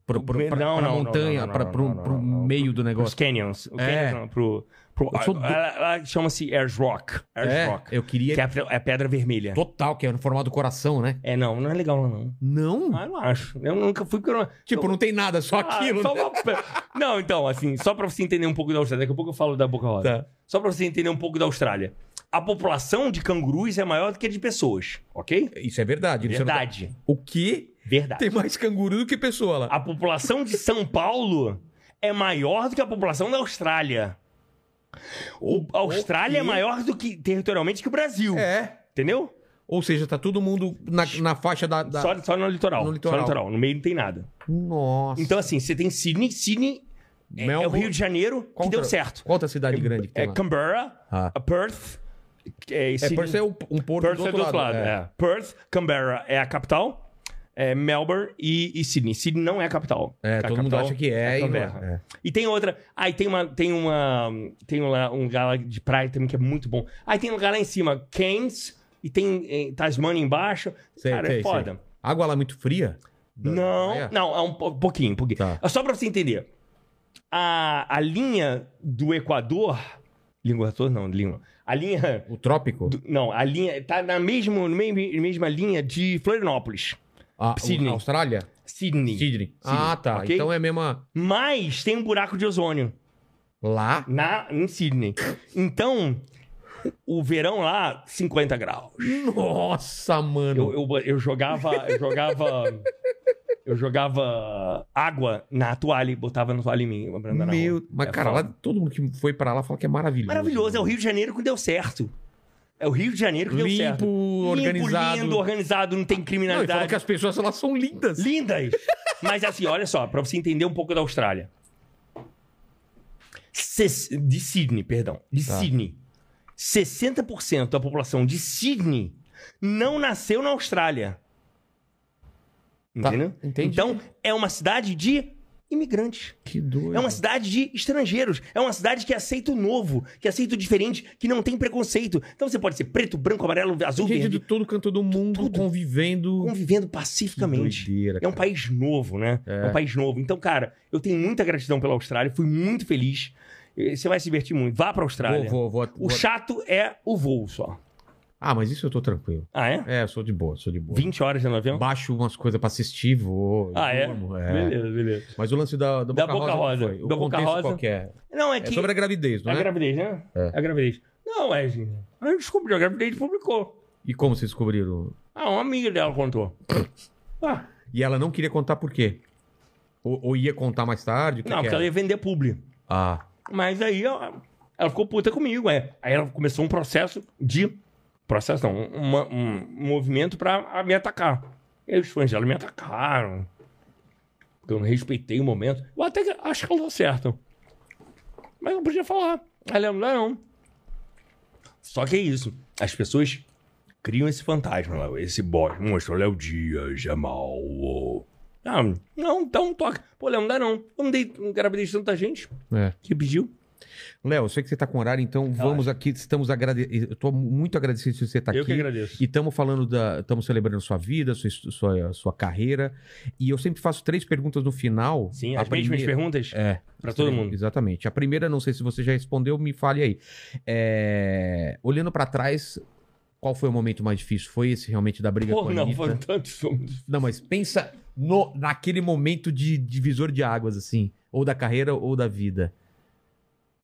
A: Pro, pro, pra,
C: Não,
A: pra
C: não, não,
A: montanha,
C: não, não,
A: pra,
C: não,
A: pro,
C: não, não,
A: pro
C: não, não.
A: meio do
C: Pros
A: negócio.
C: Canyons. O
A: É.
C: Canyons não, pro... pro
A: Eu sou do-
C: Ela, ela chama-se Ayers Rock. Ayers
A: É,
C: Rock.
A: eu queria
C: Que é a, pe- é a pedra vermelha.
A: total, que é no formato do coração, né?
C: É, não, não é legal lá, não.
A: Não?
C: Ah, eu não acho. Eu nunca fui... porque eu não-
A: tipo, não tem nada, só
C: Ah,
A: aquilo. né?
C: só uma- Não, então, assim, só pra você entender um pouco da Austrália. Daqui a pouco eu falo da Boca Rosa.
A: Tá.
C: Só pra você entender um pouco da Austrália. A população de cangurus é maior do que a de pessoas, ok?
A: Isso é verdade. isso é
C: Verdade.
A: O que
C: Verdade.
A: tem mais canguru do que pessoa lá?
C: A população de São Paulo é maior do que a população da Austrália. O, a Austrália é
A: ok.
C: maior do que territorialmente que o Brasil.
A: É.
C: Entendeu?
A: Ou seja, tá todo mundo na, na faixa da. da-
C: Só, só no litoral.
A: No
C: Só
A: litoral.
C: no litoral. No meio não tem nada.
A: Nossa.
C: Então, assim, você tem Sydney. Sydney é, é o
A: Melbourne.
C: Rio de Janeiro que
A: Qual
C: deu
A: outra-
C: certo.
A: Qual outra cidade grande que tem
C: É
A: lá?
C: Canberra,
A: Ah.
C: a Perth. É,
A: É,
C: Sydney-
A: Perth é um, um porto
C: Perth
A: do
C: é
A: outro lado. é.
C: é. Perth, Canberra é a capital, é Melbourne e, e Sydney. Sydney não é a capital.
A: É,
C: a
A: todo mundo
C: capital
A: acha que é, e não é.
C: Canberra.
A: É.
C: E tem outra. Aí tem uma. Tem uma. Tem um, lá- um lugar lá de praia também que é muito bom. Aí tem um lugar lá em cima, Cairns, e tem eh, Tasmania embaixo.
A: Sei,
C: Cara,
A: sei,
C: é
A: sei.
C: foda.
A: Água lá é muito fria? Da-
C: Não,
A: da praia?
C: não, é um po- pouquinho, um pouquinho.
A: Tá.
C: É Só pra você entender. A, a linha do Equador. Linha do Equador, não, língua. A linha.
A: O trópico?
C: do- não, a linha. Tá na mesma, no meio- mesma linha de Florianópolis.
A: Ah, A,
C: Sydney.
A: o- Austrália?
C: Sydney.
A: Sydney. Ah, tá.
C: ok?
A: Então é a mesma.
C: Mas tem um buraco de ozônio
A: Lá?
C: na, em Sydney. Então, o verão lá, 50 graus.
A: Nossa,
C: Eu,
A: mano.
C: eu, eu jogava. Eu jogava. eu jogava água na toalha e botava na toalha em mim. pra andar na rua.
A: Meu. Mas,
C: É
A: cara,
C: foda.
A: lá, todo mundo que foi pra lá fala que é maravilhoso.
C: Maravilhoso, é o Rio de Janeiro que deu certo. É o Rio de Janeiro que deu
A: Limpo,
C: certo.
A: organizado.
C: lindo, organizado, não tem
A: Não, e falam
C: criminalidade.
A: que as pessoas lá são lindas.
C: Lindas! Mas assim, olha só, pra você entender um pouco da Austrália. Se- De Sydney, perdão. De
A: Tá.
C: Sydney. 60% da população de Sydney não nasceu na Austrália.
A: Tá,
C: Entendeu?
A: entendi.
C: Então, é uma cidade de imigrantes.
A: Que doido.
C: É uma cidade de estrangeiros. É uma cidade que aceita o novo, que aceita o diferente, que não tem preconceito. Então você pode ser preto, branco, amarelo, azul,
A: Gente de
C: verde,
A: todo canto do mundo
C: Tudo.
A: convivendo.
C: convivendo
A: Que
C: pacificamente.
A: doideira,
C: É um
A: cara.
C: país novo, né? É. um país novo. Então, cara, eu tenho muita gratidão pela Austrália, fui muito feliz. E Você vai se divertir muito. Vá pra Austrália.
A: Vou, vou, vou,
C: O
A: vou-
C: chato é o voo só.
A: Ah, mas isso eu tô tranquilo.
C: Ah, é?
A: É, eu sou de boa, sou de boa.
C: 20 horas no avião?
A: Baixo umas coisas pra assistir, vou. eu
C: então? Ah, é?
A: durmo,
C: Beleza, beleza.
A: Mas o lance da, da Boca
C: Da Boca
A: Rosa.
C: Rosa.
A: foi. O
C: Da Boca
A: contexto
C: Rosa.
A: qual que é?
C: Não, é
A: É
C: que.
A: sobre a gravidez, não
C: É
A: é?
C: gravidez, né?
A: É.
C: É, gravidez. Não, Não, Wesley. Aí eu descobri, a gravidez publicou.
A: E como vocês descobriram?
C: Ah, uma amiga dela contou. Ah,
A: E ela não queria contar por quê? Ou, ou ia contar mais tarde? O que
C: não,
A: que
C: porque
A: era?
C: ela ia vender publi.
A: Ah,
C: Mas aí ela, ela ficou puta comigo, é. Aí ela começou um processo de. Processo não, uma- um movimento pra me atacar. E os fãs dela me atacaram. Porque eu não respeitei o momento. Eu até que- acho que ela tá certa. Mas eu não podia falar. Ela não dá, não. Só que é isso. As pessoas criam esse fantasma lá, esse boy. Monstro, Léo Dias, Jamal. ô. Ah, não, então toca. Pô, Léo, não dá não. Eu não dei gravidez de tanta gente
A: é.
C: que pediu.
A: Léo, eu sei que você está com horário, então vamos aqui. Estamos agradecidos. Eu estou muito agradecido de você estar
C: Eu
A: Tá aqui.
C: que agradeço.
A: E estamos falando da. Estamos celebrando sua vida, sua, sua, sua carreira. E eu sempre faço três perguntas no final.
C: Sim, as mesmas perguntas
A: tá É,
C: pra todo mundo.
A: Exatamente. A primeira, não sei se você já respondeu, me fale aí. É, Olhando pra trás, qual foi o momento mais difícil? Foi esse realmente da briga com
C: Pô,
A: a
C: não,
A: Anitta?
C: foram tantos filmes.
A: Não, mas pensa no, naquele momento de divisor de águas, assim. Ou da carreira ou da vida.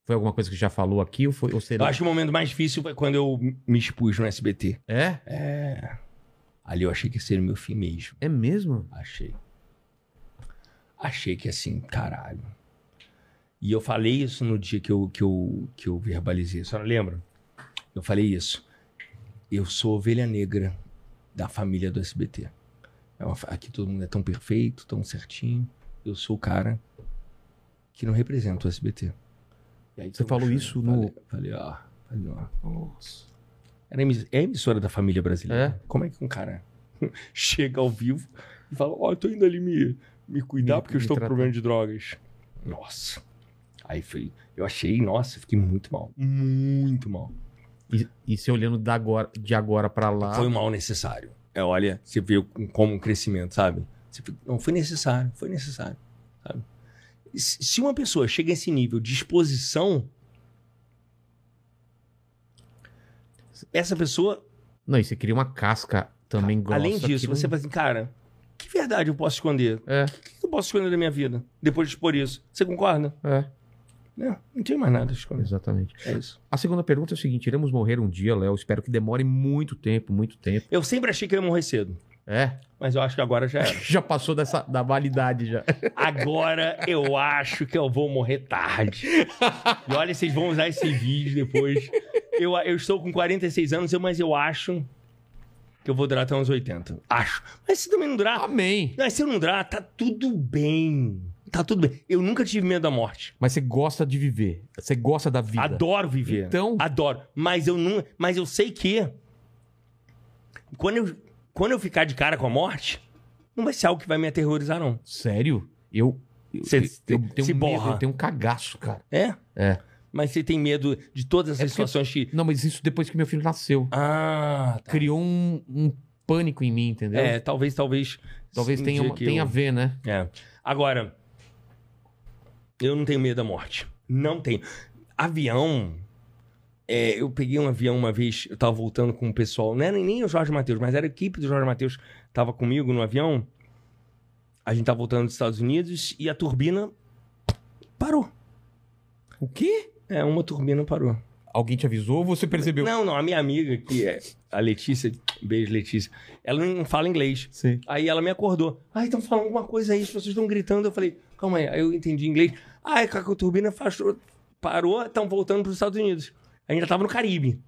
A: Foi alguma coisa que já falou aqui ou, foi, ou
C: Eu
A: será?
C: acho que o momento mais difícil foi quando eu me expus no SBT.
A: É?
C: É. Ali eu achei que seria o meu fim mesmo.
A: É mesmo?
C: Achei. Achei que assim, caralho. E eu falei isso no dia que eu, que eu, que eu verbalizei. A senhora lembra? Eu falei isso. Eu sou ovelha negra da família do SBT. É uma fa- aqui todo mundo é tão perfeito, tão certinho. Eu sou o cara que não representa o SBT. E aí
A: Você
C: todo mundo
A: falou
C: chorando.
A: isso no-
C: Falei, falei, ó. Falei, ó. Era emis- é a emissora da família brasileira. Como é que um cara chega ao vivo e fala: Ó, eu tô indo ali me, me cuidar
A: Me-
C: porque eu
A: me
C: estou com
A: tratar.
C: problema de drogas. Nossa. Aí foi. Eu achei, nossa, eu fiquei muito mal. Muito mal.
A: E, e se olhando da agora, de agora pra lá.
C: Foi um mal necessário. É, olha, você vê com- como um crescimento, sabe? Você fica, não, foi necessário, foi necessário, sabe? E Se se uma pessoa chega a esse nível de exposição, essa pessoa
A: Não, e você cria uma casca também grossa.
C: Além disso,
A: que não-
C: você fala assim, cara, que verdade eu posso esconder?
A: É,
C: O que eu posso esconder da minha vida? Depois de expor isso. Você concorda?
A: é,
C: Não, não tem mais nada a esconder.
A: exatamente.
C: É isso.
A: A segunda pergunta é o seguinte: iremos morrer um dia, Léo. Espero que demore muito tempo, muito tempo.
C: Eu sempre achei que eu ia morrer cedo,
A: É.
C: mas eu acho que agora já era.
A: Já passou dessa da validade já.
C: Agora eu acho que eu vou morrer tarde. E olha, vocês vão usar esse vídeo depois. Eu, eu estou com 46 anos, eu- mas eu acho que eu vou durar até uns 80. Acho. Mas se também não durar.
A: Amém.
C: Não, se eu não durar, tá tudo bem. Tá tudo bem. Eu nunca tive medo da morte.
A: Mas você gosta de viver. Você gosta da vida.
C: Adoro viver.
A: Então-
C: Adoro. Mas eu não. Mas eu sei que. Quando eu, quando eu ficar de cara com a morte, não vai ser algo que vai me aterrorizar, não.
A: Sério? Eu. eu-
C: Você
A: eu
C: se-
A: tenho
C: se
A: medo,
C: borra.
A: eu tenho um cagaço, cara.
C: É?
A: É.
C: Mas você tem medo de todas essas
A: É porque-
C: situações que.
A: Não, mas isso depois que meu filho nasceu.
C: Ah, tá.
A: Criou um, um pânico em mim, entendeu?
C: É, talvez, talvez.
A: Talvez
C: um
A: tenha,
C: dia
A: uma-
C: que
A: tenha a
C: eu-
A: ver, né?
C: É. Agora, eu não tenho medo da morte. Não tenho. Avião. é, eu peguei um avião uma vez, eu tava voltando com o pessoal, não era nem o Jorge Matheus, mas era a equipe do Jorge Matheus, tava comigo no avião. A gente tava voltando dos Estados Unidos e a turbina parou.
A: O quê?
C: É, uma turbina parou.
A: Alguém te avisou ou você percebeu?
C: Não, não, a minha amiga, que é a Letícia, beijo Letícia, ela não fala inglês.
A: Sim.
C: Aí ela me acordou. Ah, estão falando alguma coisa aí, as pessoas estão gritando. Eu falei, calma aí. Aí eu entendi inglês. Ah, é que a turbina fachou- parou, estão voltando para os Estados Unidos. Ainda tava no Caribe.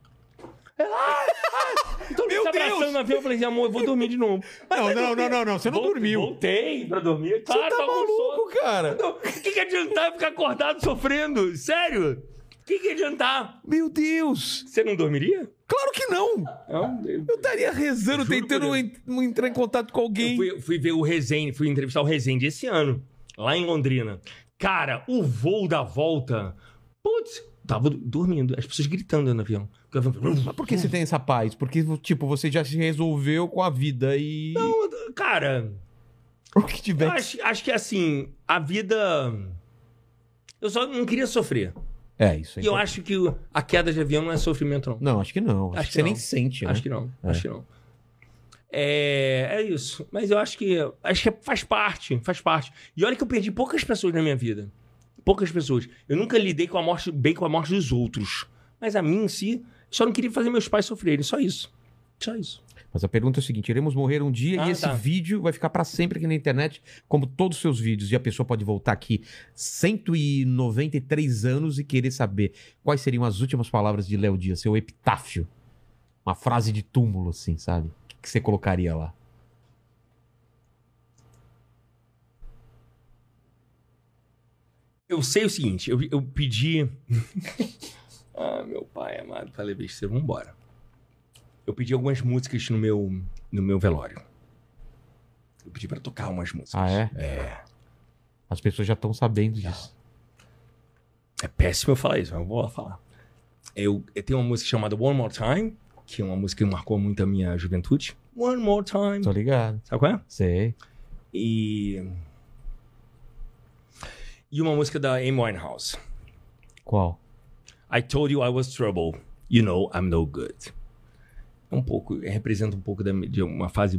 C: Ela, ah, ah, todo mundo
A: Meu
C: se abraçando
A: Deus!
C: no avião. Eu falei assim, amor, eu vou dormir de novo.
A: Não, não, não, não, não. Você não
C: Vol-
A: dormiu.
C: Voltei pra dormir. Claro,
A: Você tá
C: tava com sono.
A: maluco, cara.
C: Não, O que, que adiantar eu ficar acordado sofrendo? Sério? O que, que adiantar?
A: Meu Deus.
C: Você não dormiria?
A: Claro que não.
C: Não, eu-
A: Eu estaria rezando,
C: Juro
A: tentando
C: por
A: en- entrar em contato com
C: Eu
A: alguém.
C: fui, fui ver o Resende, fui entrevistar o Resende esse ano, lá em Londrina. Cara, o voo da volta. Putz, tava do- dormindo, as pessoas gritando no avião. Porque o avião-
A: Mas por que você tem essa paz? Porque, tipo, você já se resolveu com a vida e.
C: Cara,
A: O que
C: eu
A: tiver. que-
C: acho, acho que assim, a vida. Eu só não queria sofrer.
A: É, isso aí.
C: E eu acho que o- a queda de avião não é sofrimento, não.
A: Não, acho que não. Acho, que
C: Acho que
A: você
C: não.
A: nem sente, né?
C: Acho que não,
A: É.
C: acho que não. É, é isso. Mas eu acho que acho que faz parte, faz parte. E olha que eu perdi poucas pessoas na minha vida. Poucas pessoas. Eu nunca lidei com a morte bem com a morte dos outros. Mas a mim em si, só não queria fazer meus pais sofrerem, só isso. Só isso.
A: Mas a pergunta é o seguinte: iremos morrer um dia
C: Ah,
A: e esse
C: tá.
A: vídeo vai ficar pra sempre aqui na internet, como todos os seus vídeos. E a pessoa pode voltar aqui 193 anos e querer saber quais seriam as últimas palavras de Léo Dias, seu epitáfio. Uma frase de túmulo, assim, sabe? O que você colocaria lá?
C: Eu sei o seguinte, eu, eu pedi. ah, meu pai amado, falei besteira, vambora. Eu pedi algumas músicas no meu, no meu velório. Eu pedi pra tocar umas músicas.
A: Ah, é?
C: É.
A: As pessoas já estão sabendo disso.
C: É péssimo eu falar isso, mas eu vou falar. Eu, eu tenho uma música chamada One More Time, que é uma música que marcou muito a minha juventude. One More Time.
A: Tô ligado.
C: Sabe qual é?
A: Sei.
C: E. E uma música da Amy Winehouse.
A: Qual?
C: I told you I was trouble. You know I'm no good. É um pouco, representa um pouco da mi- de uma fase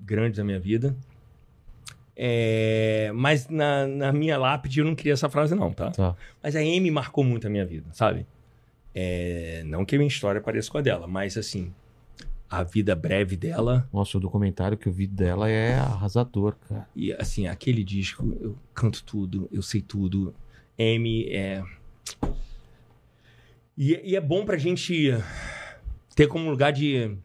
C: grande da minha vida. É, mas na, na minha lápide eu não queria essa frase, não, tá?
A: Tá.
C: Mas a Amy marcou muito a minha vida, sabe? É, não que a minha história pareça com a dela, mas assim, a vida breve dela
A: Nossa, o documentário que eu vi dela é arrasador, cara.
C: e assim, aquele disco, eu canto tudo, eu sei tudo. Amy é. E, e é bom pra gente ter como lugar de.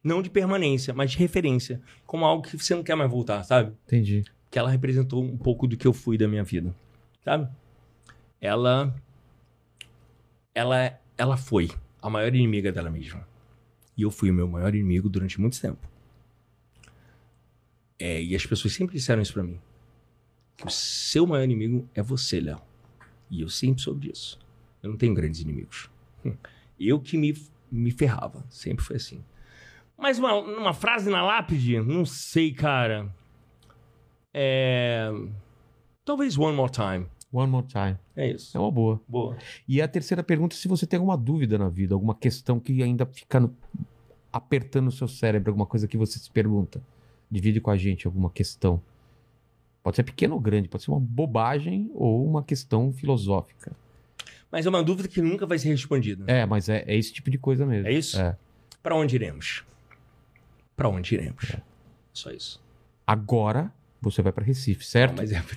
C: Não de permanência, mas de referência. Como algo que você não quer mais voltar, sabe?
A: Entendi.
C: que ela representou um pouco do que eu fui da minha vida, sabe? Ela ela ela foi a maior inimiga dela mesma. E eu fui o meu maior inimigo durante muito tempo. É, e as pessoas sempre disseram isso pra mim. Que o seu maior inimigo é você, Léo. E eu sempre soube disso. Eu não tenho grandes inimigos. Hum. Eu que me, me ferrava. Sempre foi assim. Mas uma, uma frase na lápide? Não sei, cara. É... Talvez One More Time.
A: One More Time.
C: É isso.
A: É uma boa.
C: Boa.
A: E a terceira pergunta é se você tem alguma dúvida na vida, alguma questão que ainda fica no- apertando o seu cérebro, alguma coisa que você se pergunta. Divide com a gente alguma questão. Pode ser pequena ou grande, pode ser uma bobagem ou uma questão filosófica.
C: Mas é uma dúvida que nunca vai ser respondida.
A: É, mas é, é esse tipo de coisa mesmo.
C: É isso?
A: É.
C: Pra onde iremos? Pra onde iremos?
A: É.
C: Só isso.
A: Agora você vai pra Recife,
C: Não,
A: certo?
C: mas é. Vou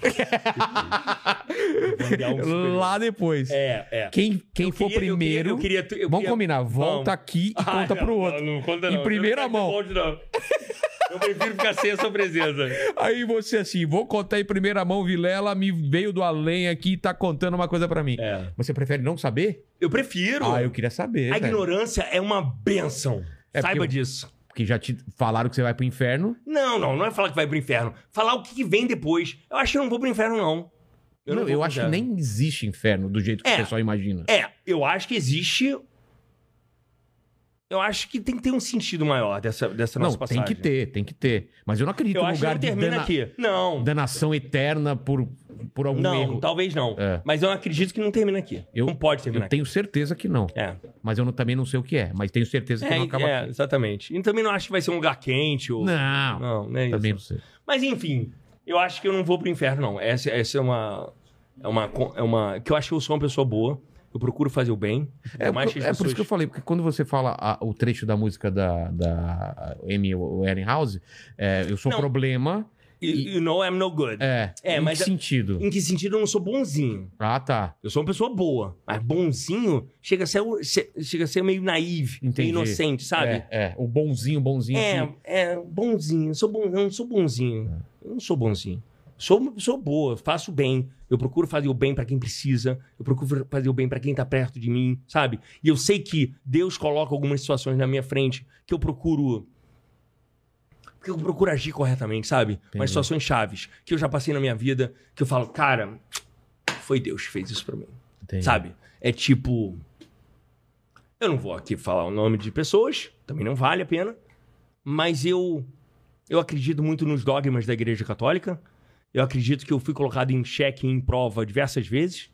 C: enviar um super-
A: Lá depois.
C: É, é.
A: Quem, quem
C: Eu
A: for
C: queria- eu queria-
A: primeiro,
C: Eu queria. tu- eu
A: vamos
C: queria-
A: combinar. Volta
C: Vamos.
A: aqui e
C: Ah,
A: conta
C: não,
A: pro outro.
C: Não, não conta,
A: Em
C: não. Eu
A: primeira
C: não
A: mão.
C: quero que volte, não. Eu prefiro ficar sem a sua presença.
A: Aí você assim, vou contar em primeira mão, Vilela me veio do além aqui e tá contando uma coisa pra mim.
C: É.
A: Você prefere não saber?
C: Eu prefiro.
A: Ah, eu queria saber.
C: A
A: velho.
C: ignorância é uma benção.
A: É
C: Saiba
A: porque-
C: disso.
A: Porque já te falaram que você vai pro inferno.
C: Não, não, não é falar que vai pro inferno. Falar o que que vem depois. Eu acho que eu não vou pro inferno, não.
A: Eu, não,
C: vou
A: eu
C: pro
A: acho que
C: inferno.
A: nem existe inferno do jeito que
C: É.
A: o pessoal imagina.
C: É, eu acho que existe. Eu acho que tem que ter um sentido maior dessa, dessa
A: não,
C: nossa passagem.
A: tem que ter, tem que ter. Mas eu não acredito
C: Eu
A: no
C: acho que
A: lugar
C: não
A: de
C: termina
A: dana,
C: aqui. Não.
A: danação eterna por, por algum
C: Não, tá
A: erro.
C: talvez não.
A: É.
C: Mas eu acredito que não termina aqui.
A: Eu-
C: não pode terminar
A: Eu tenho certeza que não.
C: aqui. É.
A: Mas eu não- também não sei o que é. Mas tenho certeza que
C: É,
A: não acaba
C: é,
A: aqui.
C: exatamente. E também não acho que vai ser um lugar quente ou.
A: Não,
C: Não, não é isso.
A: também não sei.
C: Mas enfim, eu acho que eu não vou pro inferno, não. Essa, essa é uma. É uma. con- É uma. Que eu acho que eu sou uma pessoa boa. Eu procuro fazer o bem.
A: É,
C: por mais
A: por,
C: que as
A: é por isso que eu
C: pessoas-
A: falei, porque quando você fala a- o trecho da música da, da Amy Winehouse, é, eu sou
C: Não.
A: problema,
C: You, you know I'm no good.
A: é,
C: É,
A: em
C: mas
A: que
C: a-
A: sentido?
C: Em que sentido eu não sou bonzinho?
A: Ah, tá.
C: Eu sou uma pessoa boa, mas bonzinho chega a ser, o- se- chega a ser meio naive,
A: Entendi.
C: meio inocente, sabe?
A: É, é, o bonzinho, bonzinho.
C: É,
A: que-
C: é, bonzinho. eu Sou bom, eu não sou bonzinho. Eu não sou bonzinho. Sou uma pessoa boa, faço o bem. Eu procuro fazer o bem pra quem precisa. Eu procuro fazer o bem pra quem tá perto de mim, sabe? E eu sei que Deus coloca algumas situações na minha frente que eu procuro. Que eu procuro agir corretamente, sabe?
A: Entendi.
C: Mas situações chaves que eu já passei na minha vida, que eu falo, cara, foi Deus que fez isso pra mim.
A: Entendi.
C: Sabe? É tipo. Eu não vou aqui falar o nome de pessoas, também não vale a pena, mas eu. Eu acredito muito nos dogmas da Igreja Católica. Eu acredito que eu fui colocado em xeque e em prova diversas vezes.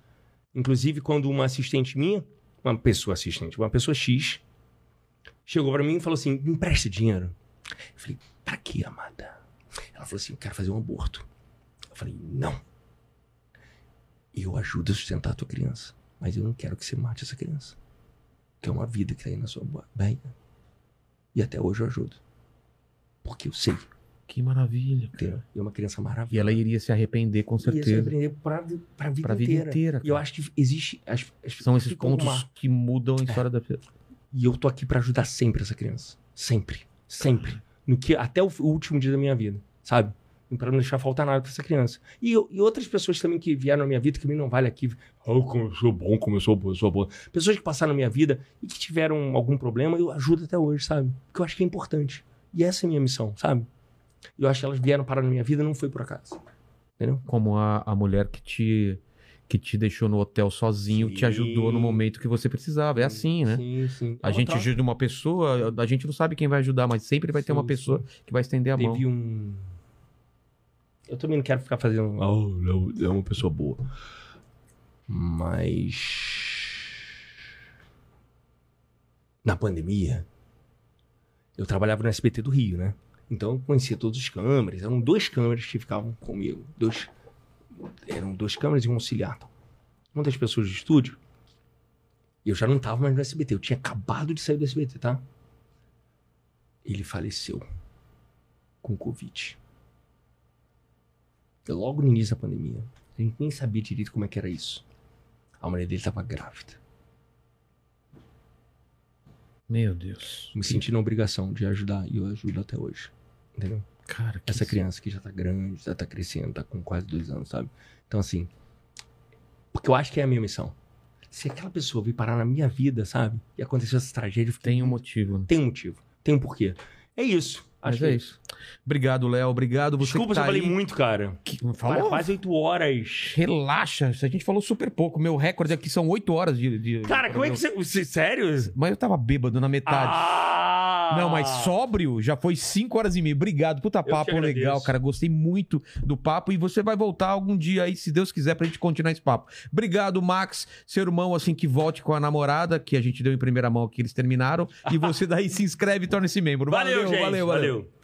C: Inclusive, quando uma assistente minha, uma pessoa assistente, uma pessoa X, chegou pra mim e falou assim: me empresta dinheiro. Eu falei: pra quê, amada? Ela falou assim: eu quero fazer um aborto. Eu falei: não. Eu ajudo a sustentar a tua criança, mas eu não quero que você mate essa criança. Tem uma vida que tá aí na sua barriga. E até hoje eu ajudo. Porque eu sei.
A: Que maravilha. cara.
C: Entendeu? E é uma criança maravilhosa.
A: E ela iria se arrepender, com
C: E esse
A: certeza.
C: aprender pra, vi- pra vida
A: Pra vida
C: inteira.
A: inteira,
C: E eu
A: cara.
C: acho que existe. As, as-
A: São esses
C: ficam no
A: pontos
C: ar.
A: que mudam
C: É.
A: a história da pessoa.
C: E eu tô aqui pra ajudar sempre essa criança. Sempre. Sempre. No que, até o, f- o último dia da minha vida, sabe? E Pra não deixar faltar nada pra essa criança. E, eu- e outras pessoas também que vieram na minha vida, que mim não vale aqui. Oh, como eu sou bom, como eu sou boa, eu sou boa. Pessoas que passaram na minha vida e que tiveram algum problema, eu ajudo até hoje, sabe? Porque eu acho que é importante. E essa é a minha missão, sabe? Eu acho que elas vieram parar na minha vida, não foi por acaso.
A: Como a, a mulher que te, que te deixou no hotel sozinho, te
C: Sim.
A: ajudou no momento que você precisava. É assim, né?
C: Sim, sim. É
A: A gente ajuda uma pessoa, a gente não sabe quem vai ajudar, mas sempre vai ter uma
C: Sim,
A: pessoa que vai estender a mão.
C: Teve um. Eu também não quero ficar fazendo. Oh, Léo é uma pessoa boa. Mas. Na pandemia, eu trabalhava no SBT do Rio, né? Então eu conhecia todos os câmeras. Eram dois câmeras que ficavam comigo. Dois... Eram dois câmeras e um auxiliar. Uma das pessoas do estúdio. E eu já não tava mais no SBT. Eu tinha acabado de sair do SBT, tá? Ele faleceu com Covid. E Logo no início da pandemia, a gente nem sabia direito como é que era isso. A mulher dele estava grávida.
A: Meu Deus.
C: Me senti na obrigação de ajudar e eu ajudo até hoje. Entendeu?
A: Cara, que
C: Essa criança que já tá grande, já tá crescendo, tá com quase dois anos, sabe? Então, assim. Porque eu acho que é a minha missão. Se aquela pessoa vir parar na minha vida, sabe? E aconteceu essa tragédia, eu fiquei-
A: Tem um motivo. né?
C: Tem um motivo. Tem um porquê. É isso.
A: Mas
C: Acho que
A: é isso. Obrigado, Léo. Obrigado. Você
C: Desculpa
A: que
C: se
A: tá
C: eu falei
A: aí.
C: muito, cara.
A: Que-
C: Cara,
A: Falou?
C: quase oito horas.
A: Relaxa. A gente falou super pouco. Meu recorde aqui são oito horas de. de-
C: Cara, como é que você. você- Sério?
A: Mas eu tava bêbado na tá metade.
C: Ah!
A: Não, mas sóbrio já foi 5 horas e meia. Obrigado, puta
C: que
A: papo
C: agradeço.
A: legal, cara. Gostei muito do papo e você vai voltar algum dia aí, se Deus quiser, pra gente continuar esse papo. Obrigado, Max, seu irmão, assim, que volte com a namorada, que a gente deu em primeira mão aqui, eles terminaram. E você daí se inscreve e torna-se membro.
C: Valeu, gente. valeu. valeu.